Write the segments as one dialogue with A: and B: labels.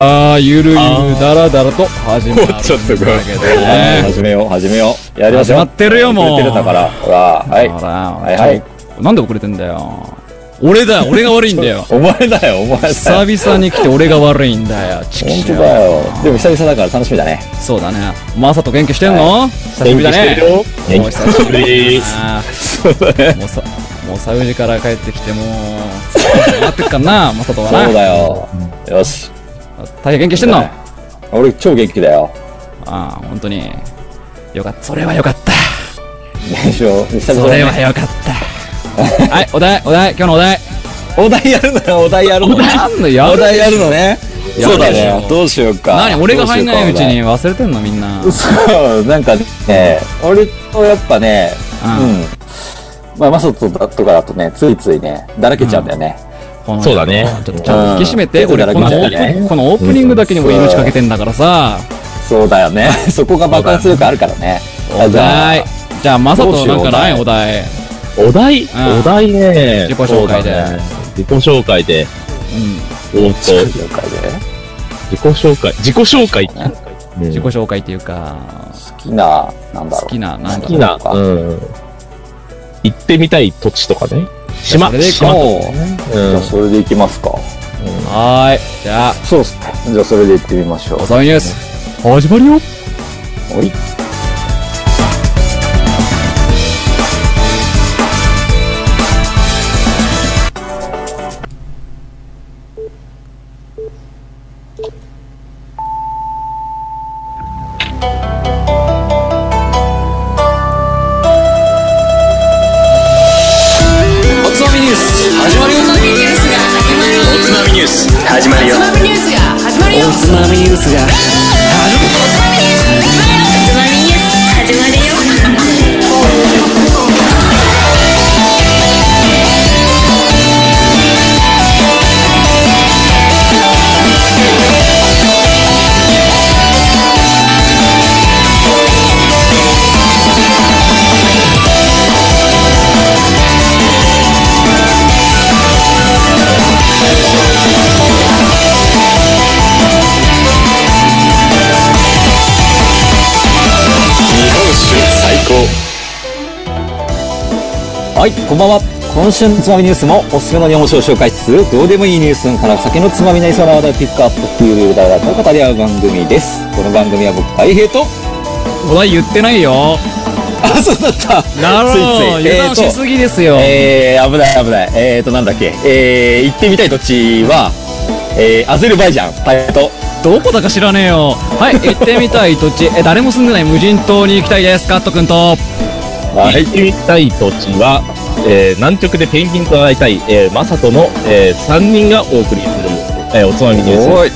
A: あ、ゆるゆるだらだらと始まるんだ
B: ちょっとごめん
A: けど
B: は
A: ね。
B: い始めよう、始めよう。やりましょう。
A: 始まってるよもう
B: 遅れてるんだから。ほら、はい。
A: ほら、
B: はいはい。。
A: なんで遅れてんだよ。俺だ、俺が悪いんだよ
B: お前だよ、お前だよ。
A: 久々に来て俺が悪いんだよ。チキ
B: 本
A: シ
B: 当
A: ョ
B: だよ。でも久々だから楽しみだね。
A: そうだね。マサト元気してんの、久しぶりだね。
B: 元
A: もう
B: 気
A: 久しぶりだな。
B: そうだね。
A: もうさ、もうサウジから帰ってきてもう、待ってっかんな、マサトはな。
B: そうだよ。よし。
A: 大変元気してんの、
B: ね俺超元気だよ。
A: ああ、本当に。よかった。それはよかった。
B: でしょ久
A: そ
B: 々だ
A: れ
B: ね
A: はよかった。はい、お題、お題、今日のお題。
B: お題やるのよ、お題やるの。
A: なんのやだ
B: お題やるのね。
A: やるでしょ
B: そうだね。どうしようか。
A: 何俺が入んないうち
B: どしよかお題
A: に忘れてんのみんな。
B: そう、なんかね、俺とやっぱね、
A: う
B: うんん。まあ、マサトだとかだとね、ついついね、だらけちゃうんだよね。
A: この
C: そうだね
A: ちょっとちゃんと引き締めて、
B: うん
A: 俺このオープン、このオープニングだけにも命かけてんだからさ。
B: そうだよね。そこが爆発力あるからね。
A: お
B: あじゃあ
A: 題。じゃあ、マサトなんかない
B: ど
A: お
B: う
A: 題。
C: お題、
A: うん
C: お題ね。
A: 自己紹介で
C: そうだね自己紹介で。
A: う
C: おっと、
B: 自己紹介で
C: 自己紹介。自己紹介。
A: ん。自己
C: 好
A: 紹介っていうか、
B: 好きな、なんだろ
A: 好
B: う。
A: きな、なんだろ
C: き
A: う。
C: な、うん。行ってみたい土地とかね。島、
A: それで行
C: 島。
B: おうじゃあ、それでいきますか。
A: はーい。じゃあ、
B: そうっすね。じゃあ、それでいってみましょう
A: お。さみニュース、始まるよ。
B: おい。
A: おつまみニュース、始まるよ。
B: はい、こんばんは。今週のつまみニュースもおすすめの日本酒を紹介しつつ、どうでもいいニュースのから先のつまみになりそうな話題をピックアップっていうルールだと語り合う番組です。この番組は僕、大平と、
A: お題言ってないよ。
B: あ、そうだった。
A: なるほど。
B: ついつい
A: 油断しすぎですよ。
B: えー、危ない危ない。えーと、なんだっけ。えー、行ってみたい土地は、えー、アゼルバイジャン、大平と。
A: どこだか知らねえよ。はい、行ってみたい土地。え、誰も住んでない無人島に行きたいです。カット君と。
B: は
C: 行ってみたい土地は、えー、南極でペンギンと会いたい、えー、マサトの、えー、3人がお送りする、えー、おつまみニュース
B: おい。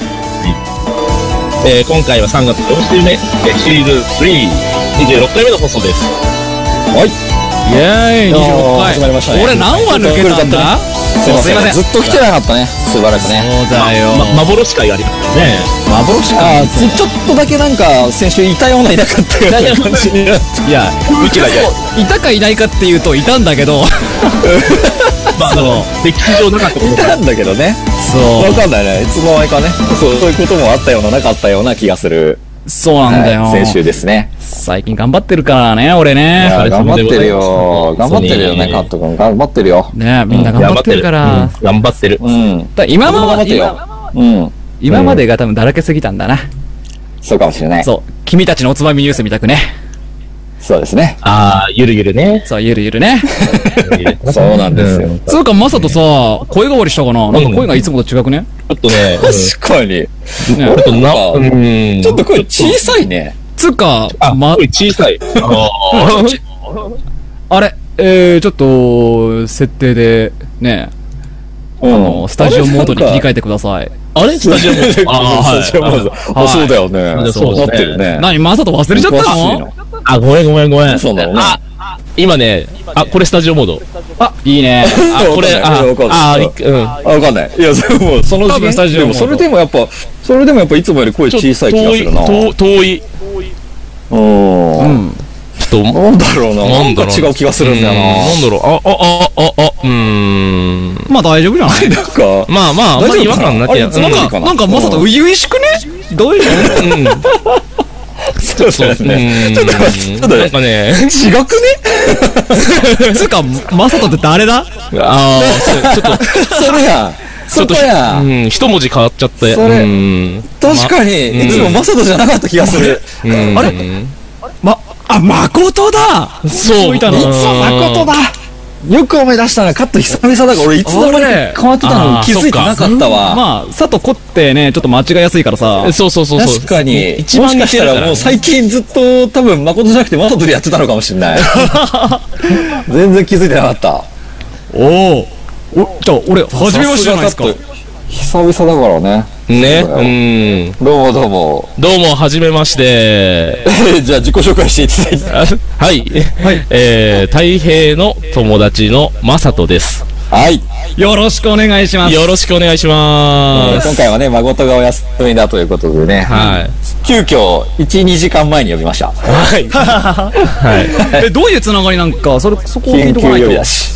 C: えー今回は3月4週目、えーシリーズ3、26回目の放送です。
B: はい。
A: イェーイ、26回。
B: 始まりましたね
A: 俺何話抜けたんだ
B: すいま
A: そ
B: せん。
A: うすいません
B: ずっと来てなかったね。しばらくね。
A: そうだよ。
C: ま、幻会がありますよね。
B: 幻か。ちょちょっとだけなんか、先週いたようないなかったような感じ になって。
C: いや、うちらじゃない、
A: いたかいないかっていうといたんだけど。
C: まあ、あの、歴史上なかったこと
B: いたんだけどね。
A: そ
B: わかんないね。いつの間にかね。そう、そういうこともあったような、なかったような気がする。
A: う。そうなんだよ。
B: はい先週ですね。
A: 最近頑張ってるからね、俺
B: い
A: ね。
B: や
C: れ
B: 頑張
C: 様
B: っ
C: でご
B: て
C: ざ
B: る
C: います
B: よ。頑張ってるよね、
C: 本当に
B: カット君。頑張ってるよ。
A: ねみんな頑張ってるから。
C: うん頑張ってる。
B: うん。
A: だ今ま
B: 頑張
A: で、
B: ってよ
A: 今
B: うん。
A: 今までが多分だらけすぎたんだな。
B: そうかもしれない。そう
A: そう。君たちのおつまみニュース見たくね。
B: ですね。
C: ああ、ゆるゆるね。
A: そう、ゆるゆるね。
B: そうなんですよ
C: うんち
A: そうか、まさとさ、声変わりしたかななんか声がいつもと違くね。
C: ょっとね、うんち
B: 確かに。
A: ね
C: ょっとな、う
B: う
C: ん。
B: ちょっと声小さいね。
A: つうか、
C: あ、
A: ま、
C: 声小さい。あのー
A: あれ、えー、ちょっと、設定で、ね、
B: う
A: あのスタジオモードに切り替えてください。
C: あ れスタジオも。あーはい
B: スタジオモード。
A: は
B: あ、
A: い
B: そうだよね。
C: そうですね
B: なってるね。
A: 何、まさと忘れちゃった
B: 詳しい
A: の
C: あ、ごめんごめんごめん。
B: そうなのね
C: あ、今ね、あ、これスタジオモード。
A: あ、いいね。
C: あ、これ、あ
B: わかん、
C: あ
B: ない、
C: うん。
B: あ、わかんない。いや、それも、その
A: 多分スタジオ
B: でも、
A: モード
B: それでもやっぱ、それでもやっぱいつもより声小さい気がするな。
C: 遠い、遠い。
B: うん
A: うん。
C: ちょっと、
B: なんだろうな。な
C: なんん
B: か
C: だろう
B: 違う気がするんだよ
C: なん
B: な。
C: だろう、あ、あ、あ、あ、あ、うーん。
A: まあ大丈夫じゃない
B: なんか、
C: まあまあ、あんまり違和感なきゃ。
B: あれつまん
C: う
B: なんいかな
A: なんかまさと初々しくねどういう
C: うん。
B: そうそうですね。
C: うん
B: ちょっと待ってちょっと待って
C: なんかね、
B: 違く
A: つうか、マサトって誰だ
C: ああ、ちょっ
B: ねそれや
C: ちょ
B: そ
C: っと
B: こや
C: と、うん、一文字変わっちゃって。
B: それ
C: うん。
B: 確かに、いつもマサトじゃなかった気がする。
C: うん
A: あれま、あ、誠だ
C: そう。
A: いたの
C: うん
B: だよく思い出したな、カット久々だから、俺いつの間にか変わってたのに気づいてなかったわ。
A: まあ、佐藤子ってね、ちょっと間違いやすいからさ。
C: そうそうそうそう。
B: 確かに。
C: 一番
B: もし
C: 似
B: かしてた
C: るから
B: らもう最近ずっと多分誠じゃなくてマサトでやってたのかもしれない。全然気づいてなかった。
A: おおお、じゃあ俺、初めましてじゃないですか。
B: さがカット久々だからね。
C: ね。
B: どうもどうも。
C: うん。どうも、はじめまして。
B: じゃあ自己紹介していただいて。
C: あはい。
A: はい
C: えー、太平の友達のまさとです。
B: はい。
A: よろしくお願いします。
C: よろしくお願いしま
B: 今
C: す。
B: 回はね、誠がお休みだということでね。
C: はい。
B: 急遽、1、2時間前に呼びました。
C: はい。はい。
A: え、どういうつながりなんか、それ、そこを聞
B: 緊
A: いと
B: 急
A: かない
B: 呼
A: と
B: び。だし。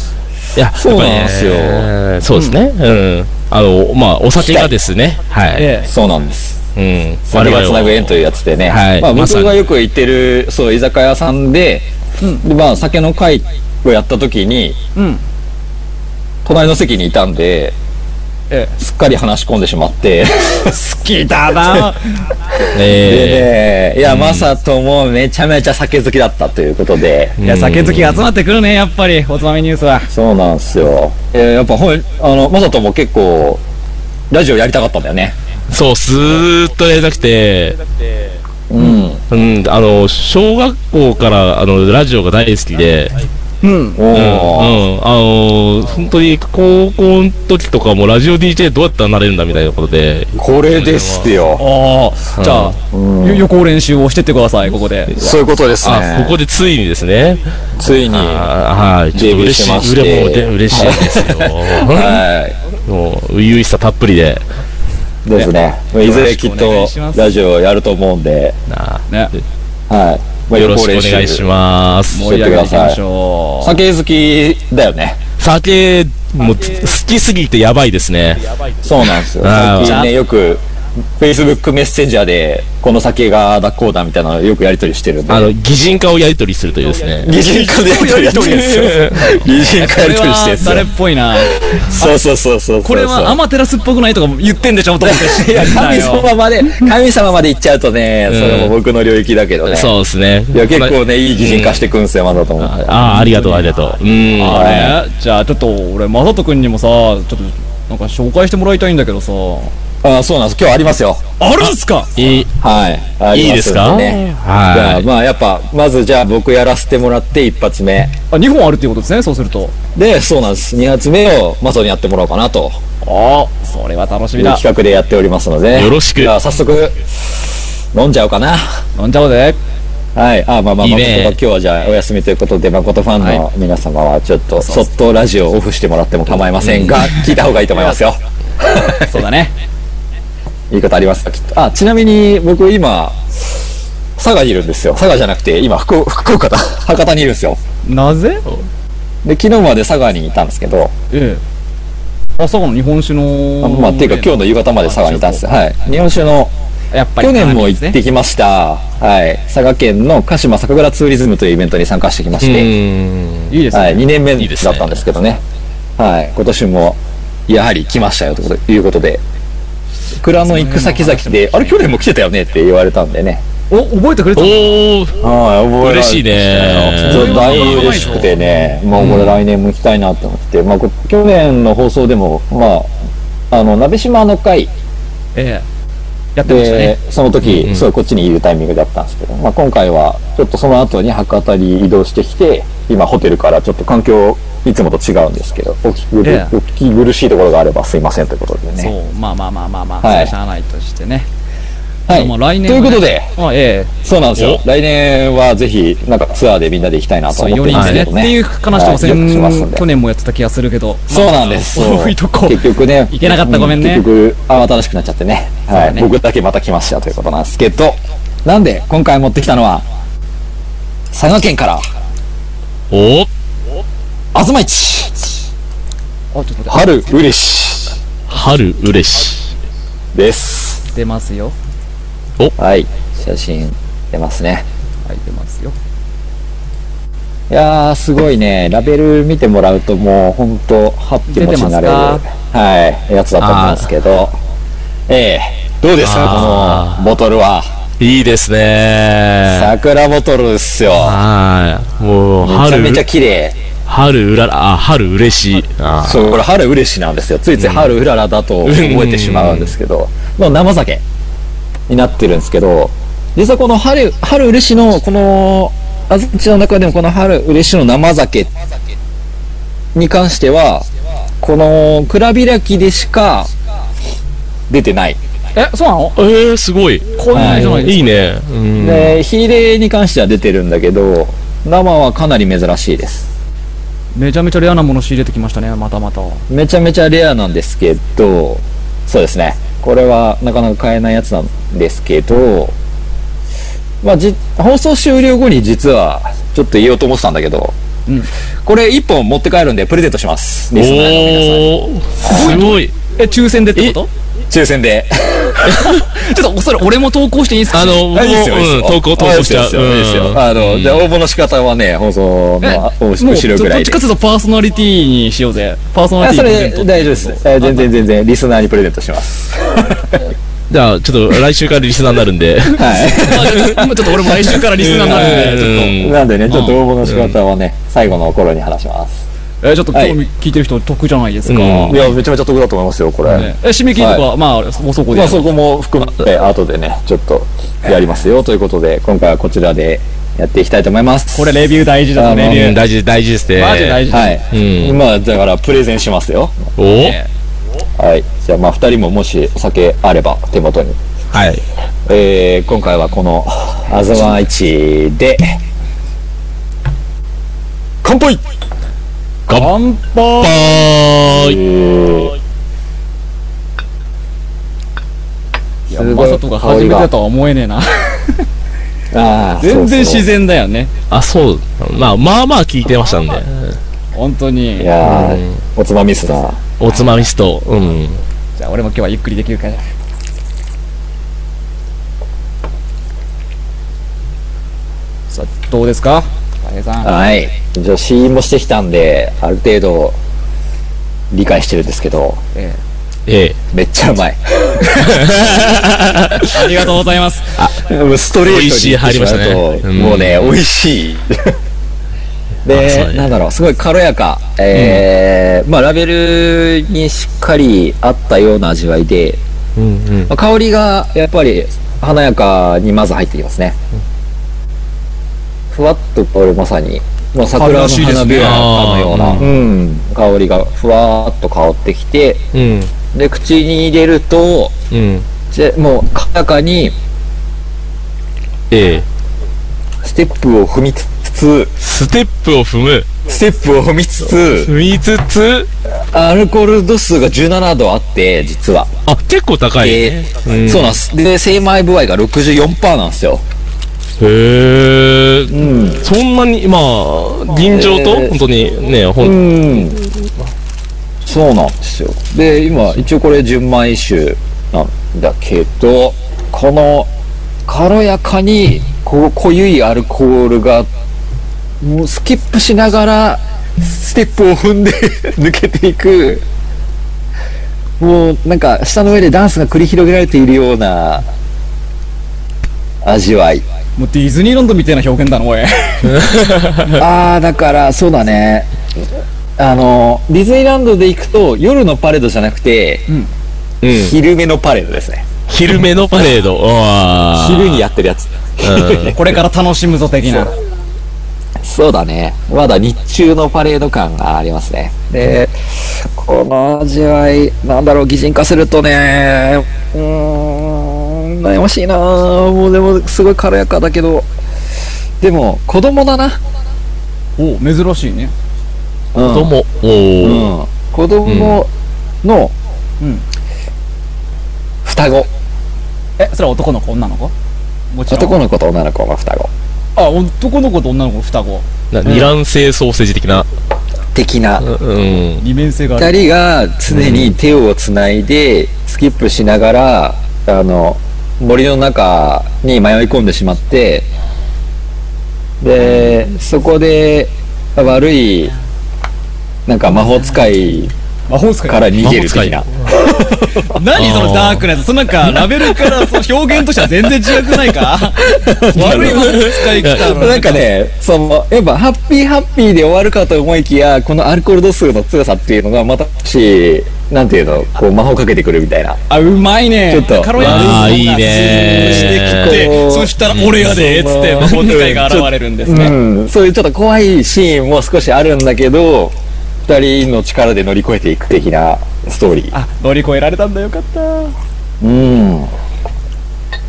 C: いや、
B: そうなんですよ
C: やっぱりねそうですね。うん。あの、まあ、お酒がですね。はい。
A: ええ。
B: そうなんです。
C: うん。
B: 我々つなぐ
C: を
B: 縁というやつでね、
C: はい
B: まあ、
C: まさ
B: 僕
C: に
B: がよく行ってるそう居酒屋さんで,、でまあ、酒の会をやった時に
A: うん。
B: 隣の席にいたんで
A: え
B: すっかり話し込んでしまって、
A: 好きだな
C: え
B: でねいやマサトもめちゃめちゃ酒好きだったということで、
A: いや、酒好きが集まってくるね、やっぱり、おつまみニュースは。
B: そうなんですよ、えーやっぱほんあのマサトも結構ラジオやりたかったんだよね
C: ーそう、スーッとやりたくて、
B: うん、
C: うん、あの、小学校から、あの、ラジオが大好きで、
A: うん。
B: お
C: うん、うん、
B: ー
C: あの、本当に高校の時とかもラジオ DJ どうやったらなれるんだみたいなことで、
B: これですよ、
A: ああ、じゃあ、
B: うん
A: よ予行練習をしてってください、ここで。
B: そういうことです
C: あ、ここでついにですね、
B: ついに
C: あはい、ちょっと嬉し
B: デビューしてまし
C: い、
B: て
C: うれもうで嬉しいですよ。
B: は い
C: もう、初々しさたっぷりで、
B: ですね。いずれきっとラジオやると思うんで、
C: な
A: ね。
B: はい。まあ
C: よろしくお願いします。
A: 盛り上げていきましょう。
B: 酒好きだよね。
C: 酒、もう、好きすぎてやばいですね。
B: そうなんですよ。
C: あー
B: 最近ね、よく、Facebook メッセンジャーで、この酒がだこうだみたいなのよくやりとりしてるんで
C: あ。の、擬人化をやり取りするというですね。
B: 擬人化でやりとりやってるんですよ。擬人化
A: こ
B: やり
A: れ
B: とりしてるん
A: は
B: です
A: 誰っ
B: よ。
A: ぽいな。
B: そうそうそうそう。
A: これはアマテラスっぽくないとか言ってんでしょ、と思って。
B: いや、神様まで、神様まで行っちゃうとね、それも僕の領域だけどね。
C: そうですね。
B: いや、結構ね、いい擬人化してくんすよ、まだと思って。
C: ああ、ありがとう、ありがとう。うん。
A: あね、じゃあちょっと俺、マサト君にもさ、ちょっとなんか紹介してもらいたいんだけどさ。
B: あーそうなんです。今日ありますよ。
A: あるんすか
C: いい、
B: はい。あり
C: いい
B: ま
C: ですか
B: んねじゃあ
C: は
B: まあやっぱまずじゃあ僕やらせてもらって一発目
A: あ、2本あるっていうことですね、そうすると。
B: でそうなんです2発目をマソにやってもらおうかなと
A: ああ、それは楽し
B: い
A: み
B: う
A: だ
B: 企。画でやっておりますので
C: よろしく
B: じゃあ早速飲んじゃおうかな
A: 飲んじゃおう ぜ。
B: はいあまあまあ
C: いい
B: 誠
C: ね
B: が今日はじゃあお休みということで誠ファンの皆様はちょっとそっとラジオをオフしてもらっても構いませんが聞いた方がいいと思いますよ
A: そうだね。
B: いいことありますかきっとあちなみに僕今佐賀にいるんですよ佐賀じゃなくて今福福岡だ博多にいるんですよ
A: なぜ
B: で昨日まで佐賀にいたんですけど
A: ええ。朝の日本酒の。
B: あまあ、っていうか今日の夕方まで佐賀にいたんですよ。はい。日本酒の、
A: やっぱり
B: 去年
A: カー
B: も行っ
A: ニーで
B: てきました。はい。佐賀県の鹿島桜ツーリズムというイベントに参加してき
C: い。
B: ま
C: う
B: し
C: ん。
B: て、
A: すね。いいですね。
B: はい。2年目
C: いいです
B: だ
C: ね
B: ったんですけどね。はい。今年も、やはり来ましたよということで、蔵の行く先々で、あれ去年も来てたよねって言われたんでね。
A: お、覚えてくれたの
C: おー、
B: はい、覚えられてま
C: 嬉しいね
B: そうだいぶ嬉しくてね、まあ、これ来年も行きたいなと思って、まあ、こ去年の放送でも、まあ、あの、鍋島の会、
A: ええ。やってました
B: で
A: ね。、
B: その時、
C: うんうん
B: そう、こっちにいるタイミングだったんですけど、まあ、今回は、ちょっとその後に博多に移動してきて、今、ホテルからちょっと環境、いつもと違うんですけど、お聞き苦,、
A: ええ
B: お聞き苦しいところがあればすいませんということで
A: そ
B: ね。
A: う、まあまあまあまあまあ、
B: はい
A: それはしゃあないとしてね。
B: はい。
A: まあ来年
B: とい
A: は
B: う
A: ね
B: ことで、
A: あ、ええ。
B: そうなんですよ
C: お。
B: 来年はぜひ、なんかツアーでみんなで行きたいなと
A: そう、
B: 思って
A: 4
B: るん
A: 人
B: で
A: で
B: す
A: ね。っ
B: け
A: て
B: どね。
A: いう話とか
B: はいよくしますんで
A: 去年もやってた気がするけど。
B: そうなんです。
A: まあ
B: そう
A: 多いとこ
B: 結局ね。
A: 行けなかったごめんね
B: 結局、慌ただしくなっちゃってね。は
A: だ
B: い。
A: ね
B: 僕だけまた来ましたということなんですけど、なんで今回持ってきたのは、佐賀県から、
C: おー、
B: 東市、
A: あ、ちょっと待って。
B: 春嬉し
C: 春嬉し。
B: です。
A: 出ますよ。
B: はい。写真出ますね。
A: はい、出ますよ。
B: いやー、すごいね。ラベル見てもらうと、もう、ほんと、ハッピー気持ちになれる、
A: 出てま
B: はい、やつだと思うんですけど。ええどうですか
C: あー
B: このボトルは。
C: いいですね
B: 桜ボトルですよ。
C: はい。もう、
B: めちゃ
C: 春
B: めち、ゃ綺麗。
C: 春うらら、あ、春嬉しい。あ
B: そう、これ、春うれしなんですよ。ついつい春うららだと覚えてしまうんですけど、の生酒になってるんですけど、実はこの春、春うれしの、この、あずちの中でもこの春うれしの生酒に関しては、この、蔵開きでしか出てない。
A: え、そうなの
C: えー、すごい。
A: こんなじゃないですか。
C: いいね。うん。
B: で、火入れに関しては出てるんだけど、生はかなり珍しいです。
A: めちゃめちゃレアなもの仕入れてきましたね、またまた。
B: めちゃめちゃレアなんですけど、そうですね。これはなかなか買えないやつなんですけど、まあ、じ、放送終了後に実は、ちょっと言おうと思ってたんだけど、
A: うん
B: これ1本持って帰るんでプレゼントします。リスナーの皆さ
C: おー、
B: んに
C: すごい。
A: え、抽選でってこと
B: 抽選で。
A: ちょっと、それ俺も投稿していいですか
C: あの、僕も、
B: いいですよ、いいです
C: うん、
B: よ
C: 投稿、投稿しちゃう。
B: あいいですよいいですよ。あの、じゃあ応募の仕方はね、放送
A: え
B: の
A: もう
B: 後ろぐら
A: どっ
B: い
A: ち
B: で
A: か。というとパーソナリティにしようぜ。パーソナ
B: あ
A: リテ
B: そ
A: ィに
B: れ
A: プレゼント
B: 大丈夫です。え全然全然、リスナーにプレゼントします。
C: じゃあ、ちょっと来週からリスナーになるんで。
B: はい。
A: あちょっともうちょっと俺も来週からリスナーになるんで、ちょっと。
C: うん
B: なんでね、ちょっと応募の仕方はね、最後の頃に話します。
A: えーちょっと興味聞いてる人得じゃないですか。
C: うん
A: ね
B: いや、めちゃめちゃ得だと思いますよ、これ。
A: え締め切りとか、まあ、もうそこで。
B: まあそこも含めて、後でね、ちょっとやりますよということで、今回はこちらでやっていきたいと思います。
A: これレビュー大事だ
B: あ
A: ぞ、
B: の
A: レビ
C: う
A: ュ
C: ん
A: ー。
C: 大事、大事ですね。
A: マジ大事
B: は
C: う
B: い。
C: ん
B: まあ、だから、プレゼンしますよ。
C: お
B: はい。じゃあ、まあ、二人ももしお酒あれば、手元に。
C: はい。
B: えー、今回はこの、あざま市で、乾杯
A: 乾杯
C: は
B: え
C: い。
B: ー
A: いや、
B: すご
A: ま
B: い
A: さとが初めてだとは思えねえな。
B: あー
A: 全然自
B: そう
A: 然だよね。
C: あ、そう。まあ、まあまあ聞いてましたんで。
A: 本当
B: そうい
A: に。
B: や
C: う
B: ー、おつまみっすな。
C: おつまみスト。うん。
A: じゃあ俺も今日はゆっくりできるから。さあ、どうですか大平さん。
B: はい。じゃあ、試飲もしてきたんで、ある程度、理解してるんですけど、
A: え
C: え
B: めっちゃう ま
A: え
B: い。
A: ありがとうございます。
B: もうストレートに
C: 美
B: 言ってまうと
C: 味しい入りましたねうん
B: もうね、美味しい。
C: あ
B: で、
C: そうね
B: なんだろう、すごい軽やか。えーまあ、ラベルにしっかり合ったような味わいで、
C: え。うんうん。
B: まあ、香りがやっぱり華やかにまず入ってきますね。ふわっとこれまさに、もう桜の花びらかのよ
C: 香りらしいです
B: うな、
C: ね
B: うん、香りがふわっと香ってきて、
C: うん。
B: で、口に入れると、
C: うん。
B: でもう軽やかに
C: ええ。
B: ステップを踏みつつ、
C: ステップを踏む。
B: ステップを踏みつつ、
C: 踏みつつ、
B: アルコール度数が17度あって、実は。
C: あ、結構高い。へ
B: で、
C: うん
B: そうなんです。で、精米具合が64%なんですよ。
C: え。
B: うん。
C: そんなに、まあ、臨場と、
B: ええ
C: 本当に、ね、ほ、
B: うんん。そうなんですよ。で、今、一応これ純米酒なんだけど、この、軽やかに、こう、濃ゆいアルコールが、もうスキップしながら、ステップを踏んで 抜けていく、もう、なんか、下の上でダンスが繰り広げられているような、味わい。
A: もうディズニーランドみたいな表現だな、おい。
B: ああだからそうだねあのディズニーランドで行くと夜のパレードじゃなくて、
C: うん
B: 昼目のパレードですね
C: 昼目のパレード。あー
B: 昼にやってるやつ
C: うん
A: これから楽しむぞ的な。
B: そうだねまだ日中のパレード感がありますねでこの味わいなんだろう擬人化するとねうーん悩ましいなもうでもすごい軽やかだけどでも子供だな
A: お珍しいね。
B: 子
C: 子供、おー。
B: うん、子供の、
A: うん
B: 双子
A: え、それは男の子、女の子もちろん。
B: 男の子と女の子の双子
A: あ、男の子と女の子の双子。
C: な二卵性ソーセージ的な。
B: 的な
C: うんうん。
A: 二面性があ
B: 2
A: る。
B: 人が常に手をつないでスキップしながらあの森の中に迷い込んでしまってでそこで悪いなんか魔法使い
A: 魔法使い
B: から逃げる的な
A: 何そのダークなやつそのなんかラベルからその表現としては全然違くないか悪い魔法使い来たの
B: なんかねそのやっぱハッピーハッピーで終わるかと思いきやこのアルコール度数の強さっていうのがまたしなんていうのこう魔法かけてくるみたいな
A: あうまいね
B: ちょっと
A: 軽やかに
C: あーいい
A: してき
C: ね
A: て
B: こう
A: そしたら俺やでっつって魔法使いが現れるんですね
B: うん、そういうちょっと怖いシーンも少しあるんだけど二人の力で乗り越えていく的なストーリー、
A: あ乗り越えられたんだよかった、
B: うん、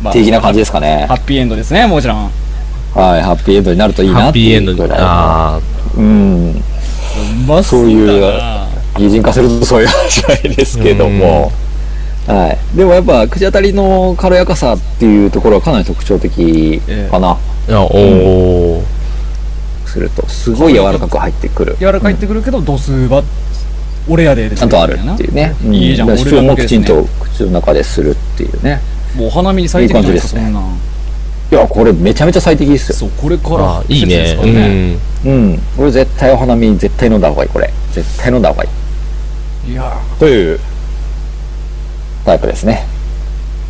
A: まあ、
B: 的な感じですかね
A: ハッピーエンドですねもちろん
B: はいハッピーエンドになるといい
C: ハ
B: な
C: ッ
B: って
C: ピーエ
B: い
C: ン
B: う
C: ドに
B: ぐらい
C: あ
B: うん
A: ま
B: そういう
A: だな
B: 擬人化するとそういう味わいですけども、はい、でもやっぱ口当たりの軽やかさっていうところはかなり特徴的かな、
C: ーあおー
B: するとすごい柔らかく入ってくる
A: 柔らかいってくるけど度数は俺やで
B: ちゃんとあるっていうね、うん、
A: いいじゃん
B: だから主張
A: 俺らだ
B: も
A: け
B: き
A: です
B: ち
A: ね
B: んと口の中でするっていうね
A: もうお花見に最適じゃないですか
B: いい感じですね
A: そんなん
B: いやこれめちゃめちゃ最適ですよ
A: そうこれか
C: あ
A: ら
C: ーいい
A: 季節です
C: ね
A: から
C: うん
B: うん、これ絶対お花見絶対飲んだ方がいいこれ絶対飲んだ方がいい
A: いや
B: というタイプですね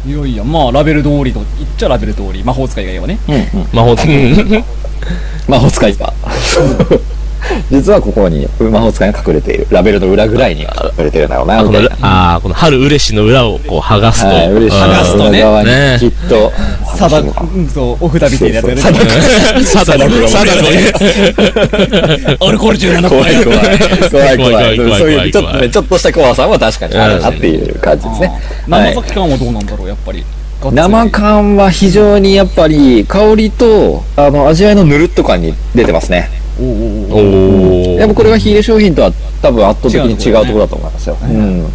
A: いやいやまあラベル通りと言っちゃラベル通り魔法使いが言えばね
B: うんうん
C: 魔法使い
B: 魔法使いが 実はここに魔法使いが隠れているラベルの裏ぐらいには隠れてるんだろうな
C: あこ
B: みたい
C: の
B: な
C: あーこの春嬉しの裏をこう剥がすと、
B: はい嬉しい
C: うん
A: がすとね
B: 裏側に
C: ね
B: きっと
A: サ ダうんそうお札みたいなやつが出てくる
C: サダコサダコ
A: アルコール17
C: 怖い怖い怖
B: 怖い怖い怖い怖い
C: い怖い
B: そういうちょっとねちょっとした怖さは確かにあるなっていう感じですねは
A: 生
B: い
A: 酒感はどうなんだろうやっぱり
B: 生感は非常にやっぱり香りとあの味わいのぬるっと感に出てますね
A: おうおうおう
C: お
B: やっぱこれは火入れ商品とは多分圧倒的に違う
A: 違うとこ
B: とこ
A: ろ
B: ろだと思いますよ、うん、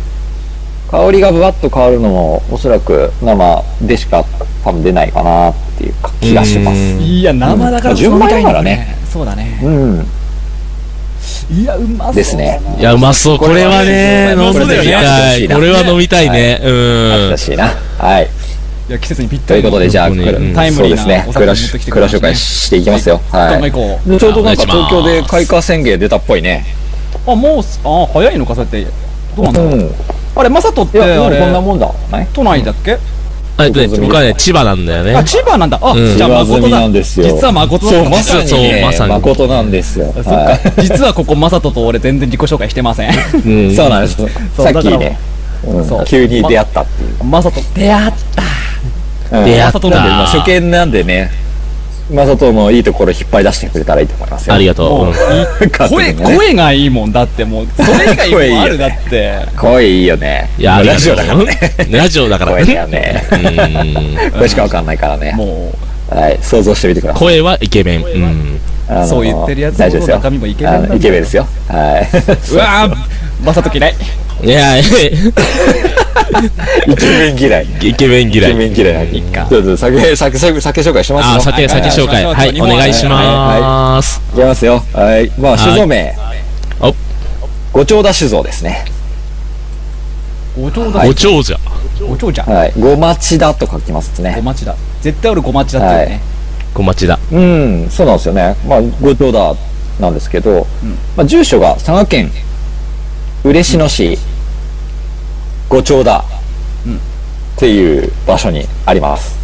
B: 香りがぶわっと変わるのもおそらく生でしか多分出ないかなっていう気がします
C: うん
A: いや生だからこそ
B: うん
A: 飲みたいんだよ
B: 純米だ
A: そうだね
B: うん、
A: いやうまそう
B: ですね
C: いやうまそうこれはね
A: これは
C: 飲んでみたい
B: こ
C: これ
B: れ
C: は飲みたいねうん
B: らしいなはい
A: いや季節にぴった
B: とい
A: り
B: うことでじゃあ、
C: うん
B: これ
C: うん
A: タイム
B: そう
A: リー
B: で
A: な
B: すね
A: お
B: 蔵
A: 酒持ってきてくれましたね
B: 紹介していきますよは
A: どんどん
B: い
A: 行こう
B: ちょうどなんか
C: お願いします
B: 東京で開花宣言出たっぽいね
A: あもうすあ早いのかそうやってどうなんだ
B: う
A: ろうん
B: い
A: あれマサトって
B: やも
A: あ
B: う
A: れ
B: こんなもんだない
A: 都内だっけ
C: あえっとね僕はね千葉なんだよね
A: あ千葉なんだあ
C: うん
A: じゃあ
B: 上
A: 誠
B: 積みな
A: だ
B: んですよ
A: 実は誠だ
C: そうまさに
A: 実は
C: そうまさに
B: 誠なんですよ
A: そっか
B: は
A: 実はここマサトと俺全然自己紹介してませ ん
C: うん
B: いそうなんです
A: そう
B: さっきねうん
A: そう
B: 急に出会ったっていう
A: マサト出会っ
B: うん
C: 出会
A: マ
C: っ
A: サ
C: た
A: トなんで
B: まあ初見なんでね、まさとのいいところ引っ張り出してくれたらいいと思いますよ。
C: ありがとう
A: もう
C: うん
A: た声声がいいもんだってもうそれ以外もあるだって
B: 声いいよね。
C: いやありが
B: ラ
C: と
B: ジ
C: う
B: オだからね。
C: ラジオだから
B: 声だよ
C: ね
B: ね。
C: うん
B: これしかわかんないからね。
A: も
B: はい、想像してみてください。
C: 声はイケメンうん
B: あの
A: そう言ってるやつほど
B: 大丈夫ですよ。
A: 中身もイケメンなんだ
B: あのイケメンですよ。は
A: ううわーマサト嫌い
C: いやい
B: い。イケメン嫌い。
C: やイケメン
B: イ
C: 嫌
B: ケメ
C: い
B: ン嫌い。
A: いっか
B: そうそう酒、酒、酒酒紹介します
C: あ
B: よ。
C: 酒酒紹介
A: はい
C: はいお願いします
B: いきますよ。はい。まあ、酒造名。
C: お
B: ご長田酒造ですね。
A: ごちょうだ
C: ご長者
A: ごちょうじゃん
B: はい。ご町だと書きますね
A: ご。まちだ絶対俺ごまちだっていうね
C: 小町だ
B: うん、そうなんですよね。まあ、ご長田なんですけど、まあ、住所が佐賀県嬉野市ご長田っていう場所にあります。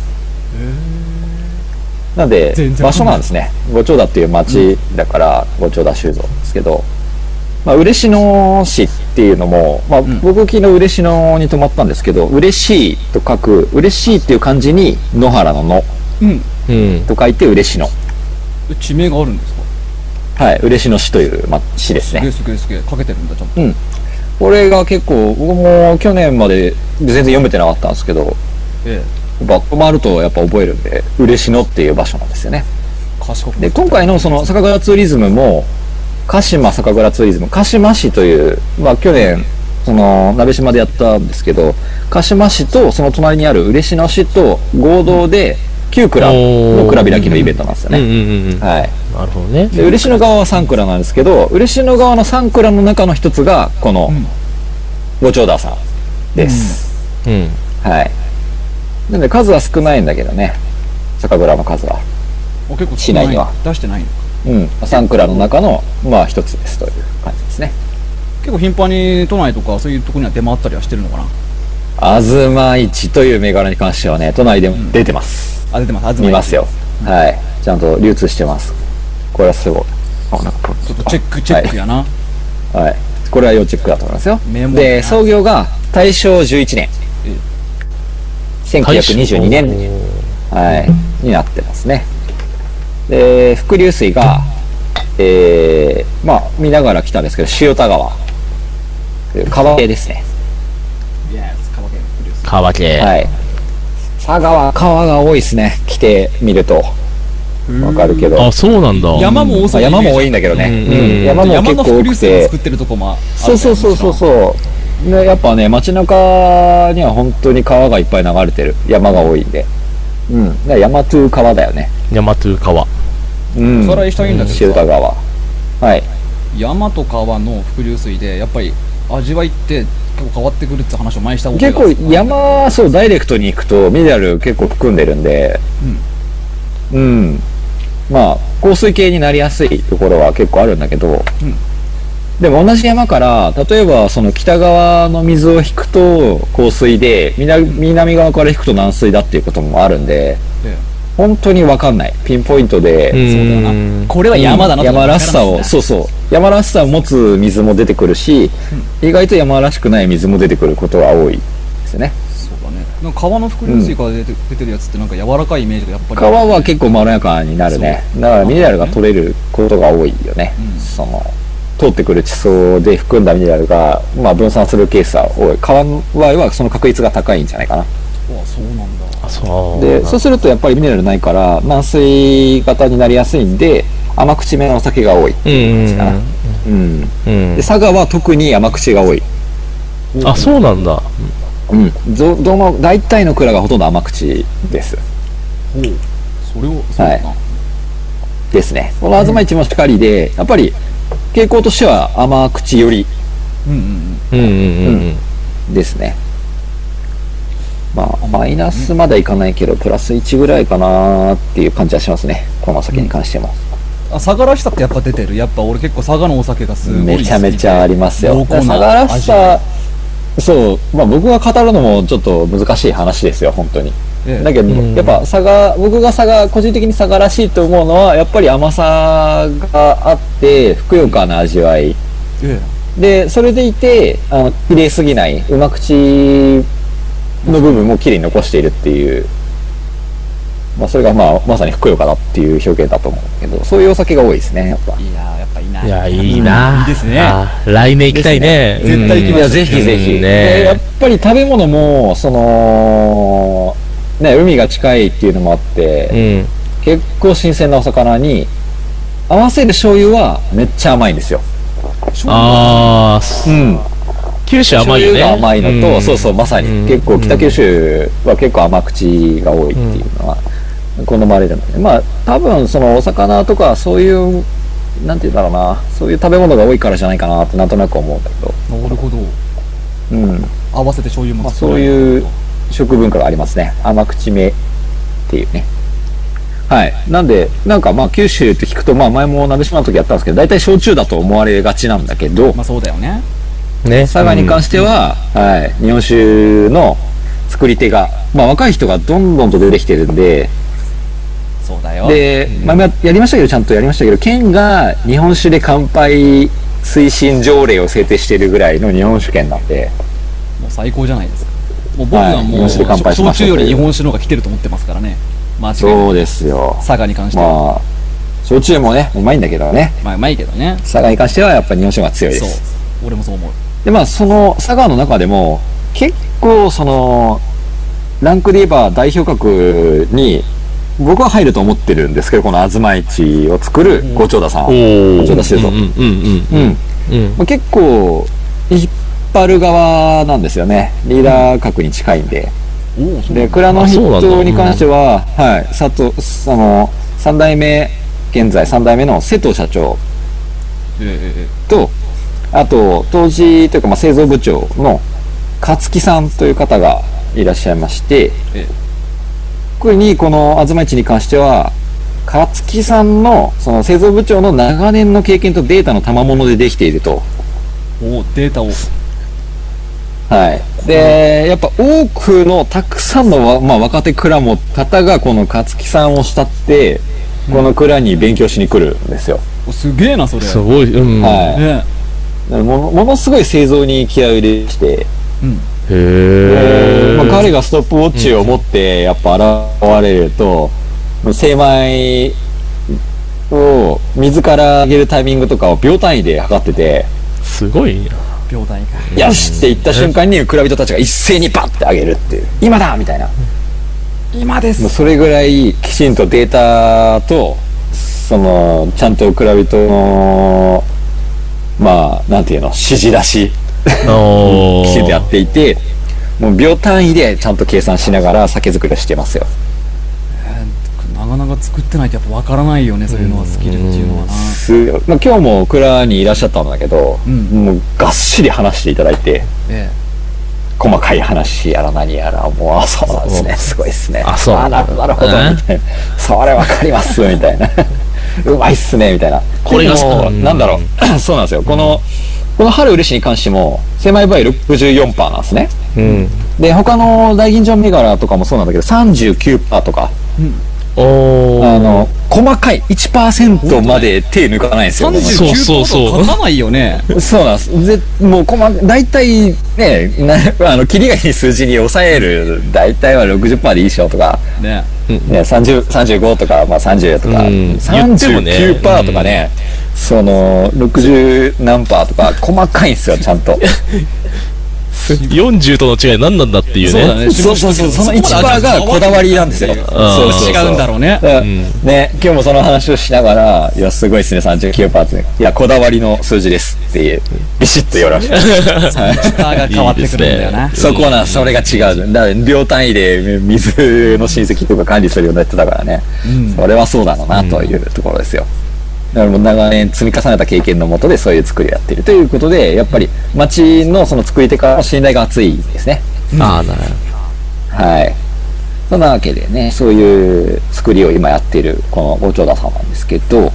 B: なんで
A: 全、然
B: 場所なんですね。ご長田っていう町だから、ご長田酒造ですけど、まあ、嬉野市っていうのも、まあ、
A: ん
B: 僕昨日嬉野に泊まったんですけど、嬉しいと書く、嬉しいっていう漢字に野原の野
A: うん
C: うん
B: と書いて嬉野。
A: え地名があるんですか
B: はい、嬉野市という町です
A: すげえ
B: ね。
A: すげえすげえかけてるんだちゃんと
B: これが結構、僕も去年まで全然読めてなかったんですけど、や
A: え
B: っぱ困るとやっぱ覚えるんで、嬉野っていう場所なんですよね。
A: え賢く
B: で、今回のその酒蔵ツーリズムも、鹿島酒蔵ツーリズム、鹿島市という、まあ去年、その、鍋島でやったんですけど、鹿島市とその隣にある嬉野市と合同で、9蔵の蔵開きのイベントなんですよ
C: うんうん
B: ね。
C: うんうんな
B: はい。
C: るほどね
B: で嬉野側は三蔵なんですけど嬉野側の三蔵の中の一つがこの
A: ん
B: ご長田さんです、
C: うん
B: はいなんで数は少ないんだけどね。酒蔵の数は。
A: お結構
B: 市内には
A: 出してないのか
B: うん。三蔵の中の、まあ一つですという感じですね。
A: 結構頻繁に都内とかそういうとこには出回ったりはしてるのかな
B: 東一という銘柄に関してはね、都内でも
A: ん
B: 出てます。
A: あ出てます東
B: 見ますよ。はい。ちゃんと流通してます。これはすごい。あ、なんか、
A: ちょっとチェックチェックやな、
B: はい。これは要チェックだと思いますよ
A: 名。門
B: で、創業が大正11年。1922年に、はい、になってますね。で、伏流水が、えー、まあ、見ながら来たんですけど、塩田川。という川系ですね。
A: イエスカバケンプリウス
C: 川系。
B: はい。佐賀は川が多いですね。来てみるとわかるけど。
C: あ、そうなんだ。
A: 山も多
B: ま
A: そ
B: あ
A: うなイメー
B: 山
A: ジ
B: も多いんだけどね。
C: うん
B: うん山も
A: 山
B: 結
A: の
B: 構
A: 伏流
B: 多く
A: 水を
B: て
A: 作。ってるとこもあるから
B: そうそうそうそうそう。ね、やっぱね、街中には本当に川がいっぱい流れてる。山が多いんで。うん。だから山という川だよね。
C: 山という川。
B: うん。
A: それは一緒にいいんだけどさ
B: 塩田川。はい。
A: 山と川の伏流水でやっぱり味わいって結構変わってくるって話を前にした覚え
B: 結
A: がある
B: 構山、そう、ダイレクトに行くとミネラル結構含んでるんで。うん。まあ、降水系になりやすいところは結構あるんだけど。
A: うん
B: でも同じ山から、例えばその北側の水を引くと降水で、南南側から引くと軟水だっていうこともあるんで、
A: ええ
B: 本当にわかんない。ピンポイントで、
A: そうだなこれは山だな
B: うん
A: と思
B: 山
A: って
B: らしさを、そうそう。山らしさを持つ水も出てくるし、意外と山らしくない水も出てくることが多いですね。
A: そうだねなんか川の伏流水から出て,、出てるやつってなんか柔らかいイメージがやっぱり
B: 川は結構まろやかになるね。だからミネラルが取れることが多いよね。
A: うん
B: その、通ってくる地層で含んだミネラルが、まあ分散するケースは多い。川の場合はその確率が高いんじゃないかな。
A: うわそうなんだ
C: あ、そう。
B: で、そうするとやっぱりミネラルないから、軟水型になりやすいんで、甘口めのお酒が多い。
C: うんうん
B: うん。
C: うん。うん
B: で。佐賀は特に甘口が多い。
C: あ、そうなんだ。
B: うん。ど、どの、大体の蔵がほとんど甘口です。
A: ほうそれをそうだな、
B: ですね。この東市もしっかりで、やっぱり傾向としては甘口より
A: うんうんうん
C: うんうんうん。
B: ですね。まあ、マイナスまではいかないけど、プラス1ぐらいかなっていう感じはしますね。このお酒に関しても。
A: あ佐賀らしさってやっぱ出てるやっぱ俺結構佐賀のお酒がすごい好きで
B: めちゃめちゃあります
A: 濃
B: よ。だから
A: 厚な
B: 佐賀らし
A: 味わ
B: さ、そう、まあ僕が語るのもちょっと難しい話ですよ、本当に。
A: ええ
B: だけど、
C: うん
B: やっぱ佐賀、僕が佐賀、個人的に佐賀らしいと思うのは、やっぱり甘さがあって、ふくよかな味わい。
A: え
B: で、それでいて、あの、綺麗すぎない、うま口の部分も綺麗に残しているっていう、まあそれがまあ、まさにふくよかなっていう表現だと思うけど、そういうお酒が多いですね、やっぱ。
A: えいやーやっぱいいない
C: いや、いい
A: い
C: ない
A: ですね
C: あ来年行きたいね。
A: ですね絶対行きま
B: い
A: す
B: や、ぜひぜひ。
C: うん
B: で
C: ね
B: やっぱり食べ物も、その、ね、海が近いっていうのもあって、
C: うん。
B: 結構新鮮なお魚に、合わせる醤油はめっちゃ甘いんですよ。
C: あ
B: う
C: ー、
B: ん。
C: 九州
B: 醤
C: 甘いよ
B: 油
C: ね。
B: が甘いのと、そうそう、まさに、
C: うん
B: 結構北九州は結構甘口が多いっていうのは、好まれるので、まあ、多分そのお魚とかそういう、なんて言うんだろうな、そういう食べ物が多いからじゃないかなってなんとなく思うんだけど、
A: なるほど
B: うん。
A: 合わせて醤油
B: ま
A: も
B: あ、
A: 作
B: そ
A: れ
B: う
A: る
B: いう食文化がありますね。甘口目っていうね。はい。なんで、なんかまあ九州って聞くと、まあ前も鍋島の時やったんですけど、大体焼酎だと思われがちなんだけど、
A: まあそうだよね
C: ね。
B: 佐賀に関しては、はい、日本酒の作り手が、まあ若い人がどんどんと出てきてるんで、
A: そうだよ
B: で、まあ、やりましたけど、ちゃんとやりましたけど、県が日本酒で乾杯推進条例を制定してるぐらいの日本酒県なんで、
A: もう最高じゃないですかもう僕はもう、
B: はい日本酒で乾杯しま
A: 焼
B: しょ
A: 酎
B: う
A: より日本酒の方が来てると思ってますからね間違いないう
B: ですよ。
A: 佐賀に関しては、
B: まあ、焼酎もね、うまいんだけどね、
A: まあ、うまいけどね
B: 佐賀に関してはやっぱ日本酒の方が強いで
A: そう
B: す。
A: 俺もそう思う
B: で、まあ、その佐賀の中でも、結構、その、ランクで言えば代表格に、僕は入ると思ってるんですけど、この東市を作るご長田さんは。
C: おー。
B: ちょっとしてるぞ
C: うんうん
B: うん。
C: うんうん。
B: まあ、結構、引っ張る側なんですよね。リーダー格に近いんで。
A: おおそう
B: で、蔵の
C: あそうなんだ
B: 筆頭に関しては、はい、佐藤、その、三代目、現在三代目の瀬戸社長
A: え
B: と、あと、当時というか、まあ、製造部長の勝木さんという方がいらっしゃいまし
A: え
B: て
A: ええ、
B: 特にこの東市に関しては、勝木さんのその製造部長の長年の経験とデータの賜物でできていると。
A: おデータを
B: はい。で、やっぱ多くの、たくさんのわ、まあ、若手蔵も方がこの勝木さんを慕って、この蔵に勉強しに来るんですよ。
A: おすげえなそれ
C: すごい、うん。
B: はい
A: ね
B: だからものものすごい製造に気合を入れてきて、
A: うん
C: へえ。
B: まあ、彼がストップウォッチを持ってやっぱ現れると、精米を自ら上げるタイミングとかを秒単位で測ってて、
C: すごいな。
A: 秒単位か
B: よしって言った瞬間に蔵人たちが一斉にバッて上げるっていう今だみたいな
A: 今です
B: もうそれぐらいきちんとデータとそのちゃんと蔵人のまあなんていうの指示出し
C: お
B: きちんとやっていてもう秒単位でちゃんと計算しながら酒造りをしてますよ
A: なかなか作ってないとやっぱわからないよねそういうのはスキルっていうのはな
B: すまあ、今日も蔵にいらっしゃったんだけど、
A: うん
B: もうがっしり話していただいて
A: え
B: 細かい話やら何やらもうあそうなんですねすごいですね
C: あそう
B: なるなるほど
C: ね
B: みたいなそれわかりますみたいなうまいっすねみたいな
C: これが
B: でも
C: うん
B: なんだろう そうなんですよこのこの春嬉しに関しても狭い場合64%なんですね
C: うん。
B: で他の大吟醸銘柄とかもそうなんだけど39%とか
A: えうん
C: おー。
B: あの細かい1%まで手抜かないんですよね
C: そうそうそう
A: 39%書かないよね
B: そうなんです。ぜもう細か、大体ね、な あの、切りがいい数字に抑える、大体は60%でいいっしょとか、
A: ね
B: ね、30 35とか、まあ30とか、
C: うん言ってもね
B: 39%とかね、その、60何パーとか、細かいんですよ、ちゃんと。
C: 40との違い何なんだっていうね。
A: そうだね
B: そうそうそう、その1%がこだわりなんですよ。そうそうそう
A: 違うんだろう ね
B: だからね、今日もその話をしながら、いや、すごいですね、39%パーですね。いや、こだわりの数字ですっていう、ビシッと言われました。
A: スターが変わってくるんだよな
B: そこな、それが違う。だから秒単位で水の親戚とか管理するようになってたからね。それはそうだろうなというところですよ。だからもう長年積み重ねた経験のもとでそういう作りをやっているということで、やっぱり町のその作り手からの信頼が厚いですね。
C: ああ、なるほど。
B: はい。そんなわけでね、そういう作りを今やっているこの五丁田さんなんですけど、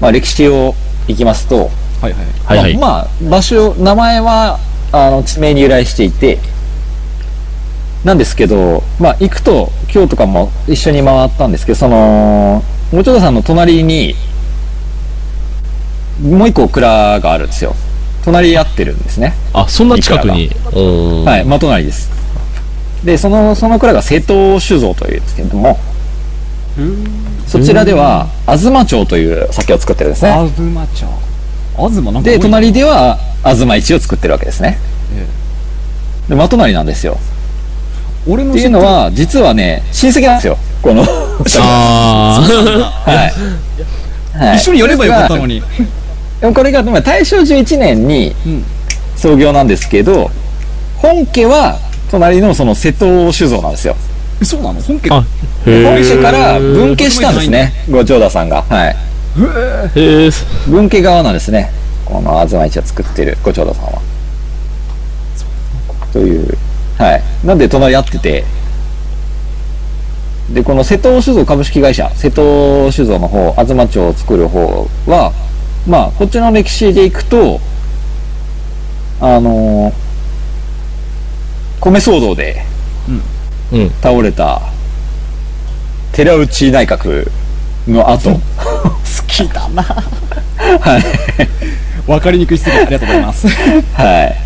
B: まあ歴史をいきますと、
A: はいはい
C: はいはい。
B: まあ、まあ場所名前はあの地名に由来していてなんですけど、まあ、行くと今日とかも一緒に回ったんですけどそのもうちょっとさんの隣にもう一個蔵があるんですよ隣り合ってるんですね
C: あ、そんな近くに。うん。
B: はい真隣ですでそのその蔵が瀬戸酒造というんですけれどもそちらでは東町という酒を作ってるんですね
A: 東町東なんか多い
B: で隣では東一を作ってるわけですね
A: え
B: で真隣なんですよ
A: 俺の
B: って
A: 知
B: い
A: っ
B: う
A: てる
B: のは実はね親戚なんですよ このは
C: あ
B: い、はい、
A: 一緒にやればよかったのに
B: でもこれがまあ大正11年に
A: うん
B: 創業なんですけど本家は隣のその瀬戸酒造なんですよ
A: えそうなの本家
C: あ。あ、 へえ。
B: 本家から分家したんですねご長田さんがはい
C: へえ。
B: 分家側なんですねこの東一を作ってるご長田さんはというはいなんで隣り合っててでこの瀬戸酒造株式会社瀬戸酒造の方東町を作る方はまあこっちの歴史でいくとあのー米騒動で
C: うんうん
B: 倒れた寺内内閣の後、
A: 好きだな
B: はい
A: わかりにくい質問ありがとうござい ます
B: はい。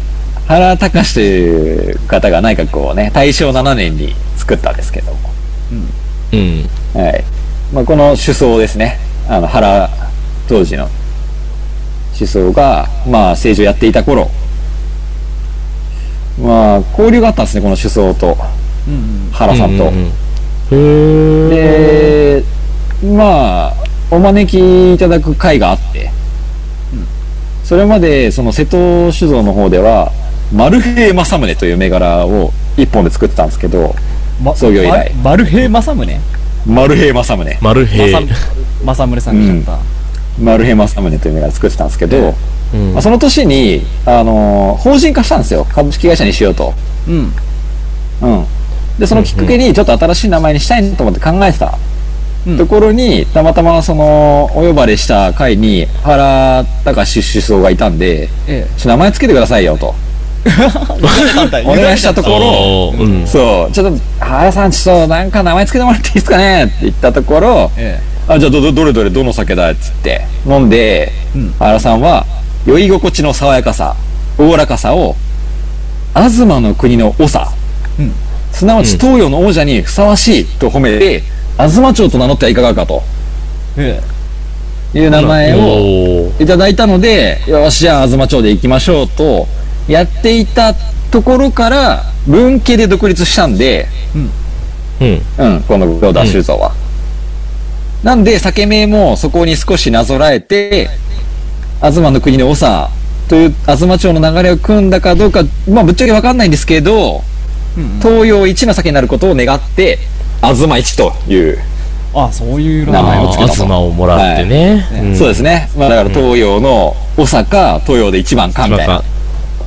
B: 原隆という方が内閣をね、大正7年に作ったんですけども。
C: うん。
B: はい。まあ、この首相ですね。あの、原、当時の首相が、まあ、政治をやっていた頃。まあ、交流があったんですね、この首相と
A: うんうん
B: 原さんと。
C: ううんへえ。
B: で、まあ、お招きいただく会があって、それまでその瀬戸酒造の方では、マルヘイ正宗という銘柄を一本で作ってたんですけど、
A: ま
B: 創業以来
A: まマルヘイ政宗
B: マルヘイ正宗、
C: マルヘイ。
A: 政政宗さんがやっ
B: マルヘイ正宗という銘柄作ってたんですけど、
C: うん
B: まあ、その年に、あのー法人化したんですよ。株式会社にしようと。
A: たうん
B: うん。でそのきっかけにちょっと新しい名前にしたいなと思って考えてた
A: うん
B: ところにたまたまそのお呼ばれした回に原隆志首相がいたんで
A: え
B: ちょっと名前つけてくださいよと お願いしたところ
C: おーうん。
B: そうちょっと原さんちょっとなんか名前つけてもらっていいですかねって言ったところ
A: え
B: あじゃあどどどれどれどの酒だっつって飲んで、
A: うん
B: 原さんは酔い心地の爽やかさおおらかさを東の国の長、
A: うん
B: すなわち東洋の王者にふさわしいと褒めて、東町と名乗ってはいかがかと
A: え
B: いう名前を
C: おー
B: いただいたので、よしじゃあ東町で行きましょうとやっていたところから文系で独立したんで、
C: うん。
B: うん、この黒田修造は。なんで、裂け目もそこに少しなぞらえて、東の国の長という東町の流れを組んだかどうか、まあぶっちゃけわかんないんですけど、
A: うん
B: 東洋一の酒になることを願って、東一という、
A: あそういう
B: 名前
A: を
B: をつけたと
C: あ妻をもらってね。
A: はい
C: ん
B: そうですね。まあだから東洋の長か、東洋で一番かみたい
C: なん
B: な
C: か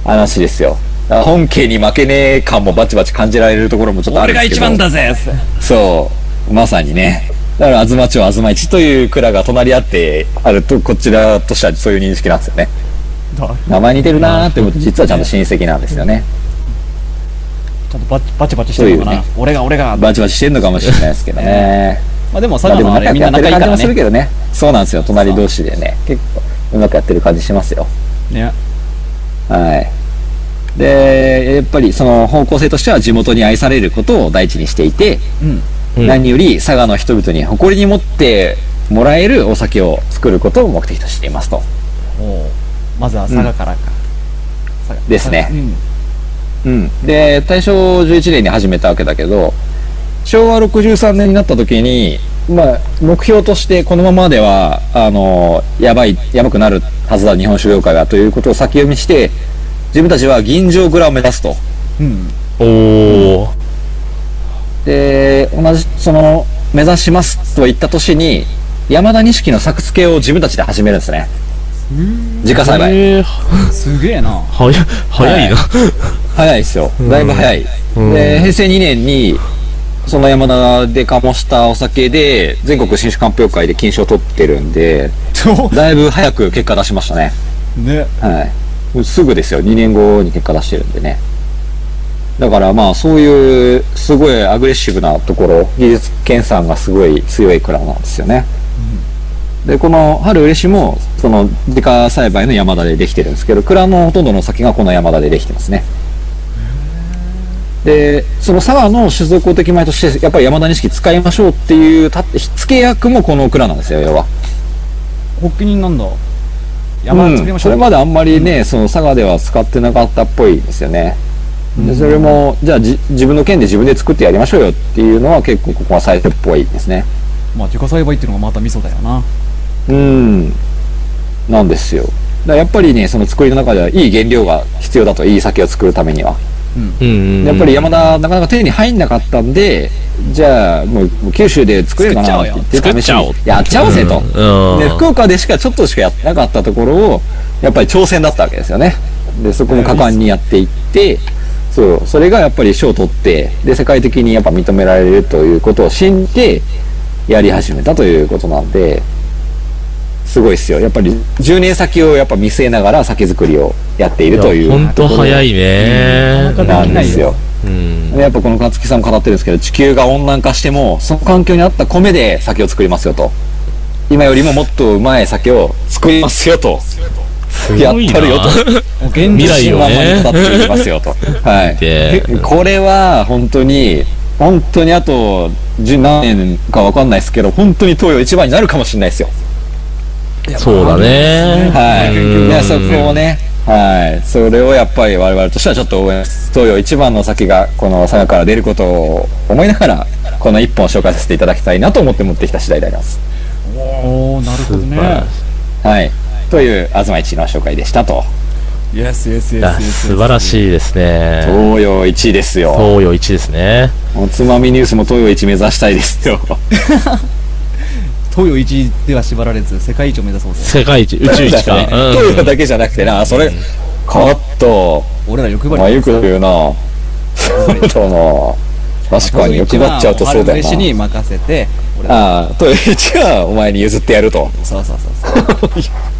B: 話ですよ。だから本家に負けねえ感もバチバチ感じられるところもちょっとある
A: 俺
B: ん
A: が
B: ですけ
A: 一
B: ど。
A: 番だぜ
B: そう、まさにね。だから、東町、東市という蔵が隣り合ってあると、こちらとしてはそういう認識なんですよね。
A: だ
B: 名前似てるなーって思って、実はちゃんと親戚なんですよね。
A: ちゃんとバチバチバチしてるのかな、
B: そう
A: 俺が俺がま
B: バチバチしてんのかもしれないですけどね。
A: あでも
B: ま
A: 佐
B: あ
A: 賀
B: でも
A: のあれ
B: 仲良
A: みん
B: くや
A: な
B: っ
A: 仲い
B: てる
A: いか
B: 感じ
A: ら
B: もする
A: ね
B: けどね。そうなんですよ、隣同士でね。結構、うまくやってる感じしますよ。
A: ね
B: はい。で、やっぱりその方向性としては地元に愛されることを第一にしていて、
A: うん
C: うん
B: 何より佐賀の人々に誇りに持ってもらえるお酒を作ることを目的としていますと。
A: もうまずは佐賀からか、佐賀
B: ですね
A: うん
B: うん、で大正11年に始めたわけだけど昭和63年になった時に、まあ、目標としてこのままではあのやばいやばくなるはずだ日本酒業界がということを先読みして自分たちは銀醸蔵を目指すと
A: うん
C: おー
B: で同じその目指しますと言った年に山田錦の作付けを自分たちで始めるんですね自家栽培
C: えー
A: すげえな
C: はや、早いな。
B: 早いですよだいぶ早い、
C: うん
B: で平成2年にその山田で醸したお酒で全国新酒鑑評会で金賞を取ってるんで
A: そ
B: だいぶ早く結果出しましたね
A: うね
B: はいすぐですよ2年後に結果出してるんでねだからまあそういうすごいアグレッシブなところ技術研鑽がすごい強い蔵なんですよね、でこの春嬉しもその自家栽培の山田でできてるんですけど蔵のほとんどの先がこの山田でできてますねでその沢の酒造公的米としてやっぱり山田錦使いましょうっていうた付け役もこの蔵なんですよ要は
A: 発起人なんだ山作りましょう、
B: うん、それまであんまりね、その佐賀では使ってなかったっぽいですよね、でそれもじゃあじ自分の県で自分で作ってやりましょうよっていうのは結構ここは最初っぽいですね
A: まあ自家栽培っていうのがまた味噌だよな
B: うんなんですよだからやっぱりねその作りの中ではいい原料が必要だといい酒を作るためには
C: うん
B: やっぱり山田なかなか手に入んなかったんでじゃあもうもう九州で作れるかなって言って
C: 作っ
B: 試
C: ち
B: し
C: ゃおうよ
B: にやっちゃおうぜと、
C: うん
B: で福岡でしかちょっとしかやってなかったところをやっぱり挑戦だったわけですよねでそこも果敢にやっていってそうそれがやっぱり賞を取ってで世界的にやっぱ認められるということを信じてやり始めたということなんですごいですよやっぱり10年先をやっぱ見据えながら酒造りをやっているという
C: 本当早いね。
A: うん
B: なんですよ
C: うん。
B: やっぱこの勝木さんも語ってるんですけど地球が温暖化してもその環境に合った米で酒を作りますよと今よりももっとうまい酒を作りますよと
C: ごい
B: や
C: な
B: ったるよと
A: もう現
C: 未来よね
B: 自信満々に語っていますよとはい
C: で
B: でこれは本当に本当にあと十何年かわかんないですけど本当に東洋一番になるかもしれないですよ
C: そうだね。
B: はい
C: うん
B: いやそこをねはいそれをやっぱり我々としてはちょっと応援東洋一番の先がこの佐賀から出ることを思いながらこの一本を紹介させていただきたいなと思って持ってきた次第であります
A: おおなるほど
C: 素晴ら
A: ね
C: し
B: はいという東一の紹介でしたと
A: イエスイエスイ
C: いい
A: エ
C: や
A: ス
C: 素晴らしいですね。
B: 東洋一ですよ
C: 東洋一ですね。
B: おつまみニュースも東洋一目指したいですよ
A: 東洋一では縛られず世界一を目指そうぜ
C: 世界一、宇宙一 か。うん
B: 東洋だけじゃなくてなそれカット
A: 俺ら欲張
B: まあ
A: り
B: よく言うなそうだな確かに欲張っちゃうとそうだよ
A: 飯に
B: な。
A: 任せて、俺は
B: ああ、と、じゃあ、お前に譲ってやると。
A: そうそうそうそう。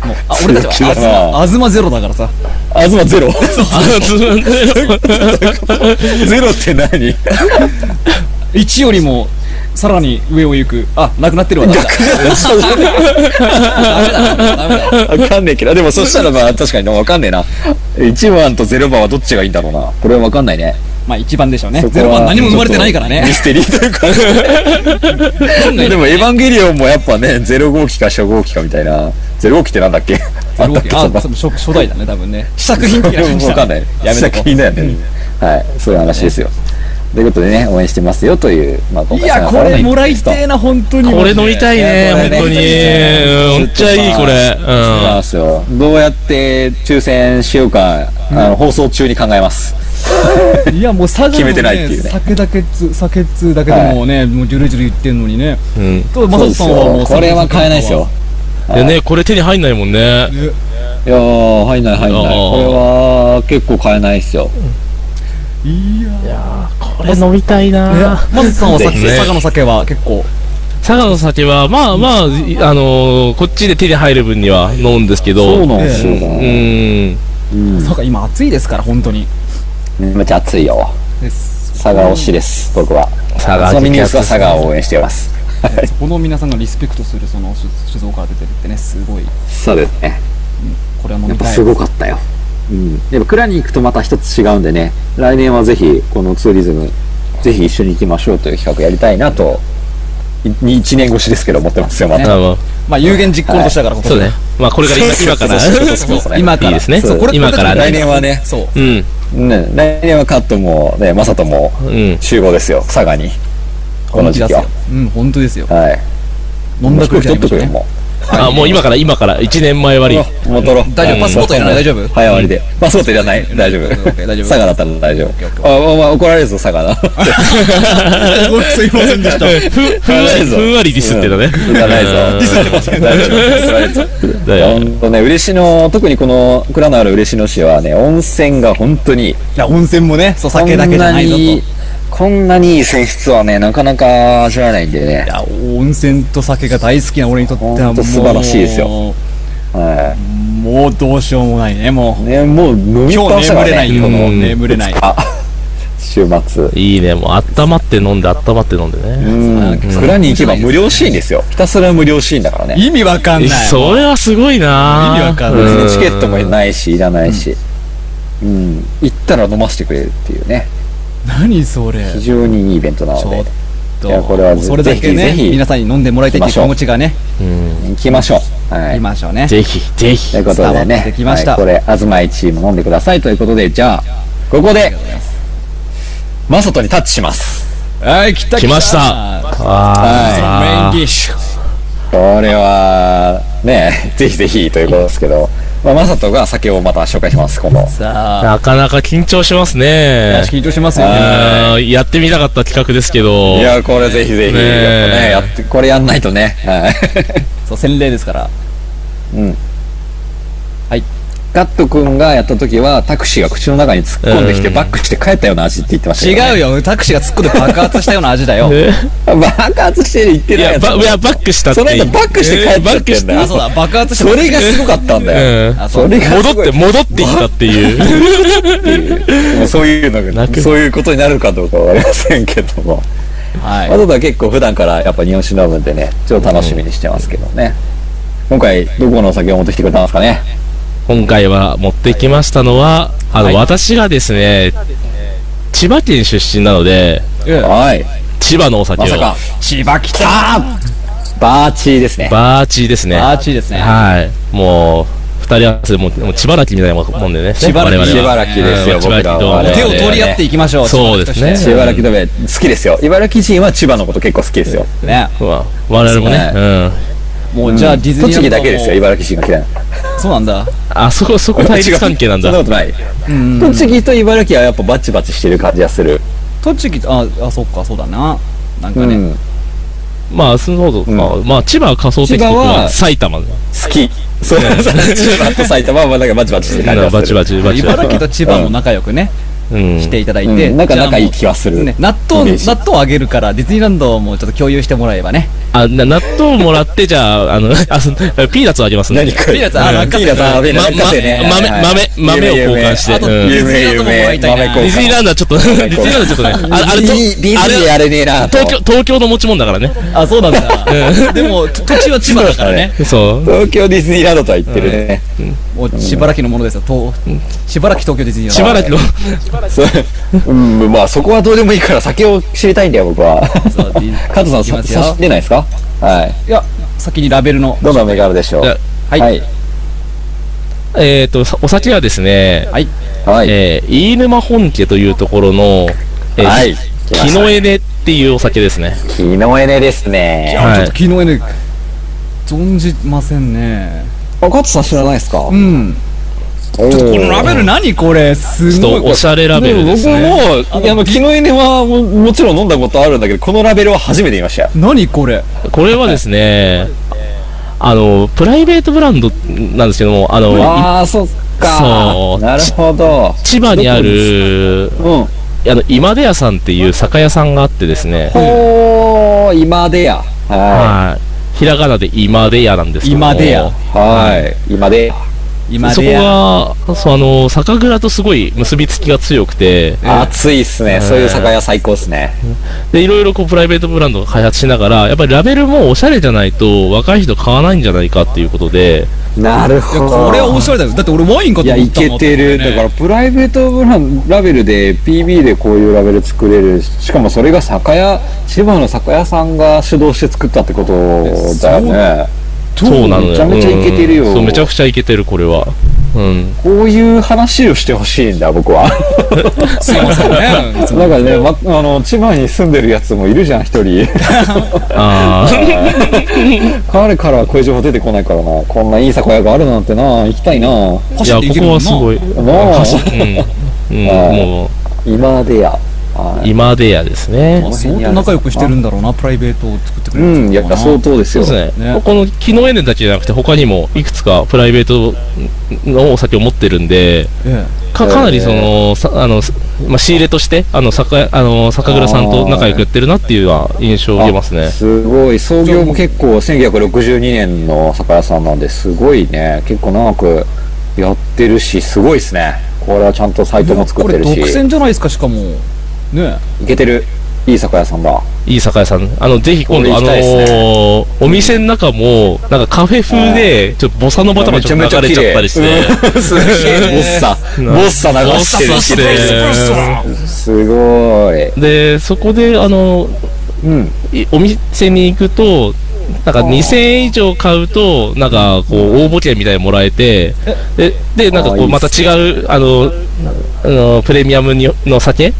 A: もう、あ、俺たち
B: 強
A: は、あ
B: 気
A: ず
B: だな
A: ま、あずまゼロだからさ。
B: あずまゼロ
C: あ
B: ゼロって何
A: 1よりも、さらに上を行く。あ、なくなってるわ。ダメだダメだ。
B: わかんねえけど。でもそしたらまあ確かになわかんねえな。1番と0番はどっちがいいんだろうな。これはわかんないね。
A: まあ1番でしょうね。
B: そこは
A: 0番何も生まれてないから
B: ミ
A: ね。
B: ステリーというか。でもエヴァンゲリオンもやっぱね、0号機か初号機かみたいな。0号機ってなんだっけあったっけ
A: あ、
B: そんな
A: その初初代だね、多分ね。試作品的な感じだ
B: わかんない。
A: やめと
B: 作
A: こ
B: 品だよね。はい。そういう話ですよ。ということでね、応援してますよという、まあ今
A: う。い
B: 回
A: や、これもらいて
B: い。
A: えな、本当に。
C: これ飲みたいね、
B: いやこ
C: 本当
B: れ
C: に。うんめっちゃいい、これ。う
B: そうなんですよ。どうやって抽選しようか、あの、放送中に考えます。
A: いや、もう佐賀のね
B: 決めてないっていうね
A: 酒だけつ、酒っつうだけでもうね、もうジュルジュル言ってんのにね。
C: ん。うん。
A: と、ま
B: そう
A: さ
B: で
A: とさ
B: す
A: んはも
B: よ
A: う。。
B: これは買えないですよ。。
C: でね、これ手に入んないもんね。
A: ね
B: いやー、入んない入んない。
C: あー
B: これは結構買えないっすよ。
A: いや
C: いやーこれ飲みたいな
A: まずさんは
B: ぜ
A: 酒、
B: ひ
C: ね
A: 佐賀の酒は結構。
C: 佐賀の酒は、まあまあ、いあのー、こっちで手に入る分には飲んですけど。
B: そうなんですよ。
C: うん。
B: うん。
A: 佐賀今暑いですから、本当に。
B: めっちゃ熱いよ。
A: です。
B: 佐賀推しです、僕は。
C: 佐賀
B: そのミニ
C: 激
B: ュ
C: ア
B: ース
C: ツ
B: は佐賀を応援してます。
A: そこの皆さんがリスペクトする、その酒酒造から出てるってね、すごい。
B: そうですね。
A: これは飲
B: や
A: み
B: っぱ
A: たい。
B: すごかったよ。うん。やっぱ蔵に行くとまた一つ違うんでね、来年はぜひ、このツーリズム、ぜひ一緒に行きましょうという企画やりたいなと、1年越しですけど思ってますよ、また。
C: まあまあ
A: まあ有言実行としたから、ここで
C: そうね。まあこれから今今から。
B: そうそう
A: 今から
C: いいですね
A: そうこれ
C: 今からね
A: これ
B: 来年はね
A: そう
C: うん。
B: ね、来年はカットも、ね、マサトも
C: うん。
B: 集合ですよ、佐賀に。この時期は。
A: うん本当ですよ
B: はい。
A: 飲んだくれ
B: 飛行機取っとくよ、もう。
C: あ、もう今から今から、1年前割り。
B: もう取ろう。
A: 大丈夫パスポートいらない大丈夫
B: 早割りで。パスポートいらない大丈夫。
A: オッケーオッケー大丈夫
B: 佐賀だったら大丈
A: ケーオッケ
B: 夫。あ、お前怒られるぞ、佐賀だ。
A: ごめ んすいませんでした
C: ふ、ふんわり、ふんわりディスってたね。
B: いらないぞ。
C: うん
B: 大丈夫怒られるぞ。
C: だよ
B: ほんとね、嬉野、特にこの蔵のある嬉野市はね、温泉が本当に、
A: 温泉もねそう酒だけじゃないぞと
B: こん
A: い
B: に、こんなにいい泉質はね、なかなか味わえないんでね。
A: や温泉と酒が大好きな俺にとっては
B: ほ
A: も
B: ん
A: う
B: と素晴らしいですよ
A: も
B: は
A: うどうしようもないねも
B: い。
A: う
B: ね、もう飲みっ
A: 今
B: ぱなし
A: 日眠
B: だか
A: れな
B: ら
A: い
B: ね、
A: よ
B: こ
A: も
B: の
A: う眠れない
B: 週末。
C: いいね、もう温まって飲んで、温まって飲んで
B: う
C: ね。
B: ん。蔵に行けば無料シーンですよ。ひたすら無料シーンだからね。
A: 意味わかんない
C: それはすごいな
A: 意味わかんない
C: うん
B: 別にチケットもないし、いらないし。うん。行ったら飲ませてくれるっていうね。
A: 何それ
B: 非常にいいイベントな
A: ち
B: の
A: ょ
B: で
A: っ。
B: いや
A: と
B: これはぜ
A: それだけね
B: ぜひぜひ
A: 皆さんに飲んでもらいたいっていう気持ちがね
C: うん
B: 行きましょう。はいい。
A: ましょうね
C: ぜひ、ぜひ
B: とい。うことで
A: 伝わって
B: ね。
A: きました
B: はいこれ、東井チーム飲んでくださいということで、じゃあ、ここで、マサトにタッチします。
A: はい来た
C: 来ました
A: メイン
C: あ
A: ディッシュ
B: これは、ね、 ぜひぜひということですけど、まあ、マサトが酒をまた紹介します、今度。
A: さ
C: ー
A: あ
C: なかなか緊張しますね。
A: 緊張しますよね。
C: あーやってみなかった企画ですけど。
B: いや、これぜひぜひ、
C: ね
B: やっぱね、やって、これやんないとね。はい。
A: そう、洗礼ですから。
B: ガット君がやった時はタクシーが口の中に突っ込んできて
C: うん
B: バックして帰ったような味って言ってました
A: 違
B: う
A: うよ、タクシーが突っ込んで爆発したような味だよ。
C: え
B: 爆発して言って
C: い
B: ない
C: や、
B: やつ
C: ばいやバックしたって
B: そ
C: い
B: の
C: い。
B: 後バックして帰っちゃってんだ
A: あ、
B: よ
A: そうだ、爆発し
B: そ
A: た。
B: れがすごかったんだよ
C: うん
A: あ、
B: それがす
C: 戻
B: ご
C: っ
B: い
C: て、戻ってきたって いう。
B: もうそういうの
C: な
B: が
C: く
B: そういうことになるかどうかわかりませんけども
A: はい
B: あ。とは結構普段からやっぱ日本酒飲むんでねちょっと楽しみにしてますけどね今回どこのお酒を持ってきてくれたんですかね
C: 今回は持ってきましたのは、あの、
A: はい
C: 私がですね、千葉県出身なので、
B: はい
C: 千葉のお酒を。
B: まさか
A: 千葉来た
B: バーチーですね
C: バーチーですね。
A: バーチーですね
C: はい。もう、二人合わせでもう、もう千葉なきみたいなもんでね。
A: 千葉なき
C: 我々は
B: 千葉らきですよ
C: うん千葉
B: 僕
C: なき
B: ら
C: どう
B: は
C: も
B: 我々は
A: 手
B: ね
A: を取り合っていきましょう。
C: そうですね
B: 千葉らきのべ好きですよ茨城人は千葉のこと結構好きですよ
A: ね。
C: うわ我々もね、
B: そ
C: うん。
A: もう、じゃあ、ディズニー
B: 栃木だけですよ
A: 今。
B: 茨城人が嫌いな
A: そうなんだ。
C: あ、そこ、そこ対立関係 なんだ。
B: そんなことない。
A: うん。
B: 栃木と茨城はやっぱバチバチしてる感じがする。
A: 栃木、あ、あ、そっか、そうだな。なんかね。
B: 好
C: まあ、そうそうか、
B: う
C: まあ、千葉は仮想的
B: 千葉
C: と
B: は
C: は埼玉。
B: き。 そう、千葉と埼玉はなんかバチバチしてる感じがする。
C: バチバチ、バチバチ。
A: 茨城と千葉も仲良くね。
C: うん
A: していただいて、
B: うん、なんか
A: じゃあもう
B: 仲いい気がする。
A: ね、納豆、
B: 嬉しい
A: 納豆あげるから、ディズニーランドもちょっと共有してもらえばね。
C: あ、な納豆もらって、じゃあ、あの、 あ、そピーナッツあげますね。
B: 何か
A: ピーナッツあ落花生
B: ピーナッツあ落花生ね
C: まま
B: はいはい
C: 豆豆豆を交換して
A: あと、
C: う
A: デ
C: ん
A: ィズニーランドももらいたいな。
B: 有
C: デ
B: 名有名豆
C: ィズニーランドはちょっと、ディズニーランドはちょっとね、ああれと、あれ、
B: れねえな
C: 東京、東京の持ち物だからね。
A: あ、そうなんだ。でも、土地は千葉だからね。
C: そう。
B: 東京ディズニーランドとは言ってるね。
A: もう、しばらきのものですよ。としばらき東京ディズニー
C: しばらくの、
B: そううん、まあそこはどうでもいいから先を知りたいんだよ、僕は。
A: そうディズ
B: カズさん、
A: いき
B: さ
A: ますよ
B: 差し出ないですかはい。
A: いや、先にラベルの。
B: どんな銘柄あるでしょう
C: いや
A: はい
B: はい。
C: えっと、お酒はですね、
A: はい。
B: はい。
C: えー、飯沼本家というところの、えー
B: はい。
C: 木のエネっていうお酒ですね。
B: 木のエネですね。
C: は
A: あち
C: い
A: ょっと昨日ね、存じませんね。
B: あ、カズさん知らないですか
A: うん。
B: ちょっと
A: このラベル何これす
C: ち
A: ご
C: ょ
A: い
C: っ。とおしゃれラベルですね。
B: 僕も、いやあの、木のエネはももちろん飲んだことあるんだけど、このラベルは初めて見ましたよ。
A: 何これ
C: これはですね、あの、プライベートブランドなんですけども、あの、
B: ああ、そっか。
C: そう
B: なるほど。
C: 千葉にある、
B: うん。
C: あの、今出屋さんっていう酒屋さんがあってですね、
B: ほー、今でや。は
C: はい。ひらがなで今出屋なんですけども
A: 今出屋
B: い。はい。今で。
A: 今
C: そ
A: で
C: こ
A: や。
C: が、そうあの、酒蔵とすごい結びつきが強くて、
B: 暑いっすね。そういう酒屋最高っすね。
C: で、いろいろこうプライベートブランドが開発しながら、やっぱりラベルもおしゃれじゃないと若い人買わないんじゃないかっていうことで、
B: なる
A: いや、
B: ほど。
A: これはおしゃれだよ。だって俺ワインか
B: い
A: と
B: や、
A: 思
B: い
A: ったもん
B: けてる。だから、プライベートブランラベルで、PB でこういうラベル作れる。しかもそれが酒屋、千葉の酒屋さんが主導して作ったってことだよね。
C: そうなのよ。
B: めちゃめちゃいけてるよ
C: うんそう、めちゃくちゃいけてる、これは。うん。
B: こういう話をしてほしいんだ、僕は。
A: すいませんね。いつも
B: なんかね、ま、 あの、千葉に住んでるやつもいるじゃん、一人。
C: ああ。
B: 彼からはこういう情報出てこないからな。こんないい酒屋があるなんてな、行きたいな。ない
A: 箸
C: や、
A: でい
C: こ
A: けるも
C: こ
A: ん
C: は
A: な
C: すごい。
B: あ、
C: うん。うん、
B: あー
C: も
B: 今でや。
C: う、今でやですね。
A: 相当仲良くしてるんだろうな、プライベートを作ってくれ
B: う
A: る
B: ん、やっぱ相
A: 当。
B: 当です
C: そう
B: よ。
C: ですね。
A: ね
C: この、木のエネだけじゃなくて、他にも、いくつかプライベートのお酒を持ってるんで、
A: え
C: か、かなりその、さあの、まあ、仕入れとして、あの、酒屋、あの、酒蔵さんと仲良くやってるなっていうのは印象を受けますね
B: あ。すごい。創業も結構1962年の酒屋さんなんで、すごいね。結構長くやってるし、すごいですね。これはちゃんとサ
A: え
B: イトも作ってる
A: これ独
B: し。
A: 占じゃないですか、しかも。ね
B: いけてる。いい酒屋さんだ。
C: いい酒屋さん。あの、ぜひ今度、あ
B: こ
C: の
B: れ行きたいっすね
C: ーお店の中も、なんかカフェ風で、ちょっとボサノバとかちょっと流れちゃったりして。
B: て。すげえ。ボッサ。ボッサ流
C: ボ
B: してる
C: サして
B: すごい。
C: で、そこで、あの、
B: うん。
C: いお店に行くと、なんか2000円以上買うと、なんかこう、応募券みたいにもらえて、で、でなんか
B: あー
C: こ、
B: いうい
C: ま
B: ったす
C: 違う、あの、あのプレミアムにの酒、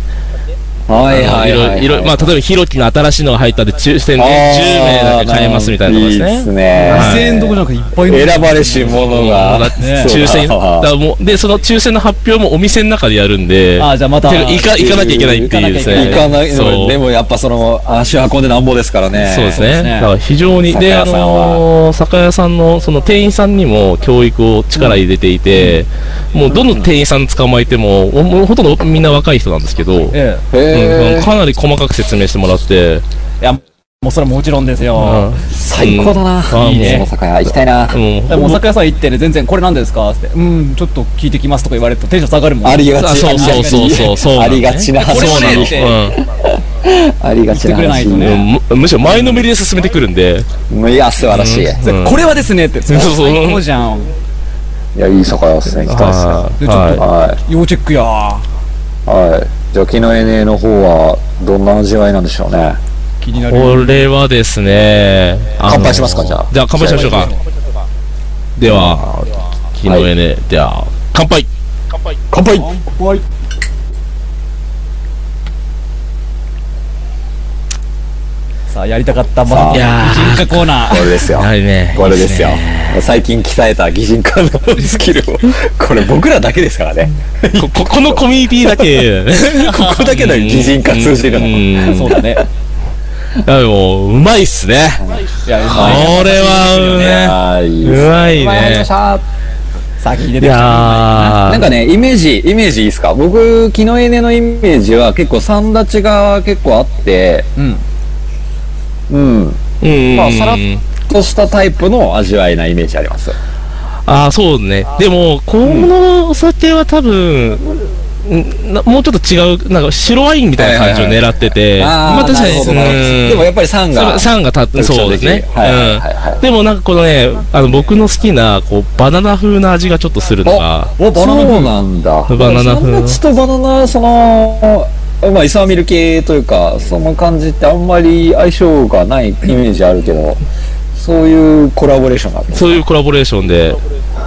B: はいはいいはい、は
C: ろ
B: い。
C: いろ、まあ、例えば、ヒロキの新しいのが入ったんで、抽選で10名だけ買えますみたいなとこです
B: い
C: ね
B: いっ。すね。
C: は
A: 2000
C: い
A: 円どころじゃなくていっぱいの。
B: 選ばれし者が。
C: ね
B: そ
C: 抽
B: うだ
C: 選だからもうでその抽選の発表もお店の中でやるんで
A: あ、じゃあまた。
C: てか行か行かなきゃいけないっていうですね
B: 行かない、
C: そう
B: でもやっぱその、足運んでなんぼですからね。
C: そうですね
A: そうですね
C: だから非常に
B: 酒
C: であ
B: 屋さんは
C: のー酒屋さんのその店員さんにも教育を力入れていて、もうどの店員さん捕まえてもおもうほとんどみんな若い人なんですけど、
A: え
C: う
B: へ
C: ん
B: ー
C: かなり細かく説明してもらって、
A: え。いや、もうそれはもちろんです
C: うん
A: よ。
B: 最高だな。
C: うん
B: いいね。その酒屋行きたいな。
C: うん
A: でもお酒屋さん行ってね、全然これなんですかって。うん、ちょっと聞いてきますとか言われるとテンション下がるもん。
B: ありが
C: あ
B: ち。
C: そうそうそうそうそう
B: ありがちな
A: こ
B: 話。
A: れ
C: そうな
A: ね
C: の
A: って
B: ありがち
A: 言
B: な
A: ってく
B: 話。
A: れない
C: うんうんむむしろ前のめりで進めてくるんで、
B: いや、素晴らしい。
A: それこれはですねって。
C: そうそう
A: 最高じゃん。
B: いや、いい酒屋ですね。行きたいですね。
C: はい
A: でちょっと
C: はい
B: は
A: 要チェックや。
B: い。はい。じゃあ、昨日 NA の方は、どんな味わいなんでしょうね。
A: 気になる。
C: これはですね、あの
B: 乾杯しますかじゃあ
C: じゃあ乾杯しましょうか。では、木の上ね、では、乾杯
B: 乾杯
A: はい。さあ、やりたかった、ま
B: さ
A: あ、
B: あ
A: いやー人化コーナ
B: こ
A: ー。
B: れですよ
C: や。はりね、
B: これですよ
C: いいね。
B: 最近鍛えた擬人化のスキルを。これ僕らだけですからね。
C: こ ここのコミュニティだ け、
B: ここだけの擬人化通じるの。
C: うん
A: そうだね。
C: あでもうまいっすね。
A: いや、う
C: これは
B: ああ、いいです
C: う
B: ね
C: まい。うまいね。
B: た。
A: 先に出
C: い
A: てきた。
C: や
B: な
C: ー、
B: んかね、イメージ、イメージいいですか僕、昨日エネのイメージは結構サンダチが結構あって、
A: うん。
B: うん。
C: うん
B: まあ、さらっとしたタイプの味わいなイメージあります。
C: ああ、そうね。でも、このお酒は多分、んなもうちょっと違う、なんか白ワインみたいな感じを狙ってて、
B: あー
C: まあ確か
B: なる
C: に、
B: ほどなるほど
C: うん
B: でもやっぱり酸が。
C: 酸が立って、そうですね。
B: はいはいはいは
C: うん。でもなんかこのね、あの僕の好きな、こう、バナナ風な味がちょっとするのが、
B: お、バナナそうなんだ。
C: バナナ風
B: サンダチとバナナ、その、まあ、イサミル系というか、その感じってあんまり相性がないイメージあるけど、そういうコラボレーションがある。
C: そういうコラボレーションで、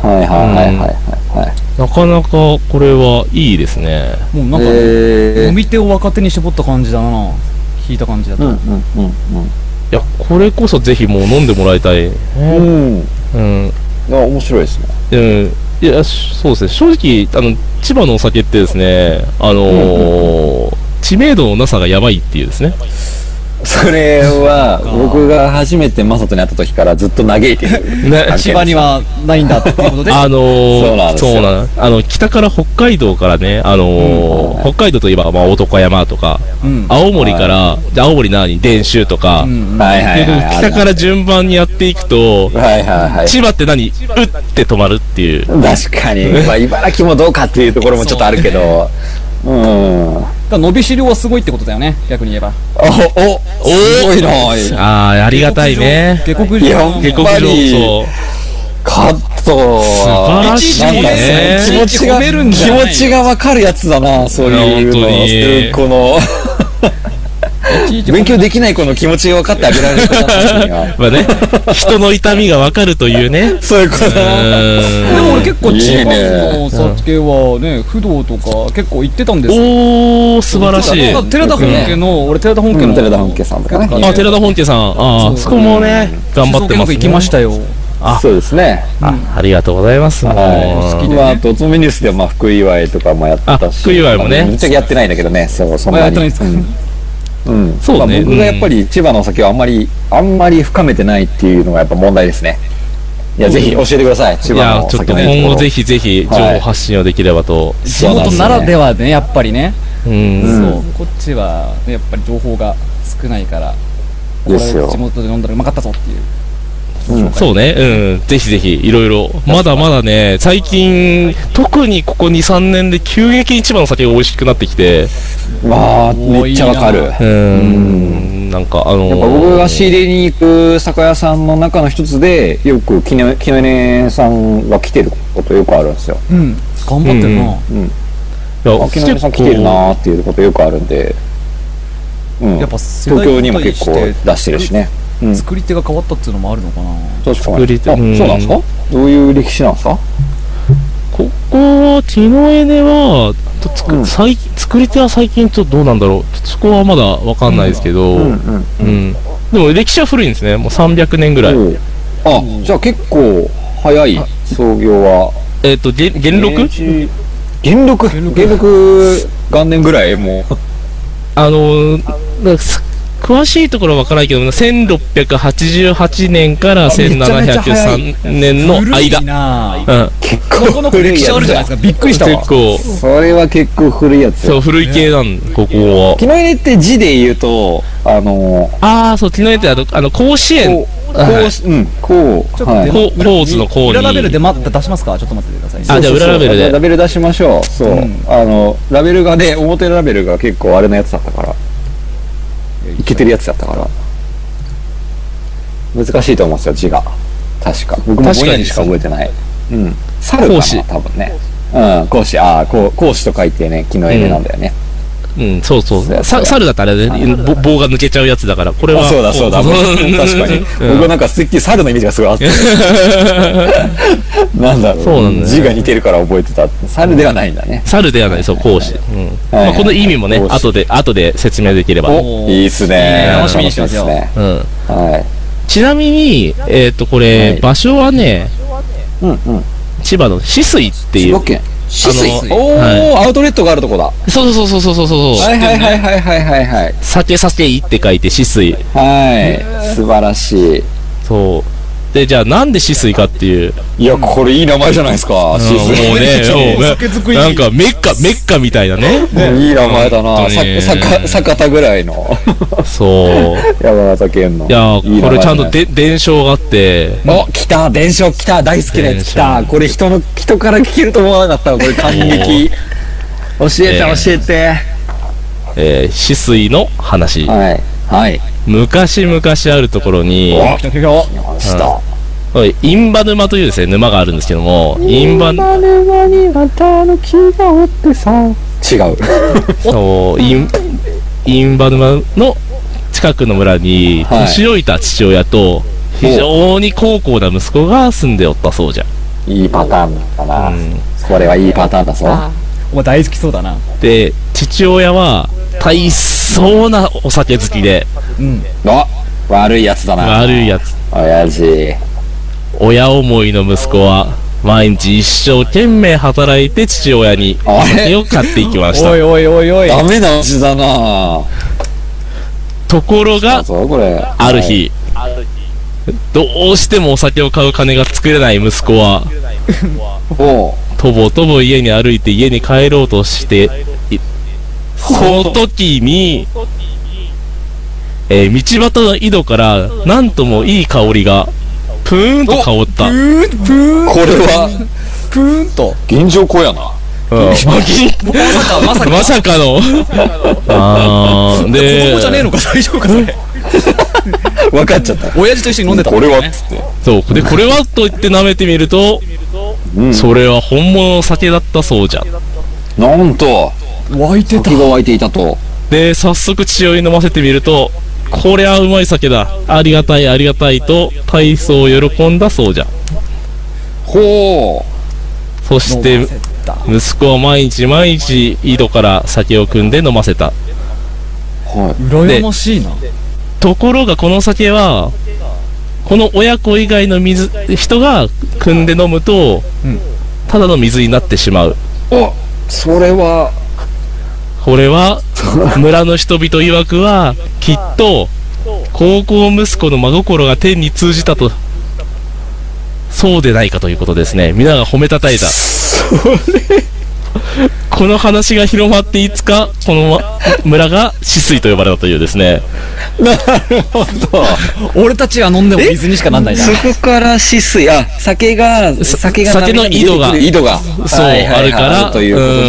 B: はいはいはいはいはい。
C: なかなかこれはいいですね。
A: もうなんか、ね、
B: え
A: 飲み手を若手に絞った感じだな。聞いた感じだ
B: う
A: と。
B: んうんう
C: いや、これこそぜひもう飲んでもらいたい。
B: んうん。うん。
C: うん。
B: いや、面白いですね。
C: うん、いや、しそうですね、正直、あの千葉のお酒ってですね、あのー知名度のなさがやばいっていうですね、
B: それは、僕が初めてマサトに会った時からずっと嘆いてる。
C: ね
B: あ
A: 千葉にはないんだっていうことで。
C: あの
B: そうなん
C: ー、
B: ですよ
C: そうなのあの北から北海道からね、あのー
B: うん
C: 北海道といえば、まあ、男山とか、
A: うん。
C: 青森から、で青森何、伝州とか、
A: うんうん。
B: はいはい
C: で
B: はい。
C: 北から順番にやっていくと、
B: はいはいはい。
C: 千葉って何、うって止まるっていう。
B: 確かに。まあ、茨城もどうかっていうところもちょっとあるけど。うん。お、
A: だから伸びしろはすごいってことだよね。逆に言えば。
B: お、すごいな。
C: ああ、ありがたいね。
A: 下克
B: いや
A: 上。
C: 下克
B: やっぱり
C: 上、そう。
B: カットは。
C: 素晴らしいね
B: なんか気持ちが、
A: 褒めるんじ
B: 気
A: ゃない
B: 持ちがわかるやつだな、そういうの
C: いや
B: この、勉強できない子の気持ちを分かってあげられる子なんですよ。
C: まあね、人の痛みがわかるというね。
B: そういうこと
C: うーん
A: でも俺結構千
B: いい
A: 葉
B: ね
A: のお酒はね、不動とか結構行ってたんですよ。
C: おー、素晴らしい。
A: ただ寺田本家の、俺寺田本家の。
B: うん寺田本家さんとかね
A: 結構
C: あ、寺田本家さん。あ
A: そ
C: あ、
A: う
C: そこもね、頑張ってます、ね。
A: 静岡よく行きましたよ。
B: そうですね。
C: あ、ありがとうございます。もう
B: はい。
A: きでね
B: まあ、あと、おつめニュースでは、まあ、福祝いとかもやってた
C: あ
B: し。
C: 福祝いもね
B: まあぶっちゃけやってないんだけどね、そう、そんなに。
A: あやってないん
B: うん。うん
C: そうね
B: まあ僕がやっぱり千葉のお酒をあんまり、あんまり深めてないっていうのがやっぱ問題ですね。いや、ぜひ教えてください、千
C: い
B: 葉
C: や
B: の、お
C: ちょっ
B: 酒
C: と
B: のいいところ。
C: 今後ぜひぜひ情報発信をできればと。
A: 地元ならではね、やっぱりね。
C: うん。
B: うん
A: そうこっちは、ね、やっぱり情報が少ないから
B: ですよ
A: これ地元で飲んだらうまかったぞっていう
C: そうね、うん、ぜひぜひ、いろいろ、まだまだね、最近、特にここ2、3年で急激に千葉の酒が美味しくなってきて、
B: まあ、めっちゃわか
A: 多
B: る。
A: い
B: や
A: な
B: っ
C: う
B: ぱ
C: ん、なんかあのー
B: 僕が仕入れに行く酒屋さんの中の一つで、よくきね、きねねさんが来てることよくあるんですよ。
A: うん頑張ってるな、
C: いや
B: あきねねさん来てるなーっていうことよくあるんで。うん。
A: やっぱ世
B: 東
A: 代
B: 京に
A: に
B: も
A: 対し
B: 結構
A: て
B: 出してるしね。うん。
A: 作り手が変わったっていうのもあるのかな
B: 確かに。
C: 作り手
B: あ、そううんなんですかどういう歴史なんですか
C: ここは、ティノエネは、とつく
B: うん
C: 最近作り手は最近ちょっとどうなんだろう。ちょっとそこはまだわかんないですけど、うん、
B: ん。
C: でも歴史は古いんですね。もう300年ぐらい。
B: おうあ、じゃあ結構早い創業は。
C: えっ、と、げ元禄、
B: 明治元禄元禄元年ぐらいもう。
C: あのー、なんかす詳しいところはわからないけど、1688年から1703年の
A: 古い
C: 間。
A: な
C: うん、
B: 結
A: なかなか歴史あるじゃないですかびっくりしたわ
C: 結構、
B: それは結構古いやつ。
C: そう、古い系なん、ここは。
B: 昨日入れって字で言うと、あのー、
C: ああ、そう、ティノエネってあの、あの、甲子園
B: こ。う、こうし、うん、こう、
A: ちょっと
B: はい
A: 出
C: こうコーズのコーに
A: 裏ラベルで待って出しますかちょっと待っててくださいね
C: あじゃあ裏ラベルで
B: そうそうそうラベル出しましょう。そう。
A: うん
B: あの、ラベルがね、表ラベルが結構あれのやつだったから。いけてるやつだったから。難しいと思うんですよ、字が。確か。僕
C: 確か
B: も
C: に
B: ぼんやりしか覚えてない。うん。猿か
C: 講
B: な
C: 師
B: 多分ね。うん、講師、ああ、こう講師と書いてね、昨日絵なんだよね。
C: うん、そうそ
B: そう
C: う。
B: や
C: さ猿だったらね、ぼ棒が抜けちゃうやつだから、これは。
B: あ、そうだそうだ。
C: こ
B: 確かに。僕なんかすっきり猿のイメージがすご いあって。なんだろう。
C: そうなんだよ
B: 字が似てるから覚えてた。猿ではないんだね。
C: 猿ではない、そう、講師。うん
B: はい
C: まあ、この意味もね、
B: 講師
C: 後で、後で説明できれば。う
B: お、いいっすね。
A: 楽しみにしてますよ
B: 楽みですね
C: ん。
B: はい。
C: ちなみに、えっ、と、こ
B: は
C: れ、
B: い
C: 場所はね、
B: うんうん。
C: 千葉の止水って
B: 千
C: いう
B: 葉。県。止水
C: あ
B: お
C: の
B: おー、
C: は
B: アウトレットがあるとこだ。は
C: そうそうそうそうそうそうそう。
B: いはいはいはいはいはいはい。
C: 酒酒井って書いて止水。
B: はい。素晴らしい。
C: そう。で、じゃあなんで止水かっていう。
B: いや、これいい名前じゃないですか。シス
C: もうね、
A: ね
C: もう
A: 酒造り
C: なんかメッカ、メッカみたいなね。
B: いい名前だ
C: 本
B: な。
C: 当に
B: さ坂坂田ぐら いの
C: そう。
B: 山形県の。
C: いやー
B: 名前
C: これちゃん
B: じ
C: と
B: ない
C: で伝承があって、
B: お、来た伝承来た大好きなやつ来
C: 伝
B: たこれ人の、人から聞けると思わなかったわこれ感激。教えて、
C: ね
B: 教えて。
C: えー、止水の話。
B: はい。はい。
C: 昔々あるところに、
A: お来た来た来た
B: 来ました。
C: はいインバ沼というですね、沼があるんですけども、インバ、
B: 沼にまたの木がおってさ。違う。
C: そうイン、インバ沼の近くの村に、
B: はい
C: 年老いた父親と、非常に高校な息子が住んでおったそうじゃ。
B: いいパターンだな。
C: うん
B: これはいいパターンだぞ。
A: お前大好きそうだな
C: で、父親は、大層なお酒好きで、
A: うん
B: あ悪いやつだな。
C: 悪いやつ。
B: 親父。
C: 親思いの息子は毎日一生懸命働いて父親にお酒を買っていきま
A: お
C: し
A: い
C: た
A: おいおいおい
B: ダメな味だな
C: ところが
B: そうこれ。
C: ある。日どうしてもお酒を買う金が作れない息子は
B: おう
C: とぼとぼ家に歩いて家に帰ろうとしていその時に、えー道端の井戸からなんともいい香りがプーンと香った
A: プーンプーン
B: これは、
A: プーンと
B: 現状こうやな。
C: うんまさかまさかのあー
A: 子
C: で
A: 供じゃねえのか大丈夫かそれ
B: 分かっちゃった。
A: 親父と一緒に飲んでた
B: これは
A: ね
B: っつって。
C: そうでこれはと言って舐めてみると、
B: うん
C: それは本物の酒だったそうじゃ
B: なんと、
A: 湧いてた
B: 気が湧いていたと。
C: で早速父親に飲ませてみるとこりゃうまい酒だありがたいありがたいと体操を喜んだそうじゃ
B: ほう。
C: そして息子は毎日毎日井戸から酒を汲んで飲ませた
B: は
A: 羨ましいな
C: ところがこの酒はこの親子以外の水人が汲んで飲むと、
A: うん
C: ただの水になってしまう
B: い。おそれは、
C: これは村の人々曰くはきっと高校息子の真心が天に通じたとそうでないかということですね皆が褒めたたえたこの話が広まっていつかこの村が止水と呼ばれたというですね
A: 俺たちは飲んでも水にしかなんないな
B: こからシスや、酒が、酒
C: が酒の井戸が
B: 井戸が。
C: そう
B: はいはいは
C: あ
B: い
C: るから
B: ということ
A: うん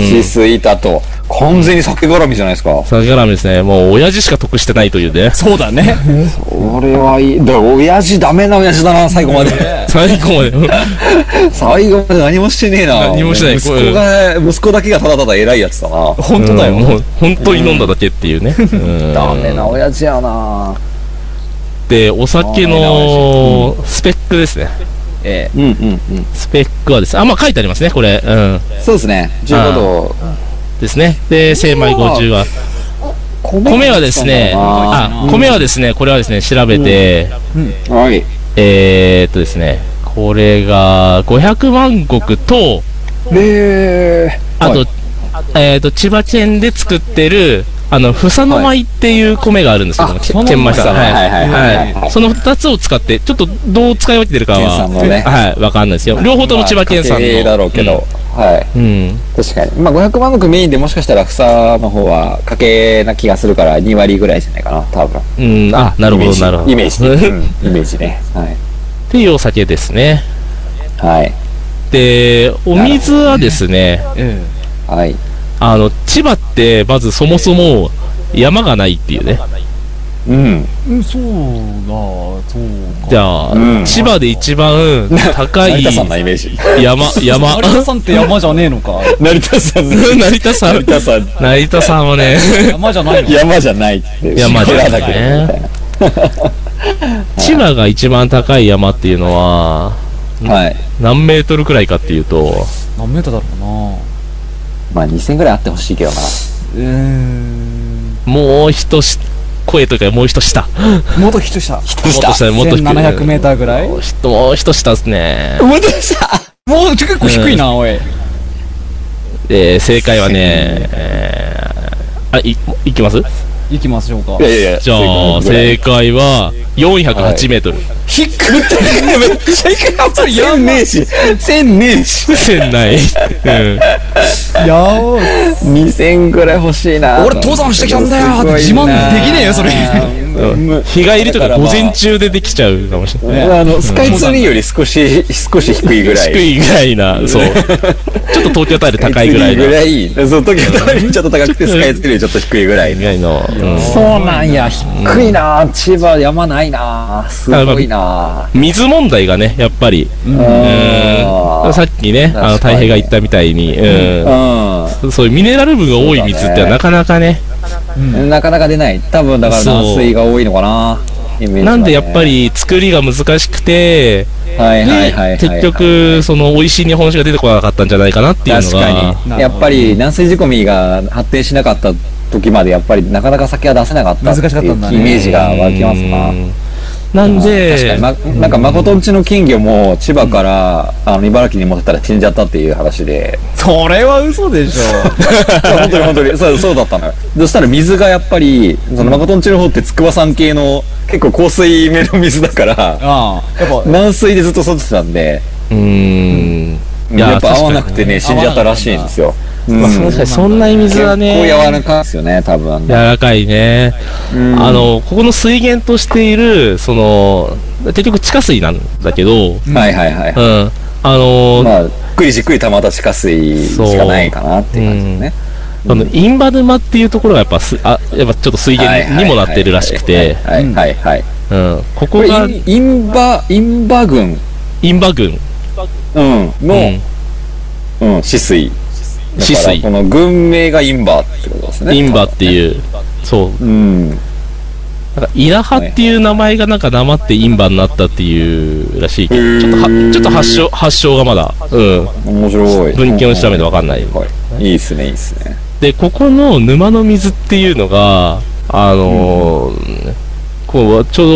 A: うん
B: シスいたと。完全に酒絡みじゃないですか。
C: さすがラーメンですねもう親父しか得してないというね
A: そうだね
B: これはいい。だから親父ダメな親父だな、最後まで。
C: 最後まで
B: 最後まで何もしてねえな。
C: 何もしてない
B: 息子が、息子だけがただただ偉いやつだな。
A: 本当だ
C: うんも
A: よ
C: う本当に飲んだだけっていうね、うん
B: ダメな親父やな。
C: でお酒のスペックですね
A: え
B: うんうんうん。
C: スペックはですね、あ、まあ書いてありますね、これ。うん。
B: そうですね。15度。
C: ですね。で、精米50は。米はですね、
B: は
C: あ、米はですね、これはですね、調べて、
B: い。
C: えーっとですね、これが500万石と、
B: で、
C: あと、
B: はい
C: えーっと、千葉県で作ってる、あの、房の米っていう米があるんですけども、け
A: の
C: 県米さん。
B: はいはいはいはいはい
C: はい。その2つを使って、ちょっとどう使い分けてるか
B: 県
C: は、
B: 産のね
C: はい、わかんないですよ。両方とも千葉県産
B: まあ家
C: の。
B: 庭だろうけど。はい。
C: うん。うん。
B: 確かに。まあ500万のメインでもしかしたら房の方は家計な気がするから2割ぐらいじゃないかな、多分。
C: うん、あ、なるほど、なるほど。
B: イメージね。うんイメージね。はい。
C: っていうお酒ですね。
B: はい。
C: で、お水はですね、
A: え
B: はい。
C: あの、千葉ってまずそもそも山がないっていうね。
B: うん。
A: うんそうだそう
C: じゃあ、
B: うん
C: 千葉で一番高い
B: 成田さん
C: 山
B: のイメージ。、
C: 山
A: 有。田さんって山じゃねえのか
B: 成田さん、
C: 成田さん
B: 成、田さん、
C: 成田さんはね、
A: 山じゃないの
B: 山じゃないって。
C: 山じゃない
B: だけどみたいな。
C: 千葉が一番高い山っていうのは、
B: はい。
C: 何メートルくらいかっていうと、
A: 何メーターだろうな
B: まあ2000ぐらいあってほしいけどな。
A: うーん
C: もう一し、声というかもう一下。
A: もっとヒットした
B: ヒッ
C: も
B: ト
C: っと下、もっと低い。
A: 1700メーターぐらい
C: もう一もう一下ですね。
B: 思い出した
A: もう結構低いなおい
C: えー正解はね、えーあ、い、いきます
A: 行きましょうか
B: い。やいやいや、
C: じゃあ、正
B: 正
C: 解は、408メートル。
B: 低くて、めっちゃ低くて、やんねえし、千ねえし、
C: 船内。 うん。
A: やお
B: 二千ぐらい欲しいな。
A: 俺登山してきたんだよ自慢できねえよそれ
B: れ
C: 日帰りとか午前中でできちゃうかもしれない。
B: あの、スカイツリーより少し、少し低いぐらい。
C: 低いぐらいな、 そう。ちょっと東京タワーで高いぐらい
B: スカ
C: な。
B: イツ
C: ぐ
B: リーぐら い。そう、東京タワーよりちょっと高くて、スカイツリーよりちょっと低いぐらい。
C: らいの。うん
B: そうなんや、低いな千葉山ないなすごいな
C: 水問題がね、やっぱり。うん。さっきね、あの、
B: 確かに
C: 太平が言ったみたいに、う
B: うん。
C: ん。そういうミネラル分が多い水ってなかなかね、
B: なかなか出ない。多分だから
C: そう
B: 軟水が多いのかな。イメージがね
C: なんでやっぱ、り作りが難しくて、
B: はいはいはい
C: で
B: はい、
C: 結局、その、美味しい日本酒が出てこなかったんじゃないかなっていうの
B: 確
C: が
B: か、に。やっぱり軟水仕込みが発展しなかった時までやっぱりなかなか酒は出せなかったって
A: 難しかっ
B: い
A: たんだ
B: う
A: ね
B: イメージが湧きますな。
C: な。なん
B: 確か
C: で
B: に、、ま、なんか誠んちの金魚も千葉から、あの茨城に持ってたら死んじゃったっていう話で
A: それは嘘でしょ。
B: 本当に本当にそうそうだったのよそしたら水がやっぱりその誠んちの方って筑波山系の結構硬水目の水だから
A: ああ。やっぱ、
B: 軟水でずっと育ててたんで
C: うーん。いや
B: やっぱ合わなくてね死んじゃったらしいんですよ、うん、
C: まあ、確かにそんなに水はね、
B: 結構柔らかいですよね多分あん
C: 柔
B: な
C: らかいね、
B: うん
C: あのここの水源としているその結局地下水なんだけど、うん、
B: はいはいはい、
C: あの、
B: まあじっくりじっくりたまった地下水しかないかなっていう感じですね、
C: あのインバ沼っていうところがやっぱすあやっぱちょっと水
B: はい
C: 源にもなってるらしくて、
B: はいはいはいはい、
C: うん、こ
B: こ
C: こ
B: れ
C: が
B: インインバインバ群、
C: インバ群、
B: うん、
C: う
B: の
C: ん、
B: うん、止水
C: 止水
B: だからこの群名がインバってことですね
C: インバっていう、そう
B: うん
C: なんか稲葉っていう名前がなんかなまってインバになったっていうらしいけどちょっとはちょっと発祥発祥がまだ、うん、
B: 面白い
C: 文献を調べてわかんない、
B: はいいいっすねいいっす ね
C: で、ここの沼の水っていうのが、あのーこう、ちょうど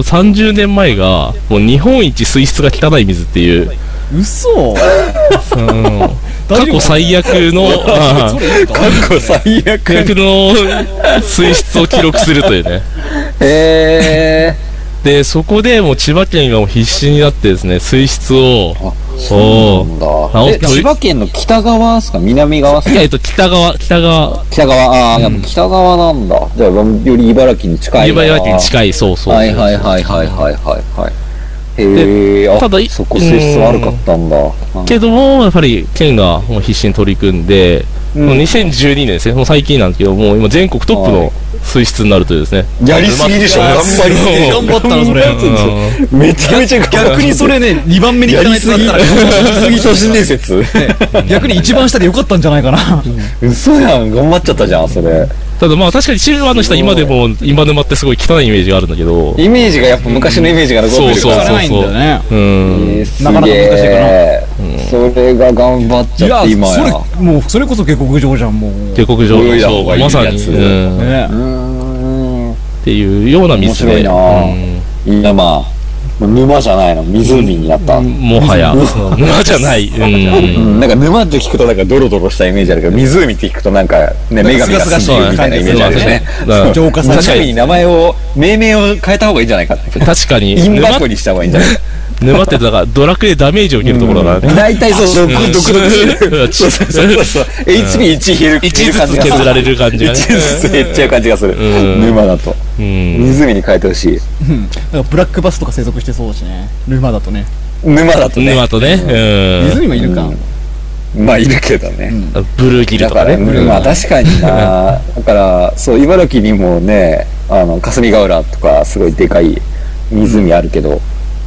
C: 30年前が、もう日本一水質が汚い水っていう、
A: 嘘
C: 過去最悪の、あ
A: そ
C: ー
A: れいいか
B: 過去最
C: 最悪
B: 悪
C: の水質を記録するというね。
B: えー
C: で、そこでもう千葉県がもう必死になってですね、水質を、
B: あ
C: そ
B: なん
C: う、
B: だ。え
C: 直す
B: 千葉県の北側ですか南側ですか
C: えっと、北側、北側、
B: 北側、ああ、やっぱ北側なんだ。じゃあ、より茨城に近いな。
C: 茨城に
B: い。
C: 近い、そうそうそう。
B: はいはいはいはいはいはいはい。へえ、あ、
C: ただい
B: そこ水質悪かったんだ。うん
C: けども、やっぱり県がもう必死に取り組んで、
B: うん
C: もう2012年ですね、もう最近なんですけど、もう今全国トップ
B: は
C: の水質になるというですね。
B: やりすぎでしょ、頑張りすぎでしょ
A: 頑張ったなそれ
B: めちゃめちゃ
A: 逆にそれね、2番目に
B: や
A: 行かな
B: り
A: いと
B: す
A: なっ
B: ぎ、
A: た
B: や
A: ら
B: り、すぎ都市伝説。
A: 逆に一番下でよかったんじゃないかな。
B: 嘘やん、頑張っちゃったじゃん、それ。
C: ただまあ確かにシルバーの人は今でも、今沼ってすごい汚いイメージがあるんだけど、
B: イメージがやっぱ昔のイメージが残ってる
C: そう
B: か
C: そう
A: され
B: ら。
A: ないんだよね。
C: うん。
A: なかなか難し
B: いかな。それが頑張っ
A: い
B: ちゃ
A: や、
B: って、今や。
A: それ、もう、それこそ下克上じゃん、もう。ね
C: 帝国上
B: 泳いだ
C: そ
B: 方が
C: う
B: いい
C: ま
B: やつ
C: さに、うん
B: うーん。
C: っていうような水で、
B: 面白いなぁいやまあ、沼じゃないの、湖になった。
C: うんもはや、うん沼じゃない。う
B: うん ん、なんか沼って聞くとなんかドロドロしたイメージあるけど、湖って聞くとなんかね、女神が住んでいるみたいなイメージあるよね。
C: うん
A: 浄化され
B: 確
A: る。
B: かに名前を、命名を変えた方がいいんじゃないか って。
C: 確かに、
B: インバ
C: 沼
B: コにした方がいいんじゃない
C: 沼ってだからドラクエダメージを受けるところだからね。
B: 大体そう、
C: うん
B: 独独 特してる。そうそうそうそう。HP1 減る
C: 一
B: 減る
C: ずつ
B: 感じがする。
C: 削られる感じがね。
B: 1ずつ減っちゃう感じがする。
C: うん
B: 沼だと。
C: うん。
B: 湖に変えてほしい。
A: うんなんかブラックバスとか生息してそうだしね。沼だとね。
B: 沼だとね
C: 沼。とね、うん。
A: 湖もいるか。
B: まあいるけどね。
C: ブルーギル
B: だ
C: と
B: か、
C: からね。
B: うんまあ確か になだからそう茨城にもねあの霞ヶ浦とかすごいでかい湖あるけど、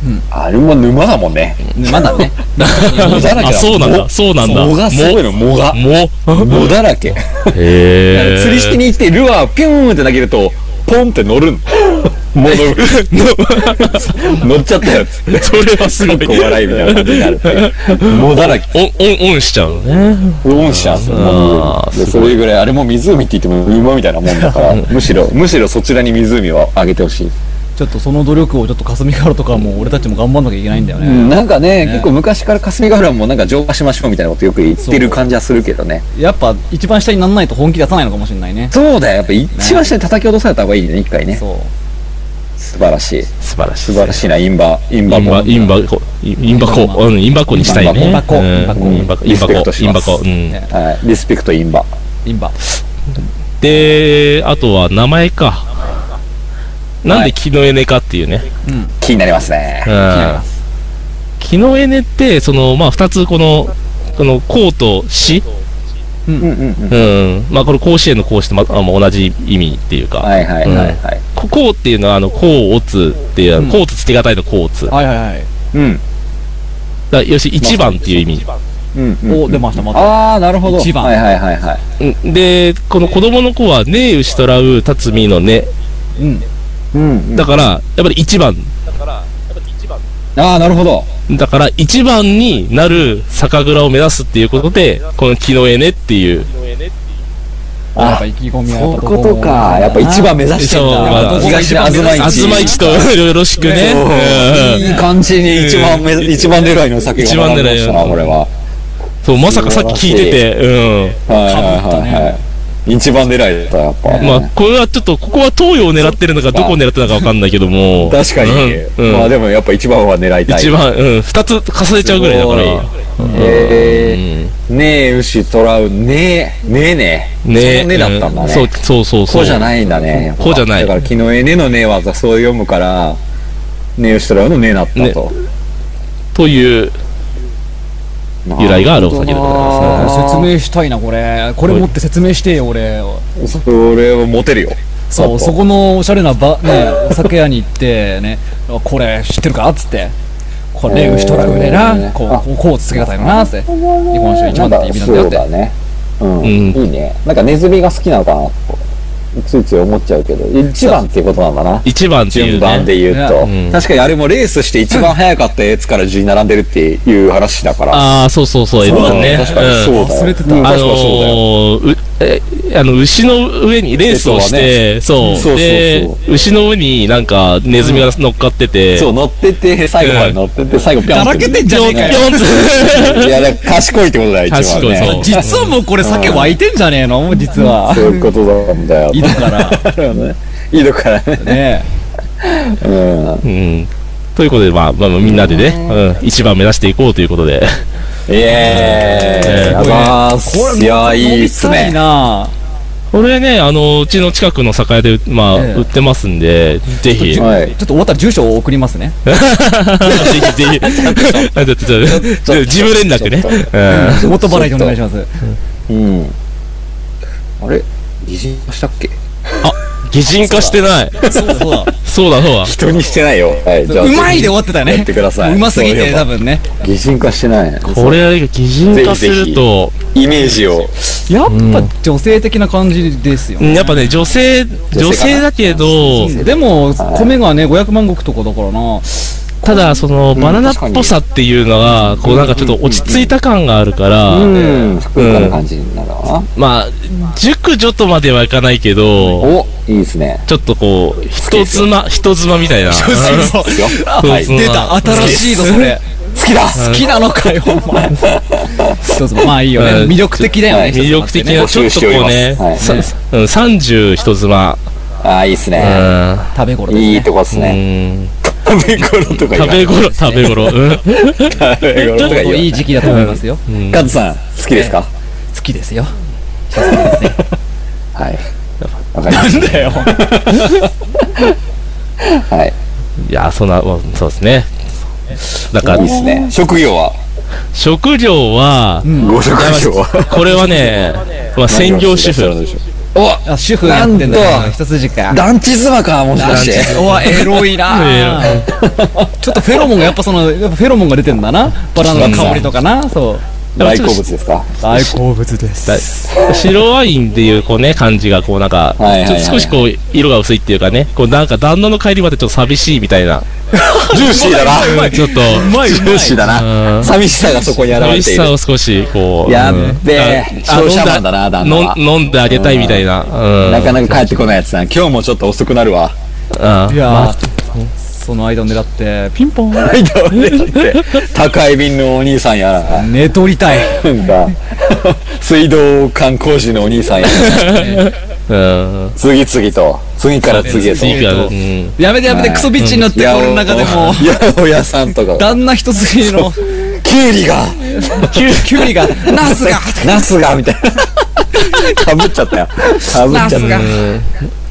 A: うん
B: あれも沼だもんね
A: まだ ね。
B: 藻だらけだも
C: あ、そうなんだ。
B: 藻
C: そうなんだ。
B: 藻がすごいの藻が
C: も、
B: 藻だらけ、
C: へー
B: 釣りしてに行ってルアーピューンって投げるとポンって乗るの藻 の上乗っちゃったよつって
C: それはすごい。
B: お笑いみたいな感じになるっ ていう藻だらけ
C: オン、オン、オンしちゃうのね。
B: オンシャンそ
C: あーす
B: それぐらいあ れも湖って言っても沼みたいなもんだからむしろむしろそちらに湖をあげてほしい
A: ちょっとその努力をちょっと霞ヶ浦とかも俺たちも頑張んなきゃいけないんだよ
B: う
A: ね。
B: ん、なんか
A: ね
B: ね結構昔から霞ヶ浦もなんか浄化しましょうみたいなことよく言ってる感じはするけどね。
A: やっぱ一番下になんないと本気出さないのかもしれないね。
B: そうだよ、やっぱ一番下に叩き落とされた方がいいね、一回ね。
A: そう。
B: 素晴らしい。
C: 素晴らしい
B: 素晴らしいな、インバ、インバ
C: イン
B: も
C: バ、。インバコ、インバ
A: インバ
C: コ、
A: コ
C: うん、インバコにしたいね。
B: イン
A: バコ
C: うん
A: インバコ
C: インバコ、インバコ
B: リスペクト、し
C: イン
B: ま
C: バ
B: す
C: コ。うん
A: ね
B: はい、リスペクトインバ。
A: インバ。
C: で、あとは名前か。なんで木のエネかっていうね。
A: うん。
B: 気になりますね。
C: うん。木のエネって、その、まあ、二つこの、この、甲と死
B: うんうんうん。
C: うん。まあ、これ甲子園の甲子と、まあ、まあ同じ意味っていうか。
B: はいはいはいはい。
C: ここうっていうのは、あの、こうおつっていう、
A: うん
C: こうつつけがたいのこうつ。だか
A: はいはいはい。
B: うん。
C: ら要するに一番っていう意味。
B: うんうんうん
A: お、出ました、また。
B: あー、なるほど。
A: 一番
B: はいはいはいはい。
C: うんで、この子供の子は、ねえ牛とらう、たつみのね。
A: うん。
B: うんうん。
C: だから、やっぱり一番。
B: あー、なるほど。
C: だから、一番になる酒蔵を目指すっていうことで、この木の絵ねっていう。
A: あやっぱ意気込みは
B: そう
A: や
B: い
A: っぱ
B: う
A: ど
B: ことか。やっぱ一番目指してん
C: そうま
B: だ。
C: あ
B: 東の
C: あず
B: 東
C: ま
B: 一
C: い。ちとよろしくね。うん
B: いい感じに一番目、一番狙いの酒が並びましたな、
C: 一番狙いの
B: これは。
C: そう、まさかさっき聞いてて、
B: はいはいはいはい。一番狙いだった、やっぱ。
C: うん。まあ、これはちょっと、ここは東洋を狙ってるのか、どこを狙ってるのかわかんないけども。
B: 確かに。
C: うん。
B: ま
C: う
B: あ
C: ん
B: でもやっぱ一番は狙いたい。
C: 一番、うん、二つ重ねちゃうぐらいだから。
B: えー
C: うん
B: ねえ、牛、トラウ、ねえ、ねえねえ。
C: ね
B: そのねだったんだね。
C: そうそうそうそう。
B: こうじゃないんだね。やっぱ
C: こうじゃない
B: だから昨日えねのねはそう読むから、ねえ、牛、トラウのねだったと。
C: という由来があるお酒でございま
A: 説明したいな、これ。これ持って説明してよ、俺。
B: それをモテるよ。
A: そう、そこのおしゃれなば、ね、 お酒屋に行って、ね、これ知ってるかっつって。これ、
B: おー
A: ウシトラグでな、こ
B: あ
A: う、こう、こうつけがたいのな、って。日本酒一番って意味なんだよ
B: そう
A: って。
B: だね。うん。
C: うん
B: いいね。なんかネズミが好きなのかなとついつい思っちゃうけど、一番っていうことなんだな。
C: す。一番ってい
B: 順
C: う
B: 番
C: ね。
B: で言うと、
C: ねうん
B: 確かにあれもレースして一番早かったやつから順に並んでるっていう話だから。
C: ああ、そうそうそう、
B: そうだ
C: M1 ね。
B: 確かにそううだよ。
A: 忘れてた
B: うん
C: んあ
B: 確
C: の
B: かにそうだよ。
C: ーうえあの牛の上にレースをして、そう
B: そうそうそう
C: で牛の上になんかネズミが乗っかってて、
B: そう、乗ってて、最後まで乗ってて、最後ピャン
A: だらけてんじゃねえか
C: ピ
A: よ。
C: ョンって
B: いや、だから賢いってことだよ、一番
C: 賢いそう
B: ね。
A: 実はもうこれ酒沸いてんじゃねえの実は
B: そ。ういうことなんだよ。
A: 井戸から。
B: 井戸からね。
A: ね
B: うん。
C: うん。ということで、まあ、まあ、みんなでね、うん、一番目指していこうということで。
B: イエーイ。
C: えー
B: やばーっ
A: こ
B: す。
A: れ
B: いやー、いいっす
A: 飲みたい
B: ね。
A: な
C: これね、あの、うちの近くの酒屋で、まあ、
A: ええ
C: 売ってますんで、ぜひ。ぜ
B: はい。
A: ちょっと終わったら住所を送りますね。
C: ひ ぜひ。あちょっとちょっと事務連絡ね
B: ちょっ。
C: うん
A: 元払いでお願いします。
B: うん。あれ擬人化したっけ
C: 擬人化してない。
A: そう そうだ。
C: そうだそうだ。
B: 人にしてないよ。はい、じゃあ。
A: うまいで終わってたよね。
B: やってくださいう
A: ますぎ
B: そうい
A: て、
B: えば
A: 多分ね。
B: 擬人化してないね。
C: これは擬人化すると、
B: イメージを。
A: やっぱ女性的な感じですよ
C: う。んやっぱね、女性、女性だけど、
A: でも、米がね、500万石とかだからな。
C: ただ、その、
B: ん
C: バナナっぽさっていうのが、こうなんかちょっと落ち着いた感があるから、
B: うん。ふっくらな感じになるわな。
C: まあ、熟女とまではいかないけど、
B: お、いいっすね。
C: ちょっとこう、人妻、人妻みたいな。
B: 好きですよはい。
C: そう
B: 好
A: 出た新しいぞ、それ。
B: きだ
A: 好きなのかよ、お前。一つも、まあいいよね
C: う。ん
A: 魅力的だよね。
C: 魅力的な、ちょっとこうね、
B: 募集しており
C: さうん30人妻、
B: ああ、いいっす
C: う
B: ね。
C: ん
A: 食べ頃です
B: いい
A: ね。
B: とこっすね。
C: うん
B: 食べ頃とか言
C: 食
B: わない
C: べ頃、食べ頃、うん
B: 食べ頃とか
A: ちょっとい
B: 言
A: い時期だと思いますよ。
C: う
B: うんカズさん、好きですか
A: 好きですよ。
B: はい。わかりまし
A: だよ。
B: た。はい。
C: いや、そんな、うんそうですね。だか
B: いいっ
C: ら、
B: すね。職業は
C: 職業は、
B: ご職業は
C: これはね、まあ、専業主婦。
A: あ、主婦やってん
B: な
A: だ
B: んと
A: 一筋か。
B: 団地妻か、もしかして。
A: うわ、エロいな
C: エ
A: ちょっとフェロモンが、やっぱその、やっぱフェロモンが出てんだな。バナナの香りとかな。そう。
B: 大好物ですか
A: 大好物です。
C: だ白ワインっていうこうね感じがこうなんか
B: はいはいはい
C: ちょっと少しこう色が薄いっていうかねこうなんか旦那の帰りまでちょっと寂しいみたいな
B: ジューシーだな。
C: ちょっと
B: ジューシーだ
C: う
B: な。
C: ん
B: 寂しさがそこに現
C: 寂
B: れて
C: し
B: いる
C: さ。を少しこう
B: やっ
C: うん
B: べえ
C: ああ
B: 商社マンだな旦那は
C: 飲んだ飲んであげたいみたいなうん
B: なかなか帰ってこないやつな。今日もちょっと遅くなるわ。
C: うん
A: いやー
C: ま
A: その間を狙って、ピンポン。
B: はい、どうでって、高い便のお兄さんやら、
A: 寝取りたい。
B: なんか、 水道管工事のお兄さんやら、
C: うん。
B: 次々と、次から次へと。
A: そう
C: 次から、うん。
A: やめてやめて、
B: はい
A: クソビッチになって、この中でも、
B: 八百屋さんとか、
A: 旦那一筋の、
B: キュウリが、
A: キュウリが、ナスが、
B: ナスが、みたいな。かぶっちゃったよ。かぶっ
A: ナ
B: ちゃ
A: ス
B: っ
A: が。
B: た。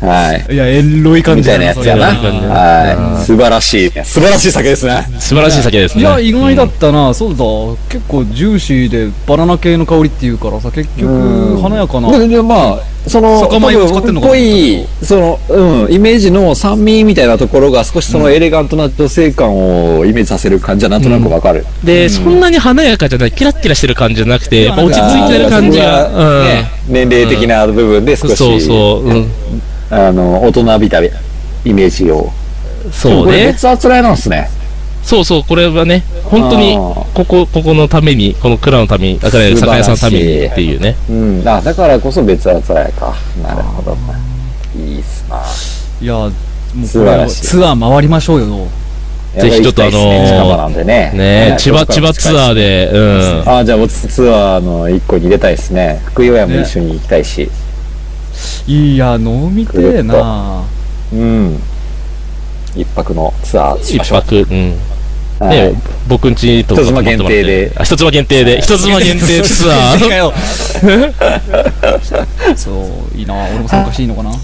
B: はい。
A: いや、エロい感
B: み
A: じ
B: た
A: だ
B: いなやつやな。
A: それ
B: はい。素晴らしい。素晴らしい酒ですね。
C: 素晴らしい酒で
A: い
C: すね。
A: や、意外だったな、そうだ、結構ジューシーでバナナ系の香りっていうからさ、結局、華やかな。
B: ででまあ、その、
A: 酒米を使ってんのかな
B: 多分濃い、その、うん、イメージの酸味みたいなところが少しそのエレガントな女性感をイメージさせる感じはなんとなくわかる。
C: で、そんなに華やかじゃない、キラッキラしてる感じじゃなくて、やっぱ落ち着いてる感じ
B: なんか
C: が、うん
B: ね。年齢的な部分で少し、
C: そうそう、うん。
B: あの、大人びたイメージを。
C: そう
B: これ
C: ね。
B: 熱圧らいなんですね。
C: そうそう、これはね、本当に
B: あー、
C: ここ、ここのために、この蔵のために、あ、蔵や酒屋さんのためにっていうね。
B: うん。あ、だからこそ別熱らいか。なるほど。いいっすな。
A: いや、もうこ
B: 素晴
A: れ
B: らしい
A: ツアー回りましょうよ。
C: ぜひちょっとあのー
B: やばいっすね近場なんでね。
C: ねえ、千葉、
B: ここ
C: 千
B: から
C: 葉ツアーで、うん。
B: ああ、じゃあ、ボツツアーの一個に入れたいですね。福井親も一緒に行きたいし。
A: いや、飲みてえな。
B: うん。一泊のツアーし
C: 一
B: ましょう。
C: 泊、うん。
B: は
C: ね
B: い、
C: 僕んちとか
B: 人妻限定で
C: あ、一妻限定で、一妻限定ツア
A: か
C: ー。
A: よ そう、いいな、俺も参加していいのかな。い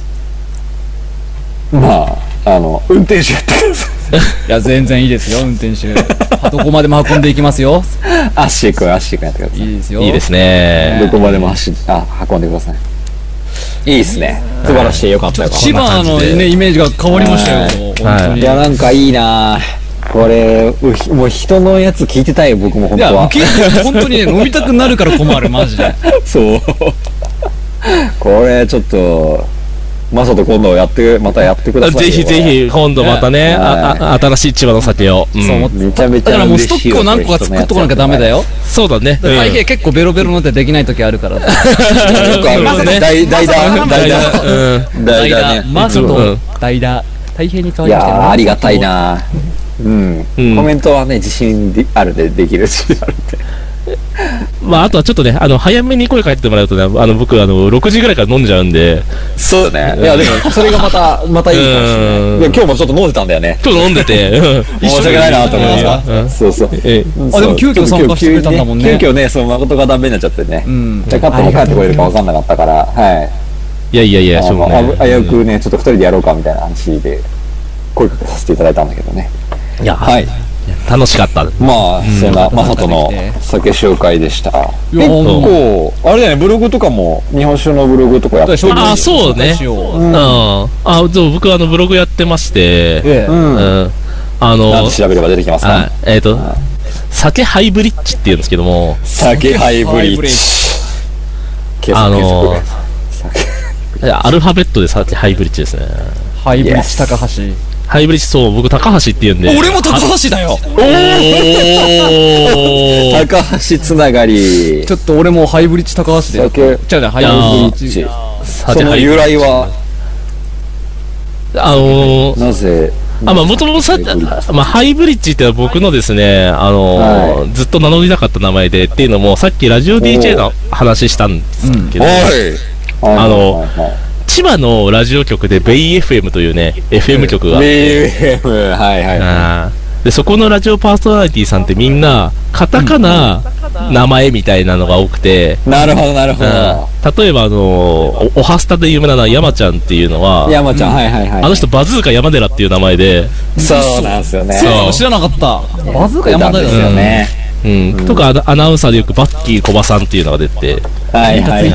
B: まあ、あの、運転手やってくださ
A: や、全然いいですよ、運転手。どこまでも運んでいきますよ。
B: い。 アッシー君、アッシー君やってください。
A: いいですよ。
C: いいですね
B: ど。こまでも走っあ、運んでください。いいっすね。素晴らしい。よかったよかっ
A: 千葉のね、イメージが変わりましたよ、本
C: はい
A: 当
B: た。
A: に。
B: いや、なんかいいなぁこれ、うひもう人のやつ聞いてたいよ、僕も本
A: い
B: 当
A: や、
B: は
A: 受。け入れ本当にね、飲みたくなるから困る、マジで。
B: そう。これ、ちょっと、マサと今度やって、またやってください
C: ぜ
B: よ。
C: ひぜひ、今度またね、ああ新しい千葉の酒を。うん
A: そう思って
B: めちゃめちゃ
A: だからもうスト
B: 嬉し
A: ッ
B: い
A: クを
B: よ
A: 何個か作っとかなきゃダメだ。よ。
C: そうだね。
A: 大
C: うん
A: 平結構ベロベロになってできない時あるから。
B: よくあるね。代打、代打、代打。
C: うん。
B: 代打ね。
A: マス
C: いつ
A: と
C: も
A: 代打。大平に変わ
B: い
A: り
B: や
A: ましたよ
B: ー、ありがたい。なうん。
C: うん
B: コメントはね、自信であるでできるし、あるって。
C: まあ、あとはちょっとね、あの、早めに声かけてもらうとね、あの、僕、あの、6時ぐらいから飲んじゃうんで、
B: そうだね。いや、でも、それがまた、 またいいかもしれ
C: う
B: なんい。いや今日もちょっと飲んでたんだよね。
C: 今日飲んでて、
B: 申し訳ないなと思います
C: うん
B: そうそう。
C: え
A: あでも急遽参加してくれたんだもんね
B: 急遽ね、その誠がダメになっちゃってね
A: う。ん。
B: じゃあ、カットに帰ってこれるか分かんなかったから、はい。
C: いやいやいや、し
B: あ
C: ょうが
B: の
C: な
B: あ
C: い。
B: ぶ危うくね、ちょっと二人でやろうかみたいな話で、声かけさせていただいたんだけどね。
C: いや、
B: はい。
C: 楽しかった。
B: まあ、そんな、まさとの酒紹介でした。結構、あれだよね、ブログとかも、日本酒のブログとかやってる。
A: 紹介
C: あそう
A: 紹
C: ね
A: 介しよう
C: うん。あ、そう、僕、あの、ブログやってまして、
A: ええ
C: うんん。あの、
B: なん
C: は
B: て調べれば出てきますか
C: い、えっと、酒ハイブリッジっていうんですけども、
B: 酒ハイブリッジ。
C: あの
B: 検索、
C: アルファベットで酒ハイブリッジですね。
A: ハイブリッジ高橋。
C: ハイブリッジ、そう、僕、高橋って言うんで。
A: も高橋だよ
C: おー
B: 高橋つながり
A: ち、ょっと俺もハイブリッジ高橋で。
B: 酒
A: じゃあね、ハイ
C: イ
A: ブリッジ
B: そ。
C: 酒
B: の
C: ハイブリ
B: 由
C: ッ
B: 来は、
C: ジ。あのー、
B: なぜ、
C: あ、まあ、もともとさ、まあ、ハイブリッジってのは僕のですね、あのー
B: は
C: ずっと名乗りなかった名前で、っていうのも、さっきラジオ DJ の話したんですけど、あの千葉のラジオ局でベイ FM というね、FM 局があって、
B: BM、はいはい。
C: あーで、そこのラジオパーソナリティさんってみんな、カタカナ、名前みたいなのが多くて、
B: なるほど、なるほど。
C: うん例えば、あのーお、おはスタで有名な山ちゃんっていうのは、
B: 山ちゃん、はいはいはい。
C: あの人バズーカ山寺っていう名前で、
B: そうなんですよね。
A: そうなの知らなかった。バズーカ山田
B: で
A: ですすよ
B: よ
A: ね。
B: ね。
C: うん、とかアナアナウンサーでよくバッキー小バさんっていうのが出て、
B: はいはいはいはい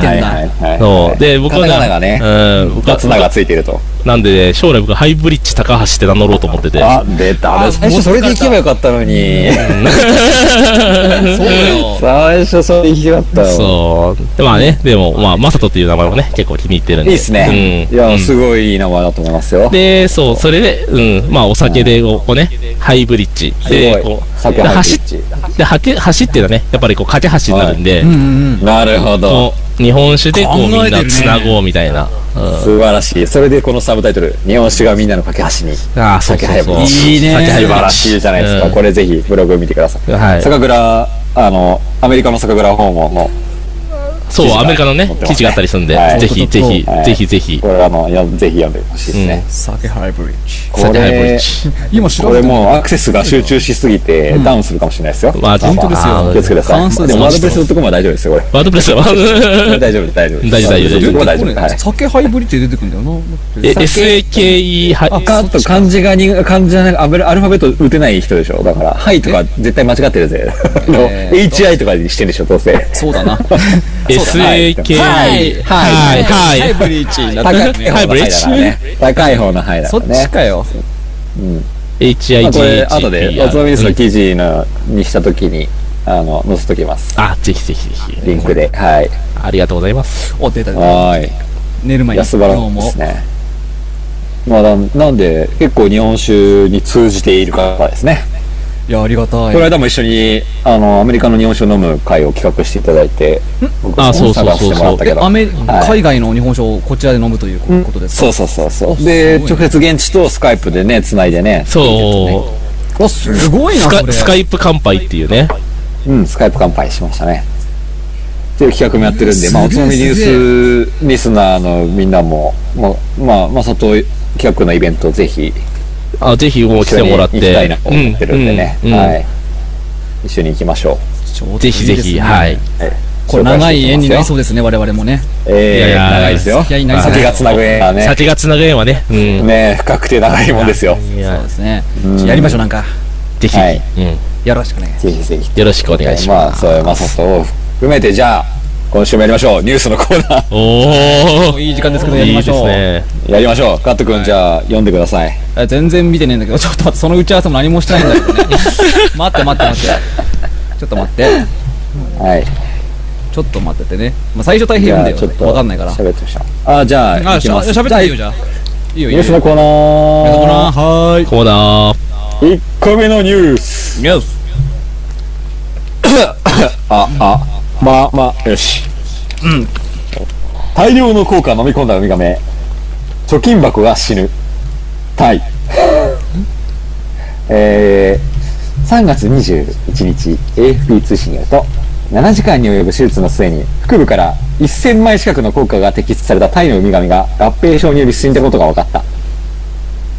B: はい。
C: そうで僕は
B: カ
C: ね
B: タカナがね、
C: うん、僕
B: 二つ名が
C: は
B: ついてると。
C: なんで、ね、将来僕はハイブリッジ高橋って名乗ろうと思ってて、
B: あ、出た。最初それで行けばよかったのに。
A: そうよ。
B: 最初それで行けばよかったよ。
C: そう、でまあね、でもまあマサトっていう名前もね結構気に入ってるん
B: い
C: で、
B: いっすね。
C: う
B: い
C: ん、う
B: や、
C: ん
B: すごいいい名前だと思いますよ。
C: で、そう、それで、うん、まあお酒でこうね、ハイブリッジ
B: す
C: で、
B: ごい
C: こ。う、
B: 酒
C: で
B: ハイブリ
C: 走っ
B: ッジ。
C: ではけ走っていうのはね、やっぱりこう架け橋になるんで、
A: うんうん。
B: なるほ
C: こ
B: ど。
C: う日本酒でこう
A: 考
C: み
A: え
C: ん
A: てる
C: な
A: ね
C: つなごうみたいな。うん
B: 素晴らしい。それでこのサブタイトル、日本酒がみんなの架け橋に。素
C: ああ、そうそうそう。
A: いいね
C: 酒
B: 晴
C: 入り
B: らしいじゃないですか。
C: うん
B: これぜひブログ見てください。
C: はい
B: 酒蔵、あの、アメリカの酒蔵訪問の、
C: そう、アメリカのね
B: 持って、ますね
C: 記事があったりするんで
B: は、い
C: ぜひぜひ
B: はい、
C: ぜひぜひ
B: こ。れあの、よぜひ読んでほしいですね。
A: 酒ハイブリッジ。
B: こ
C: 酒ハイブリッ
B: れ、
C: ジ。
A: 今調
B: こ
A: べ
B: れ
A: て
B: もうアクセスが集中しすぎて、ダウンするかもしれないですよ。
C: まあ、
A: 本当ですよ
C: あー
B: 気をつけてくださ
A: 関数で
B: い。で
A: も
B: もワードプレスのとこまで大丈夫ですよ、これ。
C: ワードプレスだわ。
B: 大丈夫です、大丈夫です。
C: 大丈夫大丈夫
B: そ
A: 出て
B: こは大丈
A: こ
B: 夫
A: な
B: で
A: い
B: す。
A: な
B: はい。
A: 酒ハイブリッジで出てくるんだよ
C: え
A: な。
C: SAKE、はい。
B: カッと漢字がに漢字じゃないアルアルファベット打てない人でしょだから「はい」とか絶対間違ってるぜ、 あの
A: え
B: HI とかにしてんでしょどうせ
A: そう だな。
C: SAKE。
B: はいはい
C: はい。はい。
A: ブリッジにな
B: 高い
A: る
B: 方の「はい」だからね高い方の「はい」だか
A: そ
B: ら
A: っち
B: ね
A: かよ。
C: HIG。
B: まあこれ後でおつまみニュースの記事のにした時にあの載せときます
C: あ、ぜひぜひぜひ。
B: リンクではい
C: ありがとうございます。
A: お、出た出た。
B: はーい
A: 寝る
B: い
A: 前に。
B: や素晴ら
A: どう
B: しい
A: も
B: ですねまあななんで結構日本酒に通じている方ですね
A: いや、ありがたい。
B: この間も一緒にあのアメリカの日本酒を飲む会を企画していただいて僕
C: あ
B: スポンサーが
C: そうそうそうそう
B: してもらったけ
A: え
B: ど
A: アメ
B: はい
A: 海外の日本酒をこちらで飲むということですか
B: そうそうそうそ
A: あ
B: うで、
A: すごい
B: 直接現地とスカイプでねつないでね
C: そ、
A: あ、すごいうな、
C: ス
A: そ
C: カ
A: れ。
C: スカイプ乾杯っていうね。
B: うんスカイプ乾杯しましたねっていう企画もやってるんで、まあ、おつ
A: すげえ
B: まみニュースリスナーのみんなも、まあ、まあ、まさと企画のイベントぜひ、
C: あ、ぜひもう来てもらって。
B: 一緒に行きたいなと思ってるんでね、
C: うんうんうん
B: はい。一緒に行きましょ
A: ちょうどいい
C: ぜひぜ
A: です
C: ひ、
A: ね
C: はい。。
B: う。。
A: これ長い縁になりそううですね、我々もね。
B: え
C: い
B: え
C: やいや
B: 長いですよ。
A: 付き合いになりそう
B: 先がつなぐ縁はね。
C: 先がつなげんわね。うん。
B: ね深くて長いもんですよ。
C: い
A: そう
C: や
A: ですね
B: うん。
A: やりましょう、なんか。
C: ぜひ、
B: はい
C: うん。
A: よろしくね。
B: ぜひぜひ。
C: よろしくお願いし
B: ま
C: ま
B: あ、
C: す。
B: そういうまさとを含めて、じゃあ、今週もやりましょう。ニュースのコーナー
C: おー。
A: いい時間ですけどやりましょう
C: いいですね。
B: やりましょう。カット君、じゃあ、読んでください。
A: え全然見てねえんだけど、ちょっと待って、その打ち合わせも何もしてないんだけどね。待って待って待って。ちょっと待って。
B: はい。
A: ちょっと待っててね。まあ、最初大
B: じ
A: 変
B: ゃ
A: だ
B: あ、
A: よ
B: ちょっ
A: ね。
B: と、
A: わかんないから。
B: 喋ってみましょう。あ、じゃあ、
A: あ、
B: いき
A: しゃ
B: ます。
A: 喋っていいよ、
B: じ
A: じ
B: ゃ
A: ゃあ。いいよ、いい
B: あニュ
A: よ。
B: ースの
A: コ
B: コーナ
A: ーナ
B: ー。
A: ー、はーい。
C: コーナー。
B: 1個目のニュース。
C: ニュー
B: あ、あ、まあまあ、よし。大量の効果飲み込んだウミガメ。貯金箱が死ぬ。タイ。えー、3月21日、AFP 通信によると、7時間に及ぶ手術の末に、腹部から1000枚近くの効果が摘出されたタイのウミガメが合併症により死んだことが分かった。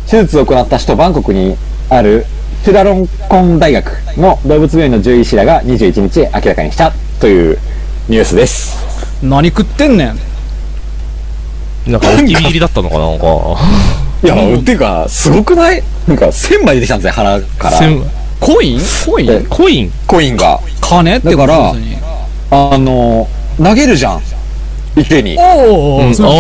B: 手術を行った首都バンコクにあるチュラロンコン大学の動物病院の獣医師らが21日明らかにしたというニュースです。
A: 何食ってんねん。
C: なんか、お気に入りだったのかななんか。
B: いや、てか、すごくないなんか、1000枚出てきたんですよ、腹から。
C: せん
A: コインコイン
B: え
C: コイン
B: コインが。
A: 金って
B: だ
A: こ
B: か
A: と
B: ら
A: 別に
B: あの、投げるじゃん。池に。
A: お
C: う
A: ー
C: んお
A: そう
C: ー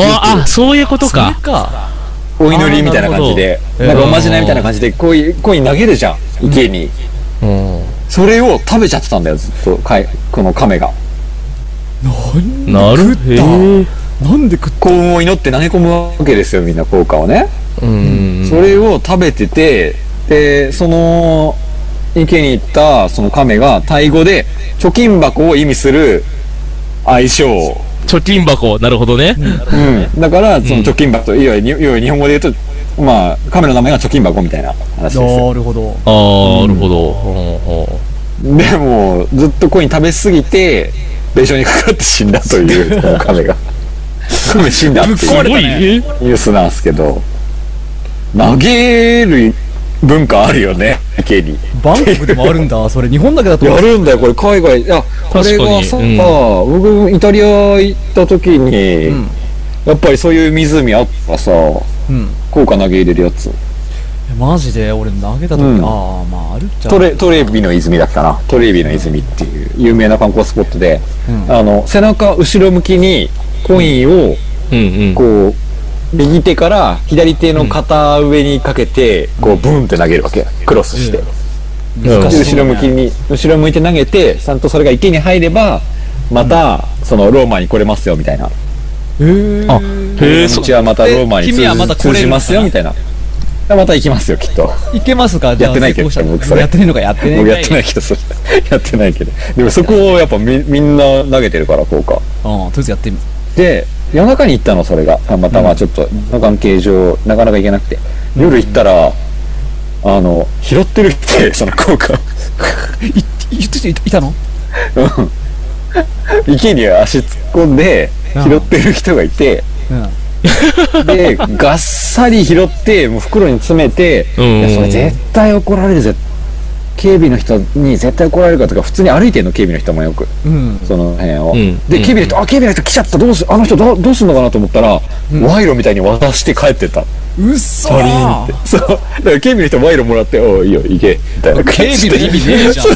C: あ、そういうことか。
A: か。
B: お祈りみたいな感じで。
C: あー
B: な
C: なるほど
B: んか、おまじないみたいな感じで、コイン、コイン投げるじゃん。池に。
C: うん。
B: それを食べちゃってたんだよ、ずっと、かいこの亀が。
C: なるほど。
A: なんで食っ
B: 幸運を祈って投げ込むわけですよ、みんな、効果をね。
C: うん。
B: それを食べてて、で、その池に行ったその亀がタイ語で貯金箱を意味する愛称。
C: 貯金箱。なるほどね。
B: うん。だから、その貯金箱と、いわゆるいわゆる日本語で言うと、まあ、亀の名前が貯金箱みたいな話ですよ。
A: なるほど。
C: あー、なるほど。うんうん
B: でも、ずっとコイン食べ過ぎて、弁償にかかって死んだという、こ の亀が。亀死んだって
A: ぶ
B: い
A: っ壊
B: う
A: れ
C: すごいえ
B: ニュースなんですけど、投げる文化あるよね、池に。
A: バンコクでもあるん だ。それ日本だけだと思
B: や
A: う。
B: るんだよ、これ、海外。いや、これ
C: 確か
B: が
C: に
B: さ、
C: うん
B: 僕、イタリア行った時に、
A: ん
B: やっぱりそういう湖あったさ、
A: うん。
B: 効果投げ入れるやつ。
A: えマジで俺投げた時、
B: うん
A: ああ、まああるっちゃ
B: トレ、トレビの泉だったな。トレビの泉っていう有名な観光スポットで、
A: うん
B: あの、背中後ろ向きにコインを、
C: うんうん。
B: こう、右手から左手の肩上にかけて、こう、ブンって投げるわけ。クロスして。
A: 難しい
B: 後ろ向きに後ろ向いて投げてちゃんとそれが池に入ればまた、そのローマに来れますよみたいな
A: へえ
C: へえ、
B: そ
C: そ
B: っちはまたローマに
A: で
B: 通
A: 君
B: じ
A: はまた来れる
B: 通じますよみたいなまた行きますよ、きっと。
A: いけますかじゃあ
B: やってないけど
A: 成功
B: 僕
A: した
B: それ
A: やってないのかやってねえ
B: 僕
A: か
B: やってないけど、それ。 やってないけど。でもそこをやっぱみみんな投げてるから、効果。
A: うんとりあえずやってみる
B: で、夜中に行ったの、それが。たまたまちょっと、の関係上、なかなか行けなくて。夜行ったら、あの、拾ってるって、 その効 果。
A: い言っていたの
B: 池に足突っ込んで、拾ってる人がいて、
A: うん
B: で、がっさり拾って、もう袋に詰めて、
C: うん
B: いや、それ絶対怒られるぜ。警備の人に絶対怒られるからとか、普通に歩いてんの、警備の人もよく。
A: うん
B: その辺を。
C: うん
B: で、警備の人、あ、警備の人来ちゃった、どうす、あの人どうどうすんのかなと思ったら、賄賂みたいに渡して帰ってった。
A: うっそー
B: そう。だから警備の人賄賂もらって、おういいよ、行け。みたいな感
A: 警
B: じ
A: 備の
B: で。
A: 意味ねえじゃん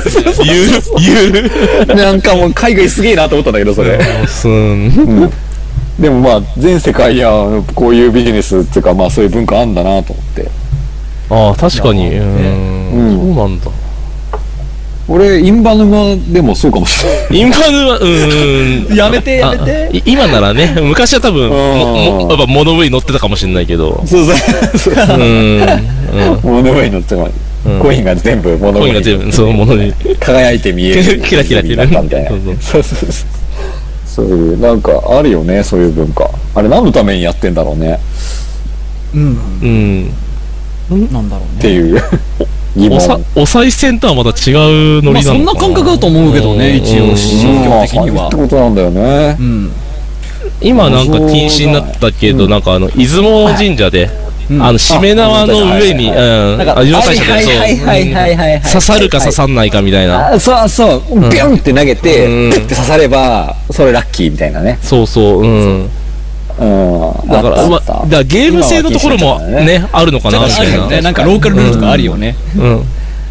C: 言う、言う。
B: なんかもう海外すげえなと思ったんだけど、それ。
C: すん。
B: でもまあ、全世界や、こういうビジネスっていうか、まあそういう文化あんだなと思って。
C: ああ、確かに。う
B: うん
C: ん。そうなんだ。
B: 俺、インバ沼でもそうかもしれない。
C: 今のは、うーん。
A: やめてやめて
C: あい今ならね、昔は多分、も
B: うん
C: もやっぱ物上に乗ってたかもしれないけど。
B: そうそう。そう
C: う ーん。
B: 物上に乗ってもらう
C: うん
B: コインが全部物
C: コ
B: 上
C: イン
B: に乗
C: が
B: って
C: 全部、そのものに。
B: 輝いて見え る。
C: キラキラキラ
B: になったみたいな
C: そうそう。
B: そうそうそう。そういう、なんかあるよね、そういう文化。あれ何のためにやってんだろうね、
A: うん
C: うん。
A: なんだろう
B: って
A: ね
B: いう疑
C: おさ
B: 問。、
C: お賽銭とはまた違うノ
A: まあ
C: リな
A: そんな
C: のか
A: 感覚だと思うけどね
C: うん
A: 一応
B: うん
A: 心境的に
B: まあ
A: は
B: そういうってことなんだよね
A: う。ん
C: 今なんか禁止になったけど、なんかあの、出雲神社で、
A: うん
C: あの、しめ縄の上に、う
B: あ
C: ん、
A: なんか
C: あ、岩大社で、そう、
A: いはい
C: 刺さるか刺さんないかみたいな。
B: あそうそう、ビュンって投げて、
C: うん
B: ピュッて刺されば、それラッキーみたいなね。
C: そうそう、うん。
B: うん。
C: だから、
B: あ
C: ま
B: っ
C: あ、だ
B: たあ
C: か
B: った
C: らゲーム性のところも
B: 今は禁止になったからね
C: ね、あるのかな、み
A: あ
C: た
A: るよ
C: い
A: ね
C: な。
A: なんかローカルルールとかあるよね
C: うん。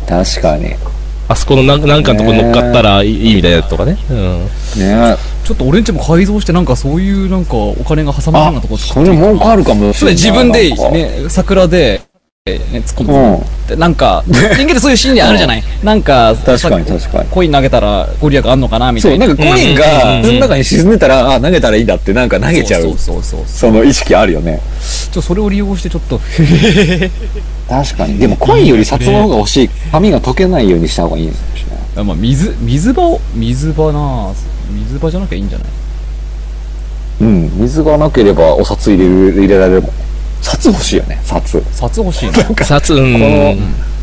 B: 確かに。ね
C: あそこのなんなんかのとこ乗っかったらいいみたいなやつとかね。うん。
A: ちょっと俺んちも改造してなんかそういうなんかお金が挟まるような
B: あ
A: とこ、作
B: そ
A: って
B: れ
A: み
B: 文句あるかもし
A: それ
B: れない。
A: 自分で
B: なんか。
A: ね桜でえーね突っ込
B: うん
A: むでなんか人間ってそういう心理あるじゃないなんか
B: 確
A: さ
B: かに確かに。
A: コイン投げたらご利益あんのかなみた
B: そ、
A: いうな
B: なんかコイン
C: う
B: が、
C: ん
B: その中に沈んでたら、あ、投げたらいいんだって、なんか投げちゃ
A: そうう。そうそうそう
B: その意識あるよね。
A: ちょっとそれを利用してちょっと
B: 確かに。でもコインより札の方が欲しい。紙が溶けないようにした方がいいですね。
A: あまあ水水場を水場なあ水場じゃなきゃいいんじゃない
B: うん。水がなければお札入れる、入れられるもん。札欲しいよね、札。こ
A: 札欲しいな
C: 札、うん。
B: の、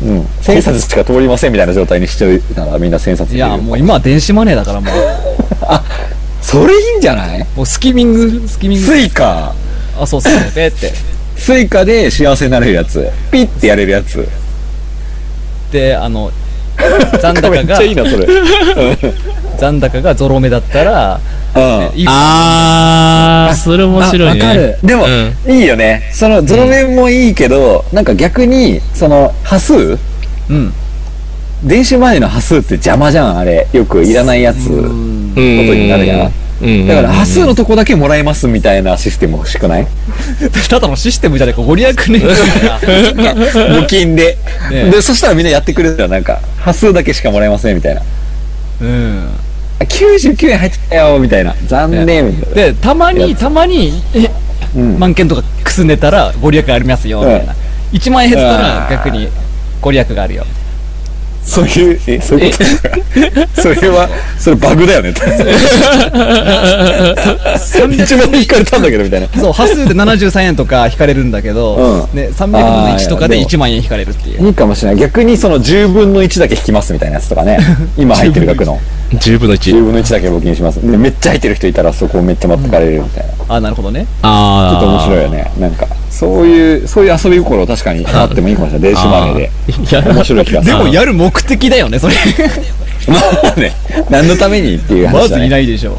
B: うん。千札しか通りませんみたいな状態にしておいたらみんな千札入
A: い
B: れる。
A: やもう今は電子マネーだからもう
B: それいいんじゃない
A: もうスキミングスキミン グ
B: スイカ。
A: あそうそうペって
B: スイカで幸せになれるやつ。ピッてやれるやつ。
A: であの残高
B: めっち
A: が
B: ゃいいな、それ。
A: 残高がゾロ目だったら
B: うん。
A: いい
C: あー、それ面白いね。
B: あわかる。でも、
C: うん
B: いいよね。その、ゾロ面もいいけど、なんか逆に、その、端数
A: うん
B: 電子マネーの端数って邪魔じゃん、あれ。よくいらないやつ。
A: うん
C: こと
B: になるやん
C: うん。
B: だから、
C: うん
B: 端数のとこだけもらえますみたいなシステム欲しくない
A: ただのシステムじゃねえかご利益ねえ か
B: 募金で。
A: ね
B: で、そしたらみんなやってくれるじゃん、なんか。端数だけしかもらえません、みたいな。
A: うん
B: あ99円入ってたよ、みたいな。残念、みたいな。
A: でたまにたまにえ
B: うん
A: 万件とかくすねたらご利益ありますよみたいな1万円減ったら逆にご利益があるよ
B: そういう、え、そういうことそれは、それバ グだよね。一番引かれたんだけど、みたいな。
A: そう端数で73円とか引かれるんだけど、
B: うん
A: ね、300分の1とか
B: あーい
A: で
B: やで
A: 1万円引かれるっていう
B: いいかもしれない。逆にその10分の1だけ引きますみたいなやつと かね。今入ってる額の
C: 10分の1
B: 10。分の1だけ募金します。でめっちゃ入ってる人いたらそこめっちゃ持ってかれるみたいな。ちょ
A: あなるほどね
C: あー。
B: っと面白いよね。なんか、そういう、そういう遊び心確かにあってもいいかもしれない。電子マネーで。
C: いや、
B: 面白い気がす
A: で
B: る。
A: もやる目的だよねそれ
B: まあね、何のためにっていう
A: ま
B: 話
A: ず
B: だ
A: い
B: ね。
A: ないでしょ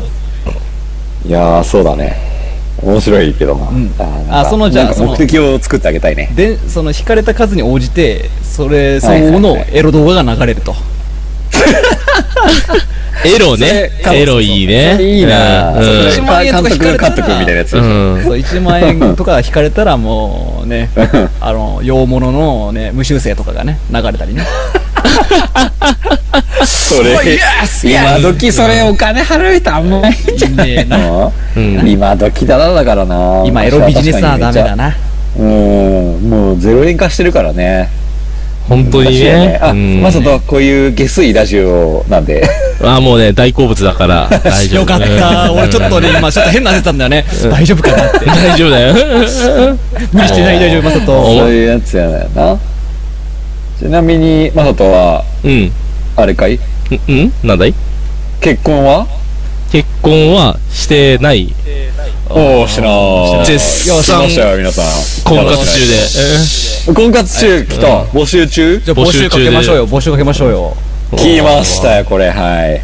B: いやー、そうだね。面白いけどな。
A: ん
B: あーなんか
A: あそのじゃあ
B: なんか
A: その
B: 目的を作ってあげたいね。
A: でその引かれた数に応じてそれ相応のエロ動画が流れると
C: エロね。
B: それ
C: エロいいね。
B: いいな
C: うん
B: ー。
A: そ
B: そ
A: れ
B: れ監督、監督みたいなやつ。
C: うん。
A: そう1万円とか引かれたらもうねあの洋物の、ね、無修正とかがね流れたりね
B: それ、今時それお金払う人あんま ないじゃないの
A: ねえな
C: うん
B: 今時だなだからな
A: 今エロビジネスはダメだな
B: うん、もうゼロ円化してるからね。
C: 本当に
B: 難しいよ
C: ね。
B: あ、
C: うん
B: まさとはこういう下水ラジオなんで。
C: あ、もうね、大好物だから、大丈夫。
A: よかった。
C: うん
A: 俺ちょっとね、今ちょっと変な汗たんだよね。大丈夫かなって。
C: 大丈夫だよ。
A: 無理してない、大丈夫、まさ
C: お
A: と。
B: そういうやつやだよな。ちなみに、まさとは、
C: うん。
B: あれかい
C: んんなんだい
B: 結婚は
C: 結婚はしてない。
B: おー、しなー
C: 絶
B: いや、しま
C: 賛
B: したよ、皆さん。
C: 婚活中で。
B: 婚活中、来た。募集中
A: じゃあ募集かけましょうよ、募集かけましょうよ。
B: 来ましたよ、これ、は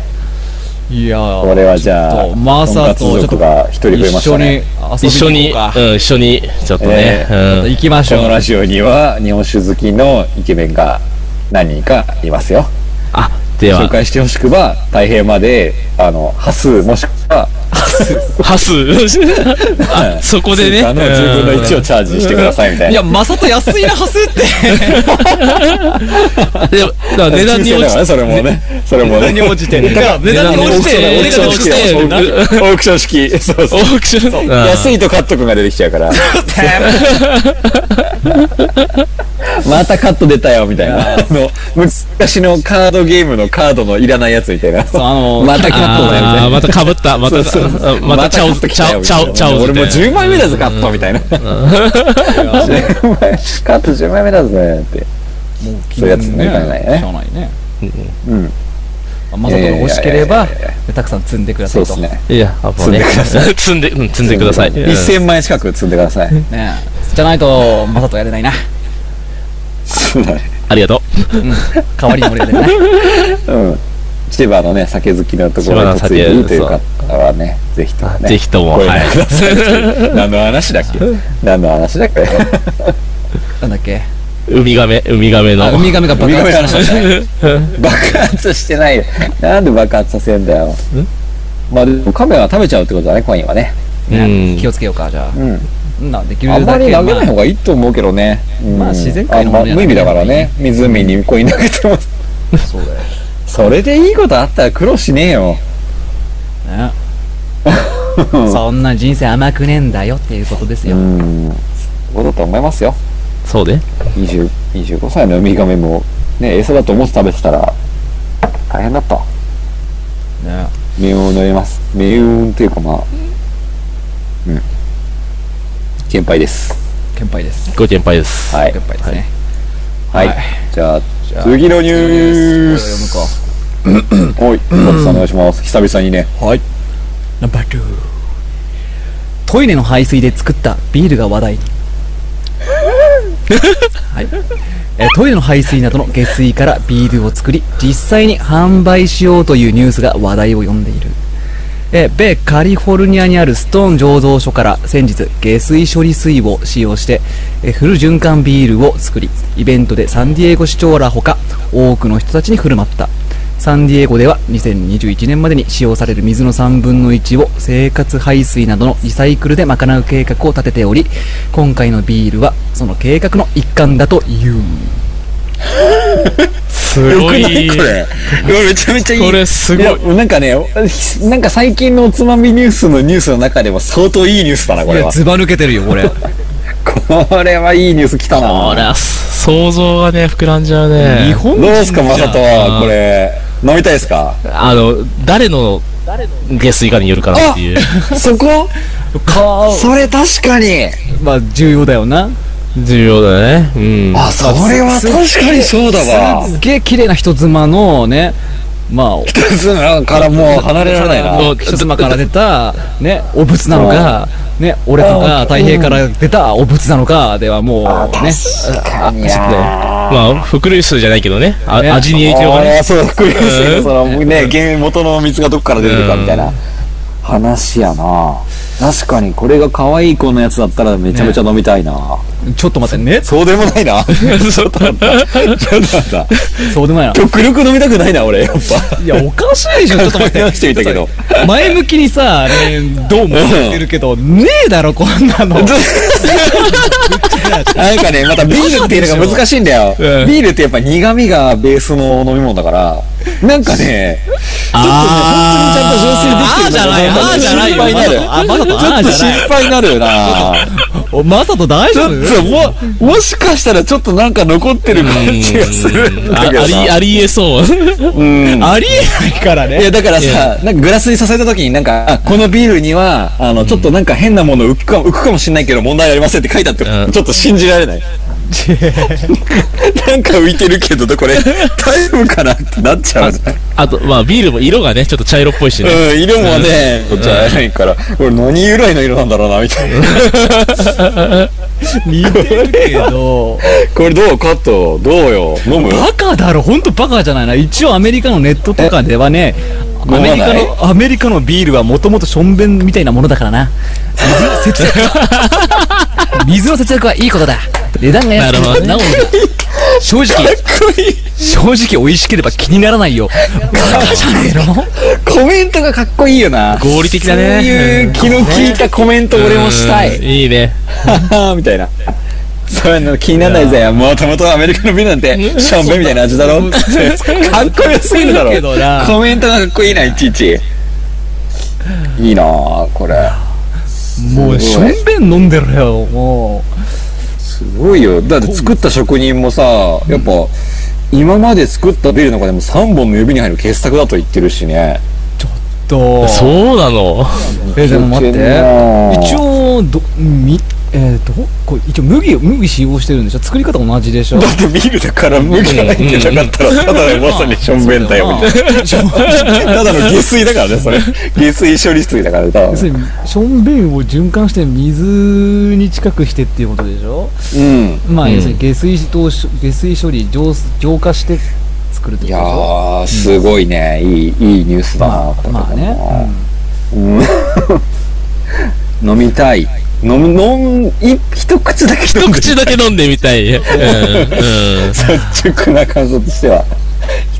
B: い。
A: いやー
B: これはじゃ
A: ち
B: あ、
A: ょっとマサと
B: 婚活族が一人増えま
A: 一
B: した
A: 緒に
B: ね。
C: 一緒
A: 遊び
C: に、
A: に行こうか。
C: うん、一緒に、ちょっとね
B: え。
C: うん
A: 行きまし
B: こ
A: ょ
B: の
A: う。
B: ラジオには、日本酒好きのイケメンが何人かいますよ。
C: あ、で
B: 紹
C: は、
B: 介してほしくば、太平まで、あの、ハスもしくは、
C: ハス。あ、そこでね。
B: あの、10分の1をチャージしてくださいみたい
A: い
B: な
A: や、。マサと安いな、ハスって。
C: うんでだから値段に
B: 抽選
C: 落
B: だ
C: ち
B: からね、それもね。それもね。
A: じ て。じゃあ値段に応じて、
C: 値
A: 俺が
C: 段に
A: ど
C: 応
A: う
C: じ
A: してて。
B: オークション式。そう
C: オ
B: そう。
C: ークション。うん
B: 安いとカット君が出てきちゃ うから。またカット出たよ、みたいな。あの、昔のカードゲームのカードのいらないやつみたいな。
A: うあの
B: またカットだよ、みたい
C: あ
B: な
C: ー。またかぶった、また、
B: そうそう
C: あまたチャオズ、
B: カット来
C: チ
B: た
C: ャ
B: よ
C: オ、
B: み
C: チ
B: たい
C: ャ
B: な
C: オ、チャオズ
B: 俺もう
C: みたいな。
B: 10枚目だぞ、カットみたいな。10枚、カット10枚目だぜ、って。そういうやつねいかないね
A: しょうがないね。
B: うん。
A: マサとが欲しければ
B: いやいやいやいや、
A: たくさん積んでくださ
B: そう
A: いと。
B: です
A: ね
B: ね。
C: いや、もうね、積んで、うん、積んでください。うん
B: 1000万円近く積んでください。
A: えじゃないと、マサとやれないな。
B: そうだね。
C: ありがと
A: 代わりに俺がやれない。
B: うん。千葉のね、酒好きのところに嫁いでいいという方はね、ぜひとも
C: う。
B: ね。
C: ぜひとも、
B: 声を
C: はい。
B: ください。何の話だっけ何の話だっけ
A: なんだっけ。
C: ウミガメ、ウミガメ
A: あ、
C: の
A: ウ。ミガメが爆
B: ウミガ
A: 発
B: メ
A: した
B: の話だね。爆発してないよ。なんで爆発させんだよ。まあでも、カメは食べちゃうってことだね、コインはね。
A: ね
C: うん
A: 気をつけようか、じゃ
B: うん。
A: あ。な、できるだ
B: あ
A: け。
B: んまり投げない方がいいと思うけどね。うん
A: まあ自然界のもの
B: あんま無意味だからね。湖にコイン投げても。
A: まあそうだよ。
B: それでいいことあったら苦労しねえよ。
A: ね そんな人生甘くねえんだよっていうことです
B: う
A: よ。
B: ん。そうだと思いますよ。
C: そうで。
B: 20 25歳のウミガメも、ね、餌だと思って食べてたら、大変だった。
A: ね
B: 命運を乗ります。命運というかまあ、うん。先輩です。
A: 憲法です。
C: ご先輩です。
B: はい
A: 憲。法ですね。
B: はい。
A: はい
B: じゃあ、
A: ゃあ
B: 次のニ
A: ニ
B: ュ
A: ュ
B: ー
A: ー
B: ス。
A: ス
B: こ
A: こ
B: れ読 むか。はい。松さんお願いします。久々にね。
A: はい。ナンバー2。トイレの排水で作ったビールが話 題に。はい。えートイレの排水などの下水からビールを作り、実際に販売しようというニュースが話題を呼んでいる。えー米カリフォルニアにあるストーン醸造所から先日下水処理水を使用してえーフル循環ビールを作りイベントでサンディエゴ市長らほか多くの人たちに振る舞ったサンディエゴでは2021年までに使用される水の3分の1を生活排水などのリサイクルで賄う計画を立てており今回のビールはその計画の一環だという
C: す
B: よく
C: ご。
B: ないいこれ。うわめちゃめちゃいい。
C: これすごい。
B: やなんかね、なんか最近のおつまみニュースのニュースの中でも相当いいニュースだな、これは。
A: ば抜けてるよこれ
B: これはいいニュース来た
C: これ
B: な。
C: は想像がね、膨らんじゃうね。
A: 日本
B: どうですか、まさとは、
C: うん
B: これ。飲みたいですか
C: あの、誰の下水かによるかなっていう。
B: そこ
A: か
B: それ確かに
A: まあ重要だよな
C: 重要だね。うん。
B: あ、それは確かにそうだわ。
A: すっげえ綺麗な人妻のねまあ
B: 人妻 からもう離れられないな。
C: もう
A: 人妻から出たねお仏なのかね俺とか太平から出たお仏なのかではもうね
B: かに
C: まあ、伏類数じゃないけどね。あ
A: ね
C: 味に影響がね。
B: ああ、そう、クリス
C: う
B: の
C: ん
B: そのね、原元の水がどっから出てるかみたいな話やな。確かに、これが可愛い子のやつだったらめちゃめちゃ飲みたいな。
A: ちょっと待ってね
B: そうでもないな。ちょっ
C: そう
B: と待った。
A: そうでもないな
B: 極力飲みたくないな、俺、やっぱ。
A: いやおかしいでしょちょっと待っ
B: 考え直
A: て
B: してみたけど。
A: 前向きにさ、ね、どうも言ってるけど、ねえだろ、こんなの。
B: なんかね、またビールっていうのが難しいんだよ。
C: うん
B: ビールってやっぱ苦味がベースの飲み物だから、なんかね、
A: あ
B: ちょっとね本当にちゃんと浄水できてるの
A: あーじゃない、あーじゃないよ。
B: 心配になる
A: あ、まだと、あーじゃない。
B: ちょっと心配になるな
A: おマサト大
B: ち
A: 丈
B: ょ
A: 夫
B: っと、も、もしかしたらちょっとなんか残ってる感じがするん
C: あ
B: だ
C: あ
B: けど
C: り、
B: な。
C: ありえそう。
B: うん。
A: ありえないから
B: いや、
A: ね。
B: だからさ、なんかグラスにさせた時になんか、あこのビールには、あの、ちょっとなんか変なもの浮くか浮くかもしれないけど問題ありませんって書いてあって、
C: うん
B: ちょっと信じられない。なんか浮いてるけど、これ、タイムかなってなっちゃう。
C: あと、まあ、ビールも色がね、ちょっと茶色っぽいしね。
B: うん、色もね、じゃないから、これ何由来の色なんだろうな、みた いな。
A: 似てるけど。
B: これどうカット、どうよ飲む
A: バカだろ、ほんとバカじゃないな。一応アメリカのネットとかではね、
B: え
A: アメリカ
B: 飲ま
A: の、アメリカのビールはもともとしょんべんみたいなものだからな。水の節約。水の節約はいいことだ。値段が安
C: なる
A: く
C: ほど
A: て、
C: ね
A: なお、正直、正直美味しければ気にならないよ。バカじゃねえの
B: コメントがかっこいいよな。
C: 合理的だね
B: そういう気の利いたコメント俺もした
C: うん
B: い。
C: いいね。
B: ははみたいな。そういうの気にならないぜ。もともとアメリカのビールなんて、シャンペンみたいな味だろってかっこよすぎるだ
A: かっこいいけどな
B: ろ。コメントがかっこいいな、いちいち。いいなあこれ。
A: もう、しょ
B: すごい
A: んべん飲んでるよ、も
B: すごいよ。だって作った職人もさ、やっぱ、今まで作ったビールの中でも3本の指に入る傑作だと言ってるしね。
A: う。どう
C: そうな の
A: えでも待って
B: いけんな
A: 一応どみえー、どこれ一応麦を麦使用してるんでしょ作り方同じでしょ
B: だってビールだから麦が入ってなかったら、ただのまさにしょんべんだよ、みたいな。ただの下水だからね、それ。下水処理水だからね、ただの
A: 要するにしょんべんを循環して水に近くしてっていうことでしょ
B: うん。
A: まあ、
C: うん
A: 要するに下水とし下水処理浄浄化して作るって
B: い
A: ことでし
B: や
A: ょ
B: ー、すごいね。いい、いいニュースだな、これ
A: まあね、
B: 飲みたい。飲む、飲む、い一口だけ飲
C: 一
B: んで
C: 口だけ飲んでみたい。うん。うん。
B: 率直な感想とし ては。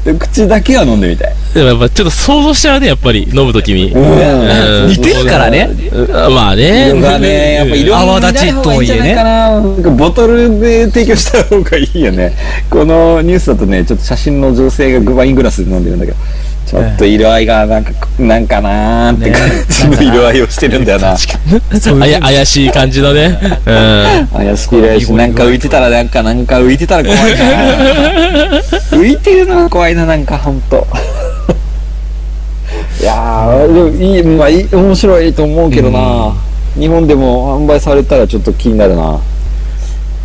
B: 一口だけは飲んでみたい。
C: でもやっぱちょっと想像しちゃうね、やっぱり、飲むときに。
B: うん
A: 似てるからね
C: うんまあね。
B: 色がね、やっぱ色
A: うん泡立ちとはいえね
B: ね。ボトルで提供した方がいいよね。このニュースだとね、ちょっと写真の女性がワイングラスで飲んでるんだけど、ちょっと色合いがなんか、なんかなーって感じの色合いをしてるんだよな。
C: あや怪しい感じのね。うん。
B: 怪しいです。なんか浮いてたら、なんか、なんか浮いてたら怖いな。 浮いてるのが怖いな、なんか、ほんと。 いやー、でもいい、まあ、いい面白いと思うけどな。日本でも販売されたらちょっと気になるな。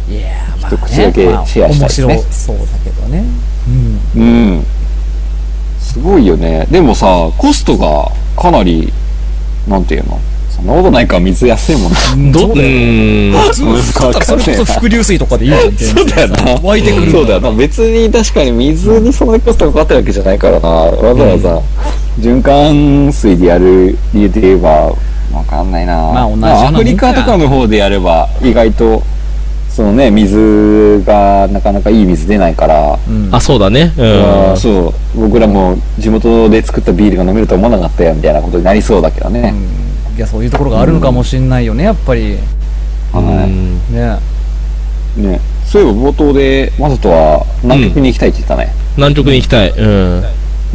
A: いやーまあ
B: 一口だけシェアしたいですね
A: まあ面白そうだけどねうん
B: うん。すごいよね。でもさ、コストがかなり、なんていうのそんなことないか、水安いもんな。
C: ど、う
A: そうだよ
C: ん。
B: そう
A: だったらそれこそ伏流水とかでいいじゃん全然
B: そうだよな。
A: 湧いてくるんだ
B: そうだよな。別に確かに水にそんなコストがかかってるわけじゃないからな。わざわざ循環水でやる理由で言えば、わかんないな。
A: まあ同じようなもんか
B: アフリカとかの方でやれば、意外と、そのね、水がなかなかいい水出ないから、
A: うん
C: あ、そうだね。う
B: あ
C: ん
B: ー。そう、僕らも地元で作ったビールが飲めると思わなかったよみたいなことになりそうだけどね。
A: うんいやそういうところがあるのかもしんないよねやっぱり
C: う
B: は
C: ん
A: ね
B: い。ね。そういえば冒頭で、マサトは南極に行きたいって言ったね。
C: 南極に行きたい。うん。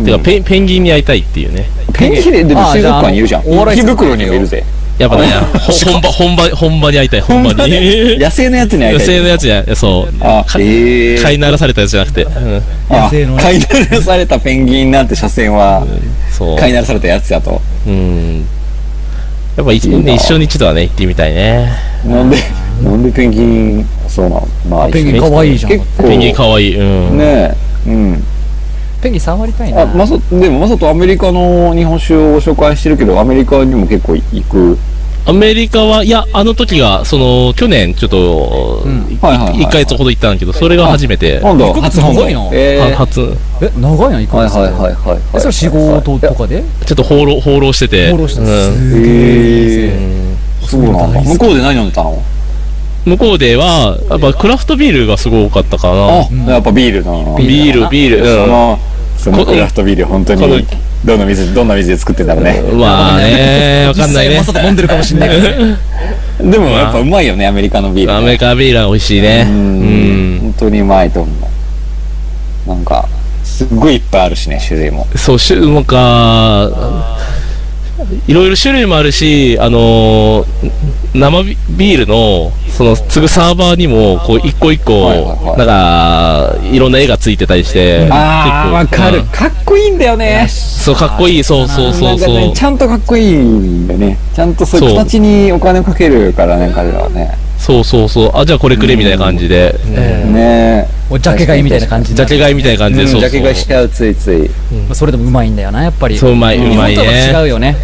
C: てか、
B: うん
C: ペンペンギンに会いたいっていうね。
B: ペンギンででも
A: あー
B: 水族館にいるじゃん。
A: じゃああのお笑い
B: 池袋にもいるぜ。
C: やっぱね、ほ本場、本場、本場に会いたい、本場に。
B: 野生のやつに会い
C: 女
B: たい。
C: 性のやつじゃん。そう。
B: あ、ええ
C: 飼いならされたやつじゃなくて。うん。
A: 野生のね
B: 飼い慣らされたペンギンなんて車線は、
C: そう。
B: 飼い慣らされたやつやと。
C: うん。やっぱ一
B: いいな
C: 年一緒に一度はね、行ってみたいね。
B: なんで、なんでペンギン、そうなのまあ、
A: ペンギン可愛いじゃん
B: 結構、
C: ペンギン
B: ね
C: 可愛い。うん。
B: え、うん。
A: ペンギン触りたいな
B: あ、まさ、でもまさとアメリカの日本酒をご紹介してるけど、アメリカにも結構行く。
C: アメリカは、いや、あの時が、その、去年、ちょっと、
A: うん
C: い
B: はいはいはい
C: 一ヶ月ほど行ったんだけど、それが初めて、は
B: 今度、
A: 行く
B: 初本
A: す
B: 土
A: ごいな
B: えー
C: 初、
A: え長いな行くん
B: はい
A: ですか
B: はいはいはいはい。
A: えそれ仕事とかで
C: ちょっと放浪、放浪してて。
A: 放浪したん
C: うん
A: ですげ
B: え
A: え
C: うん
B: そうなんだ。
A: 大好き
B: 向こうで何飲んでたの
C: 向こうでは、やっぱクラフトビールがすごかったかな。
B: あ、やっぱビールなの。
C: ビール、ビール。
B: そ
C: うん
B: の、そのクラフトビール、本当
C: この
B: に、どんな水、どんな水で作ってんだろうね。
C: まあね、わかんないね
A: 実。際まさと飲んでるかもしんないけどね
B: でもやっぱうまいよね、アメリカのビール ね。
C: アメリカビールは美味しいね。
B: う
C: うん
B: ん。。本当にうまいと思う。なんか、すっごいいっぱいあるしね、種類も。
C: そう、しゅ、なんか、いろいろ種類もあるし、あのー生ビビールの、その、継ぐサーバーにも、こう、一個一
B: はいはい
C: 個
B: は、い
C: なんか、いろんな絵がついてたりして、
B: ああ、わか
C: う
B: る。
C: ん
B: かっこいいんだよね。
C: そう、かっこいい、そうそうそう
B: なんか
C: そう
B: ね、ち。ゃんとかっこいいんだよね。ちゃんとそういう
C: そう
B: 形にお金をかけるからね、彼らはね。
C: そうそうそう。あ、じゃあこれくれみたいな感じで。
A: ええ
B: ね
A: もうジャケ買いみたいな感じ
C: ジ
A: にな
C: ャ
A: る
C: ケ買いみたいな感
B: え。
C: じで、
B: うんジ
C: そうそう。
B: ャケ買いしちゃう、ついつい。
A: まあそれでもうまいんだよなやっぱり
C: そう、うまい、うまい
A: 日本とは
C: ね。
A: 違うよね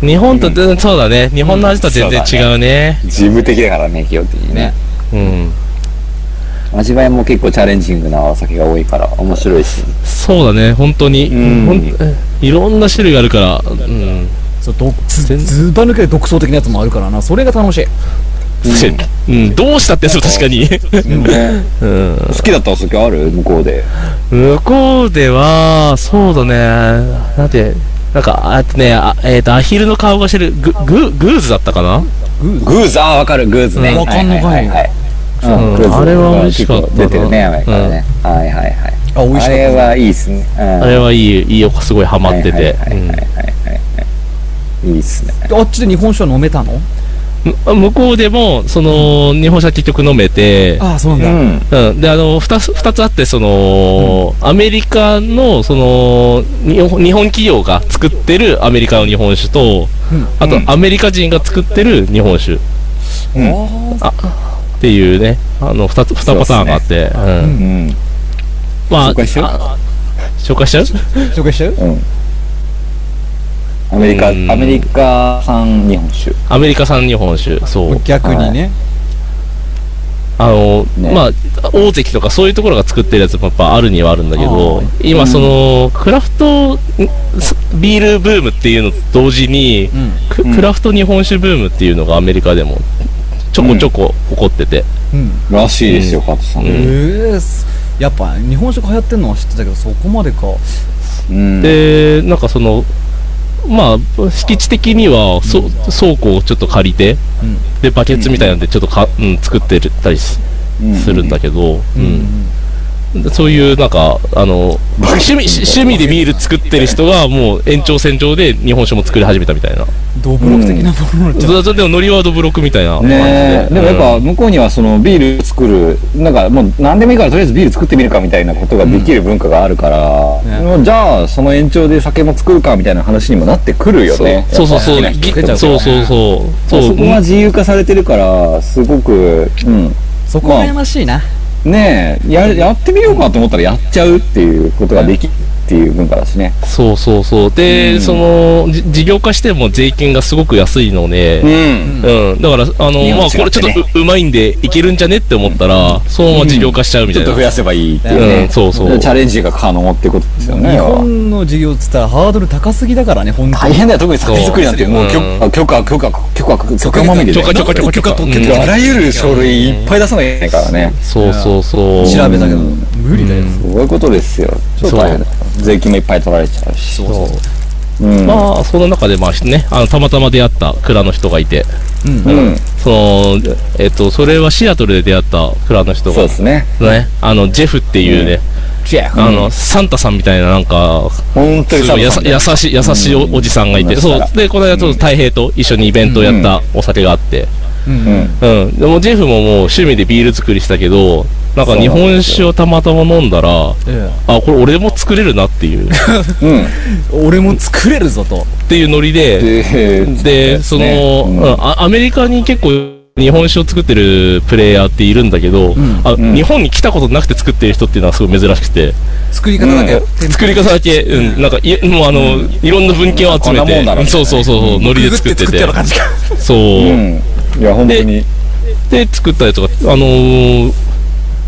C: 日本と全然、そうだね。日本の味とは全然違うね。
B: 事務的だからね、基本的にね。
C: うん。
B: 味わいも結構チャレンジングなお酒が多いから、面白いし。
C: そうだね、本当に。
B: うん
C: ほんいろんな種類があるから、うん。
A: そうどずずば抜けで独創的なやつもあるからなそれが楽しい
C: うん、どうしたってそう、確かに。
B: ね
C: うん。
B: 好きだったお酒ある向こうで。
C: 向こうでは、そうだね、なんて、なんか、あとね、あえっ、と、アヒルの顔がしてる、グ、グ、グーズだったかな
B: グーズ、ああ、わかる、グーズね。
A: うんわかんのかい
B: はははい
C: うん
B: グーズ
C: あれは美味しかったな
B: 出てるね、あれからね。はいはいはい。
A: あ美味しかった
B: あれはいいっすね。
C: あ
B: あ
C: れはいい、いいよ、すごいハマってて。
B: はいはいはいはい。いいっすね。
A: あっちで日本酒は飲めたの
C: うんむ向こうでも、その、日本車結局飲めて、
A: ああそうなんだ、
B: ん。
C: うん。で、あの、二つ、二つあって、その、アメリカの、その、日本日本企業が作ってるアメリカの日本酒と、
A: うん
C: あと
B: う、ん
C: アメリカ人が作ってる日本酒っ
A: うん、あ
C: ていうね、あの、二つ、二パターンがあって、うん
A: うん
B: うん。
C: まあ、
B: 紹介しよう
C: あ紹介しちゃう
A: あ紹介しちゃう
B: うん。アメリカ、ア
C: うん
B: メリカ産日本酒。
C: アメリカ産日本酒、そう。
A: 逆にね、
C: あの、
B: ね
C: まあ、大関とかそういうところが作ってるやつもやっぱあるにはあるんだけど
A: あ、
C: 今その、クラフトんすビールブームっていうのと同時に、
A: うん
C: ク
B: うん
C: クラフト日本酒ブームっていうのがアメリカでもちょこちょこ起こってて、
A: うん
B: らしいですよ、カトさん。
C: うん
A: ええすやっぱ日本食流行ってんのは知ってたけどそこまでか
B: うん、
C: で、なんかその、まあ、敷地的には、そ倉庫をちょっと借りて、
A: うん
C: で、バケツみたいなんでちょっとか、うん、作ってたりし
B: うん
C: するんだけど、うんそういうなんか、あの、趣味、し趣味でビール作ってる人がもう延長線上で日本酒も作り始めたみたいな。
A: ドブロク的なものになっちゃう、
C: そうでもノリワードブロックみたいな感じで。
B: ねえ、でもやっぱ向こうにはそのビール作る、なんかもう何でもいいからとりあえずビール作ってみるかみたいなことができる文化があるから、
A: ね
B: もうじゃあその延長で酒も作るかみたいな話にもなってくるよね。
C: そうそうそう
B: やっぱ好きな人増えちゃうか
C: そ
B: ら
C: うそうそう。
B: そう
C: そう
B: そこは自由化されてるから、すごく、うん。
A: そこ羨ましいな、
B: ねえや、やってみようかと思ったらやっちゃうっていうことができるっていう文化だしね。
C: そうそうそう。で、
B: うん
C: その、じ事業化しても税金がすごく安いので、
B: ん。
C: うん。だから、あの、
B: 日
C: まあ、
B: 本
C: こ
B: 酒
C: れちょっ
B: だ
C: とううまいんで、いけるんじゃねって思ったら、そのまま事業化しちゃうみ
B: ち
C: た
B: ょっ
C: いな。
B: と増やせばいいっていう
C: うん
B: ね。
C: そうそう
B: チャレンジが可能ってことですよね。
A: 日本の事業っつったらハードル高すぎだからね本当
B: 大
A: に
B: 変だよ、特に酒作りなんて、もう許
C: うん
B: 可、許可、許可、許可、許可まみれ
C: ち
B: で
C: ょ。かちょかちょかちょか。うん
B: あらゆる書類いっぱい出さなきゃいけないからね。
C: そうそうそう。
A: 調べたけど
B: うん
A: 無理だよ、
B: そういうことですよ。ちょっと大変だよ税金もいっぱい取られちゃうし。
C: そう
B: うん。
C: まあ、その中で、まあね、あの、たまたま出会った蔵の人がいて、
A: うん
B: うん。
C: その、えっと、それはシアトルで出会った蔵の人
B: そう
C: が
B: で、すね。
C: ね、あの、ジェフっていうね、あの、サンタさんみたいな、なんか、
B: 本当に
C: す
B: サ
C: ごいや
B: ブさ
C: さ
B: んだ
C: 優しい、優しいおおじさんがいて、
B: うん
C: そう。で、この間、ちょっと太平と一緒にイベントをやったお酒があって、
A: うん
B: う
A: うん
B: ん。
C: うん。でも、ジェフももう趣味でビール作りしたけど、なん
B: そう
C: か
B: な
C: 日
B: んですよ
C: 本酒をたまたま飲んだら、
A: え
C: あ、これ俺も作れるなっていう、っ
B: うん。
A: え俺も作れるぞと
C: ていうノリで、
B: で
C: で、その、うん
B: うん
C: あアメリカに結構日本酒を作ってるプレイヤーっているんだけど、
A: ん
C: あ
B: ん
C: 日本に来たことなくて作ってる人っていうのはすごい珍しくて、
A: 作り方だけ、
B: うん
A: 手
C: 作り方だけ、うん、なんか、いもうあの、いろんな文献を集め
B: こんなも
C: て、
B: んだろうみたいなね
C: そうそうそう、ノリで作って
A: ググよ
C: て、
A: うな感じか
C: そう、
B: うん。いや、本当に。
C: で、作ったやつが、あのー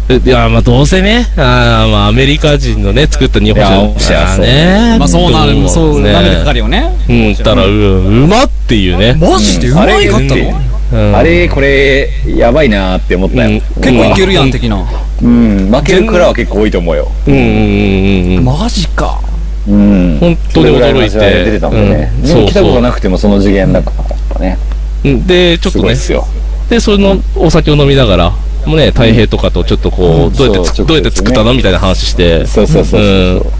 C: えいやまあどうせね、あーまあアメリカ人のね、作った日本
B: いやおっし
C: 酒
B: ゃ
C: だ
B: そう
C: ね。
A: まあそうなるそう
C: ね
A: なめてかかるよね
C: うん、たら、うん、うまっていうね。
A: マジでうまいかったの、
B: うん
C: うん
B: あれ、これ、やばいなーって思ったよ。
C: う
A: 結
C: ん
A: 構いけるやん的な、
B: うん。負ける蔵は結構多いと思うよ。
C: うんうんうんうんうん。
A: マジか
B: うん。
C: 本当に驚いて。
B: 出てたもんね。
C: うん
B: 日本
C: そう
B: 来たこと
C: そ
B: なくてもその次元だから、やっぱね。
C: ううん。で、ちょっ
B: す
C: と
B: ごい
C: ね
B: っ、すよ。
C: で、そのお酒を飲みながら、もうね、太平とかとちょっとこう、どうやってつ
B: そう
C: どうやって
B: ちょっと
C: 作ったのみたいな話して、
B: そうそうそうそう。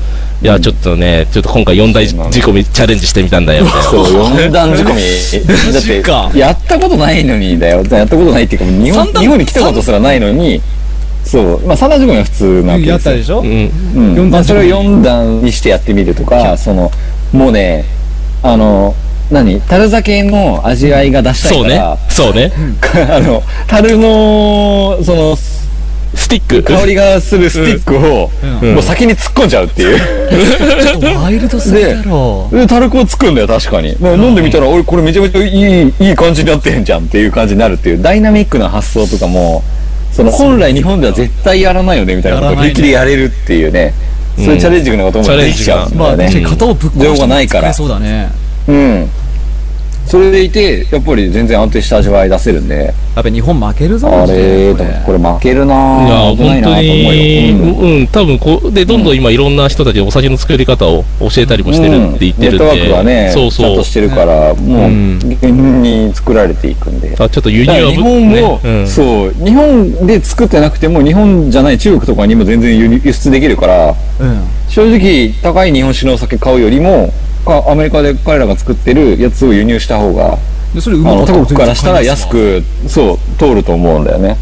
C: いや、ちょっとね、ちょっと今回4大仕込みチャレンジしてみたんだよ、みたいな。
B: そう、4段仕込
C: マジ
B: み。だ
C: か
B: って、やったことないのにだよ。やったことないっていうか、もう日
A: 三
B: 本
A: 段
B: 日本に来たことすらないのに、そう、まあ3段仕込みは普通なわけ
A: や
B: で
A: っ
B: す
A: た
B: よ
A: で。しょ、
C: うん。
B: うん
A: 四段仕込み
B: まあそれを4段にしてやってみるとか、その、もうね、あの、何樽酒の味わいが出した
C: そう
B: いか
C: ね
B: ら、。
C: そうね。
B: あの、樽の、その、
C: スティック。
B: 香りがするスティックを、
C: うん
B: もう先に突っ込んじゃうっていう。
A: ちょっとワイルドすぎだろ
B: で、タルコをつくんだよ、確かに。まあ、飲んでみたら、俺、これめちゃめちゃいい、いい感じになってんじゃんっていう感じになるっていう、ダイナミックな発想とかも、その本来日本では絶対やらないよね、みたいなこと
A: やら
B: を
A: ないね
B: 平気でやれるっていうね、そういうチャレンジングなこともできちゃうん
A: ま
B: だ
A: あ、
B: よ
A: ね、
B: ね。
A: 型をぶっ壊
B: 情報がない
A: して
B: から
A: 使えそうだね
B: うん。それでいて、やっぱり全然安定した味わい出せるんで、
A: やっぱ日本負けるぞマ
B: あれ
A: ジで
B: これ負けるない
C: や、本
B: ぁ、危ないな
C: 当
B: ぁと
C: に、
B: 思うよ。うん
C: うん、多分こう、で、どんどん今いろんな人たちにお酒の作り方を教えたりもしてるって言ってるんで。
B: ネットワークがね、
C: そう
B: ちゃん
C: そう
B: と。してるから、もう、
C: うん
B: 現に作られていくんで。
C: あ、ちょっと輸入
B: だから
C: は
B: 日本を、
C: ね、
B: そう、日本で作ってなくても、日本じゃない中国とかにも全然輸入輸出できるから、
A: うん
B: 正直、高い日本酒のお酒買うよりも、かアメリカで彼らが作ってるやつを輸入した方が、
A: でそれう
B: あ
A: ま
B: の
A: か
B: 他
A: っ
B: 国
A: た
B: からしたら安く、そう、通ると思うんだよね。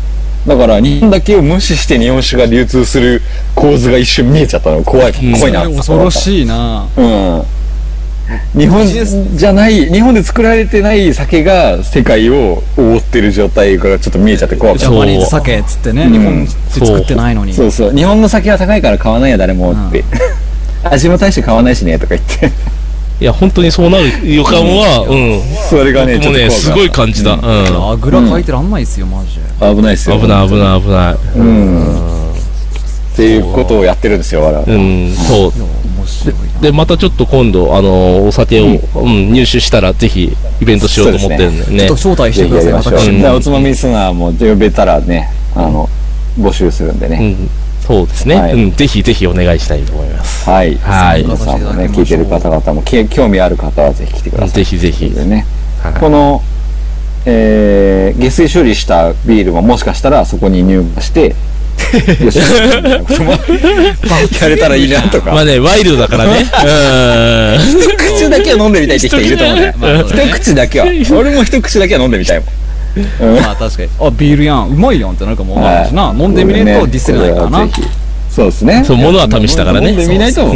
B: だから、日本だけを無視して日本酒が流通する構図が一瞬見えちゃったの。怖い、
C: ん
B: 怖いな。
A: 恐ろしいな
B: うん。日本じゃない、日本で作られてない酒が世界を覆ってる状態がちょっと見えちゃって怖く
A: ジ
B: て
A: ャ。パニーズ酒っつってね、
B: うん
A: 日本で作ってないのに
B: そうそう。日本の酒は高いから買わないや、誰もって。味も大して買わないしね、とか言って。
C: いや、本当にそうなる予感は、うん。
B: それがね、
C: 僕
B: ちょ
C: も
B: っと怖くな
C: ね、
B: った
C: すごい感じだ。うん。
A: あぐらかいてらんないっすよマジで
B: 危ないですよ。
C: 危ない危ない危ない。
B: うん。っていうことをやってるんですよ、我々。
C: うん、そう
A: い。や面白いな
C: で、またちょっと今度、あの、お酒を、うん、入手したら、ぜひ、イベントしようと思ってるんで
A: ちょっ
C: ね
A: と。招待し
B: ぜ
A: て
B: ひ
A: くだ
B: や
A: さい
B: りましょ
A: 私
B: う。
C: うん
B: じゃあおつまみリスナーも呼べたらね、あの、募集するんで
C: う
B: ね。
C: ん。そうですね。
B: はい
C: うん、ぜひぜひお願いしたいと思います。
B: はい。
C: はい
B: 皆さんもね、聞いてる方々も、け興味ある方はぜひ来てください。
C: ぜひぜひ。
B: でね、
C: はい
B: この、えー、下水処理したビールはもしかしたらそこに入 荷して、よし、みたいなことも聞かれたらいいなと
C: ま
B: か
C: あ、ね、ワイルドだからね。 うん。
B: 一口だけは飲んでみたいって人いると思うね。
A: まあそうだね
B: 一口だけは。俺も一口だけは飲んでみたいもん。
A: まあ確かにあビールやんうまいやんってなるかもわからんしな、飲んでみねえとディスれないからな、
B: これはぜひそうですね。
C: そう物は試したからね
B: 飲んでみないと、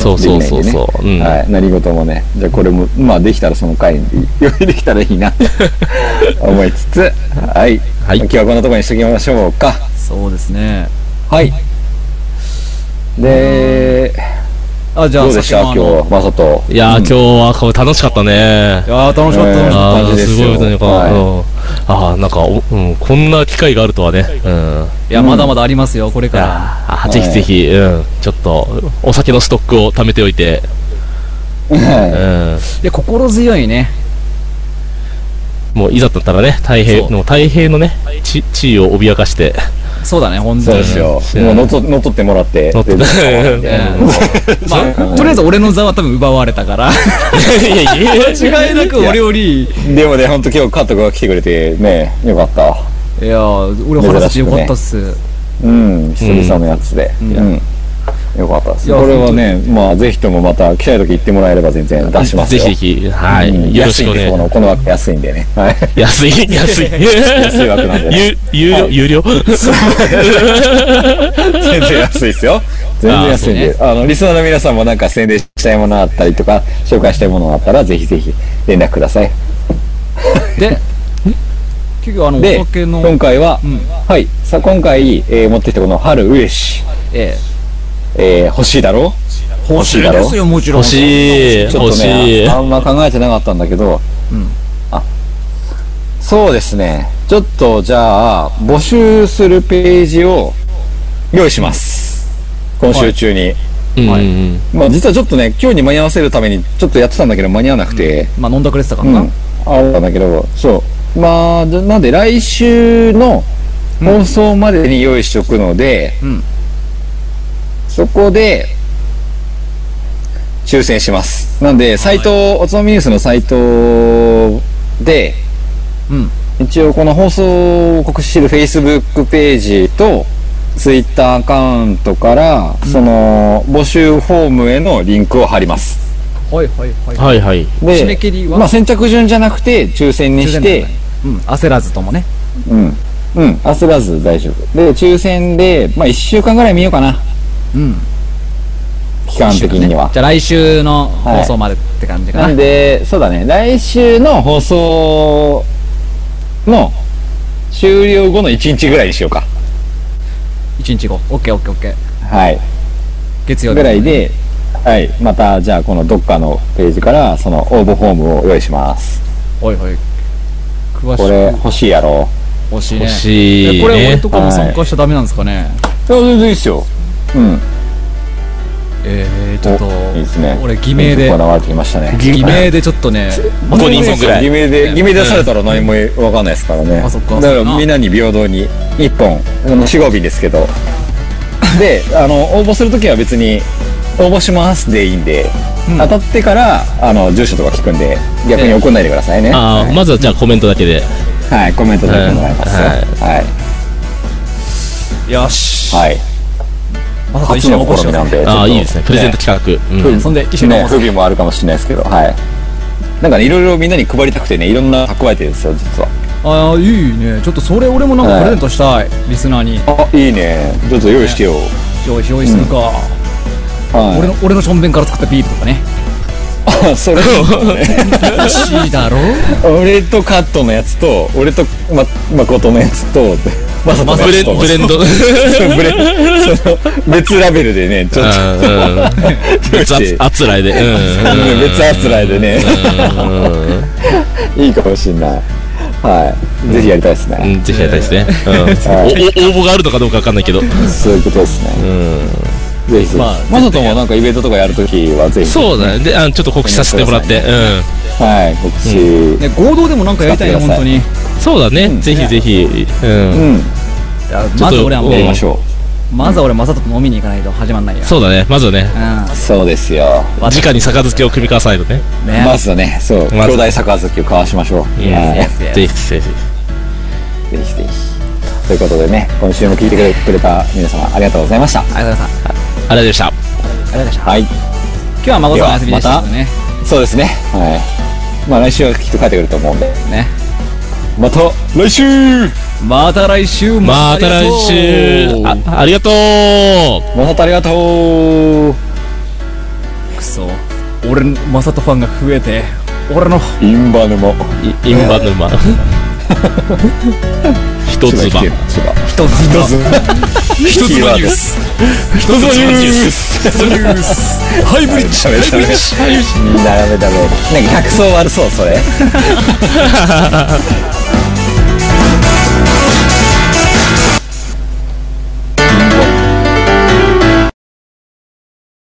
C: そうそうそううんそうそうそうそううん
B: はい。何事もね。じゃあこれも、まあできたらその回に用意できたらいいな、思いつつ、はい。
C: はい
B: 今日はこんなところにしときましょうか。
A: そうですね
B: はい。で、
A: あじゃあ
B: どうでした
A: 先
B: 今
A: ほどの
B: 日、まさと。
C: いやー、今日はこれ楽しかったね
A: い。やー楽しかった楽しかっ
C: あ
B: 感
C: あ、
B: じですす
C: ご
B: よ
C: いことにか、
B: はい
C: うんああ、なんか、おうん、こんな機会があるとはね。うん。
A: たいやまだまだありますよこれ
C: い
A: か
C: や
A: ら
C: ーあーぜひぜひ、うん、ちょっと、お酒のストックを貯めておいて、う
B: は
C: ん。
A: いや心強いね
C: もういざだったらね、太平、
A: そう
C: もう太平のね、地地位を脅かして、
A: そうだね本
B: い
A: 当
B: そう
A: に
B: ですよ
C: う。ん
B: もう乗っと乗っ取ってもらって。
C: 乗っ取って
B: 全然構わないんで
A: まあ、とりあえず俺の座は多分奪われた から。
C: いやいやいや
A: 違いなく俺より。い
B: でもね、ほんと今日カットが来てくれて、ね、よかった。
A: やー、俺話してよかったっす。
B: うん、久々のやつで。うん。よかったです。
A: いや
B: これはね、まあ、ぜひともまた、来たい時行ってもらえれば全然出します
C: ぜ
B: よ。
C: ひぜひ、は
B: うん
C: い、よろしくお
B: 安いんで、こ
C: 願い。
B: の、この枠安いんでね。はい。
C: 安い、安い。
B: 安い枠なんでね。
C: ゆ有料、有料
B: 全然安いですよ。全然安いん
A: あー
B: で。あの、リスナーの皆さんもなんか宣伝したいものあったりとか、紹介したいものがあったら、ぜひぜひ連絡ください。
A: で、結局あの、
B: で、
A: お酒の、
B: 今回は、
A: ん
B: はい。さあ、今回、えー持ってきたこの春上市、
A: え
B: えー欲しいだろう欲しいだろう
A: ですよ、もちろん。
C: 欲しい、
B: ちょっ
C: 欲
B: と
C: しい
B: ね、あ。あんま考えてなかったんだけど、
A: うん
B: あ、そうですね。ちょっと、じゃあ、募集するページを用意します。今週中に。
C: うん
A: はい
B: まあ、実はちょっとね、今日に間に合わせるために、ちょっとやってたんだけど、間に合わなくて、
A: まあ飲んだくれてたか
B: う
A: ら
B: ん、
A: な。
B: あれなんだけど、そう。まあ、じゃなんで、来週の放送までに用意しておくので、
A: うん
B: そこで、抽選します。なんで、サイト、おつまみニュースのサイトで、
A: うん
B: 一応この放送を告知している Facebook ページと、ツイッターアカウントから、その募集フォームへのリンクを貼ります。
A: はいはいはい。
C: はいはい。
B: で、
A: 締め切りは
B: まあ、先着順じゃなくて抽選にして、
A: うん、焦らずともね。
B: うん。うん、焦らず大丈夫。で、抽選で、まあ、1週間ぐらい見ようかな。
A: うん。
B: 期間的には。
A: じゃあ来週の放送までって感じかな。
B: なんで、そうだね、来週の放送の終了後の1日ぐらいにしようか。
A: 1日後。オッケーオッケーオッケー。
B: はい。
A: 月曜日。
B: ぐらい。で、はい。また、じゃあ、このどっかのページから、その応募フォームを用意します。
A: おいおい。詳
B: これ、
A: し
B: 欲しいやろ。
A: く欲しいね。
C: 欲し
A: え
C: い。
A: これ俺
C: ね
A: とかも参加しちゃダメなんですかね。
B: いや、全然いいっすよ。うん。
A: えー、ちょっと
B: おいいっすね。
A: 俺偽名で
B: こだわってきましたね。
A: 偽 名でちょっとね。
D: 5人分ぐらい
B: 偽名で、偽名出されたら何もわかんないですからね。
A: あそっか
B: だから
A: そっか
B: みんなに平等に、1本、あの、4合日ですけど。で、あの、応募するときは別に、応募しますでいいんで、
A: うん
B: 当たってから、あの、住所とか聞くんで、逆に怒んないでくださいね。
C: ああ、まずはじゃあコメントだけで。
B: はい、コメントだけもらいますよ。
C: はい
B: はい。
A: よし。
B: はい。
A: まさか一
B: 初
A: 緒
B: の
A: に起こし
B: 試
A: よ
B: み
A: う
B: なんで。
C: ああ、いいですね。プレゼント
B: ト。
C: 企画。
B: う
C: うん
B: ん
A: そんで一緒に起
B: ね、
A: こ
B: 不備もあるかもしれないですけど、はい。なんかね、いろいろみんなに配りたくてね、いろんな蓄えてるんですよ、実は。
A: ああ、いいね。ちょっとそれ俺もなんかプレゼントしたい。リスナーに。
B: あ、いいね。ちょっと用意してよ。
A: 用意用意するか。
B: はい。
A: 俺の、俺のションベンから作ったビールとかね。
B: あ それ
A: 欲しいだ ろ
B: 俺とカットのやつと俺とま誠のやつとまさとの
C: ブレ
B: やつと
C: ンブレンド。
B: そうブレその別ラベルで ねちょっ
C: うん。別あつあつらいで。
B: と、
C: うん。
B: 別あつらいでね、いいかもしんないはい、ぜひやりたいです
C: う
B: ね、
C: ん。ぜひやりたいですね。うん
B: はい
C: おお応募があるのかどうかわかんないけど。
B: そういうことですね、ぜひぜひ
A: まあ
B: まさともなんかイベントとかやるときはぜひ
C: そうだね。で、あのちょっと告知させてもらって。う
B: はい告知、
A: ね、合同でもなんかやりたいね、
B: 使
A: 本
B: ってくださ
A: 当
B: い
A: に。
C: ん。そうだね。ぜひぜひ。うん。
B: うん
A: まず俺はもう
B: やりましょ
A: まずは俺、まさとと飲みに行かないと始まんないよ。
C: そうだね。まずはね、
B: うそうですよ
C: 直に杯を組み交わさないとね。
A: うん。ね。
B: まずはねそう、
C: まず
B: 兄弟杯を交わしましょう、
C: いいです
B: はい
C: ね
A: いや
C: ぜひぜひ。
B: ぜひぜひ。ということでね、今週も聞いてくれた皆様ありがとうございました。
A: ありがとうございました。
C: ありがとうございました。
A: ありがとうございました。
B: はい。
A: 今日は孫さんお休みでしたけどね。
B: そうですね。はい。まあ来週はきっと帰ってくると思うんで。
A: ね。
B: また来週
A: また来週も
C: また
A: ありが
C: 来
A: とう
C: 週。あ、ありがとう。
B: またありがとう
A: くそ俺のマサトファンが増えて俺の
B: インバヌも。
C: インバ沼。一つ葉。
B: 千葉。
A: 一つ の
B: 一つ葉です。一つ葉ニュースハイブリッジハイブリッジダメダメ。なんか客層悪そう、それ。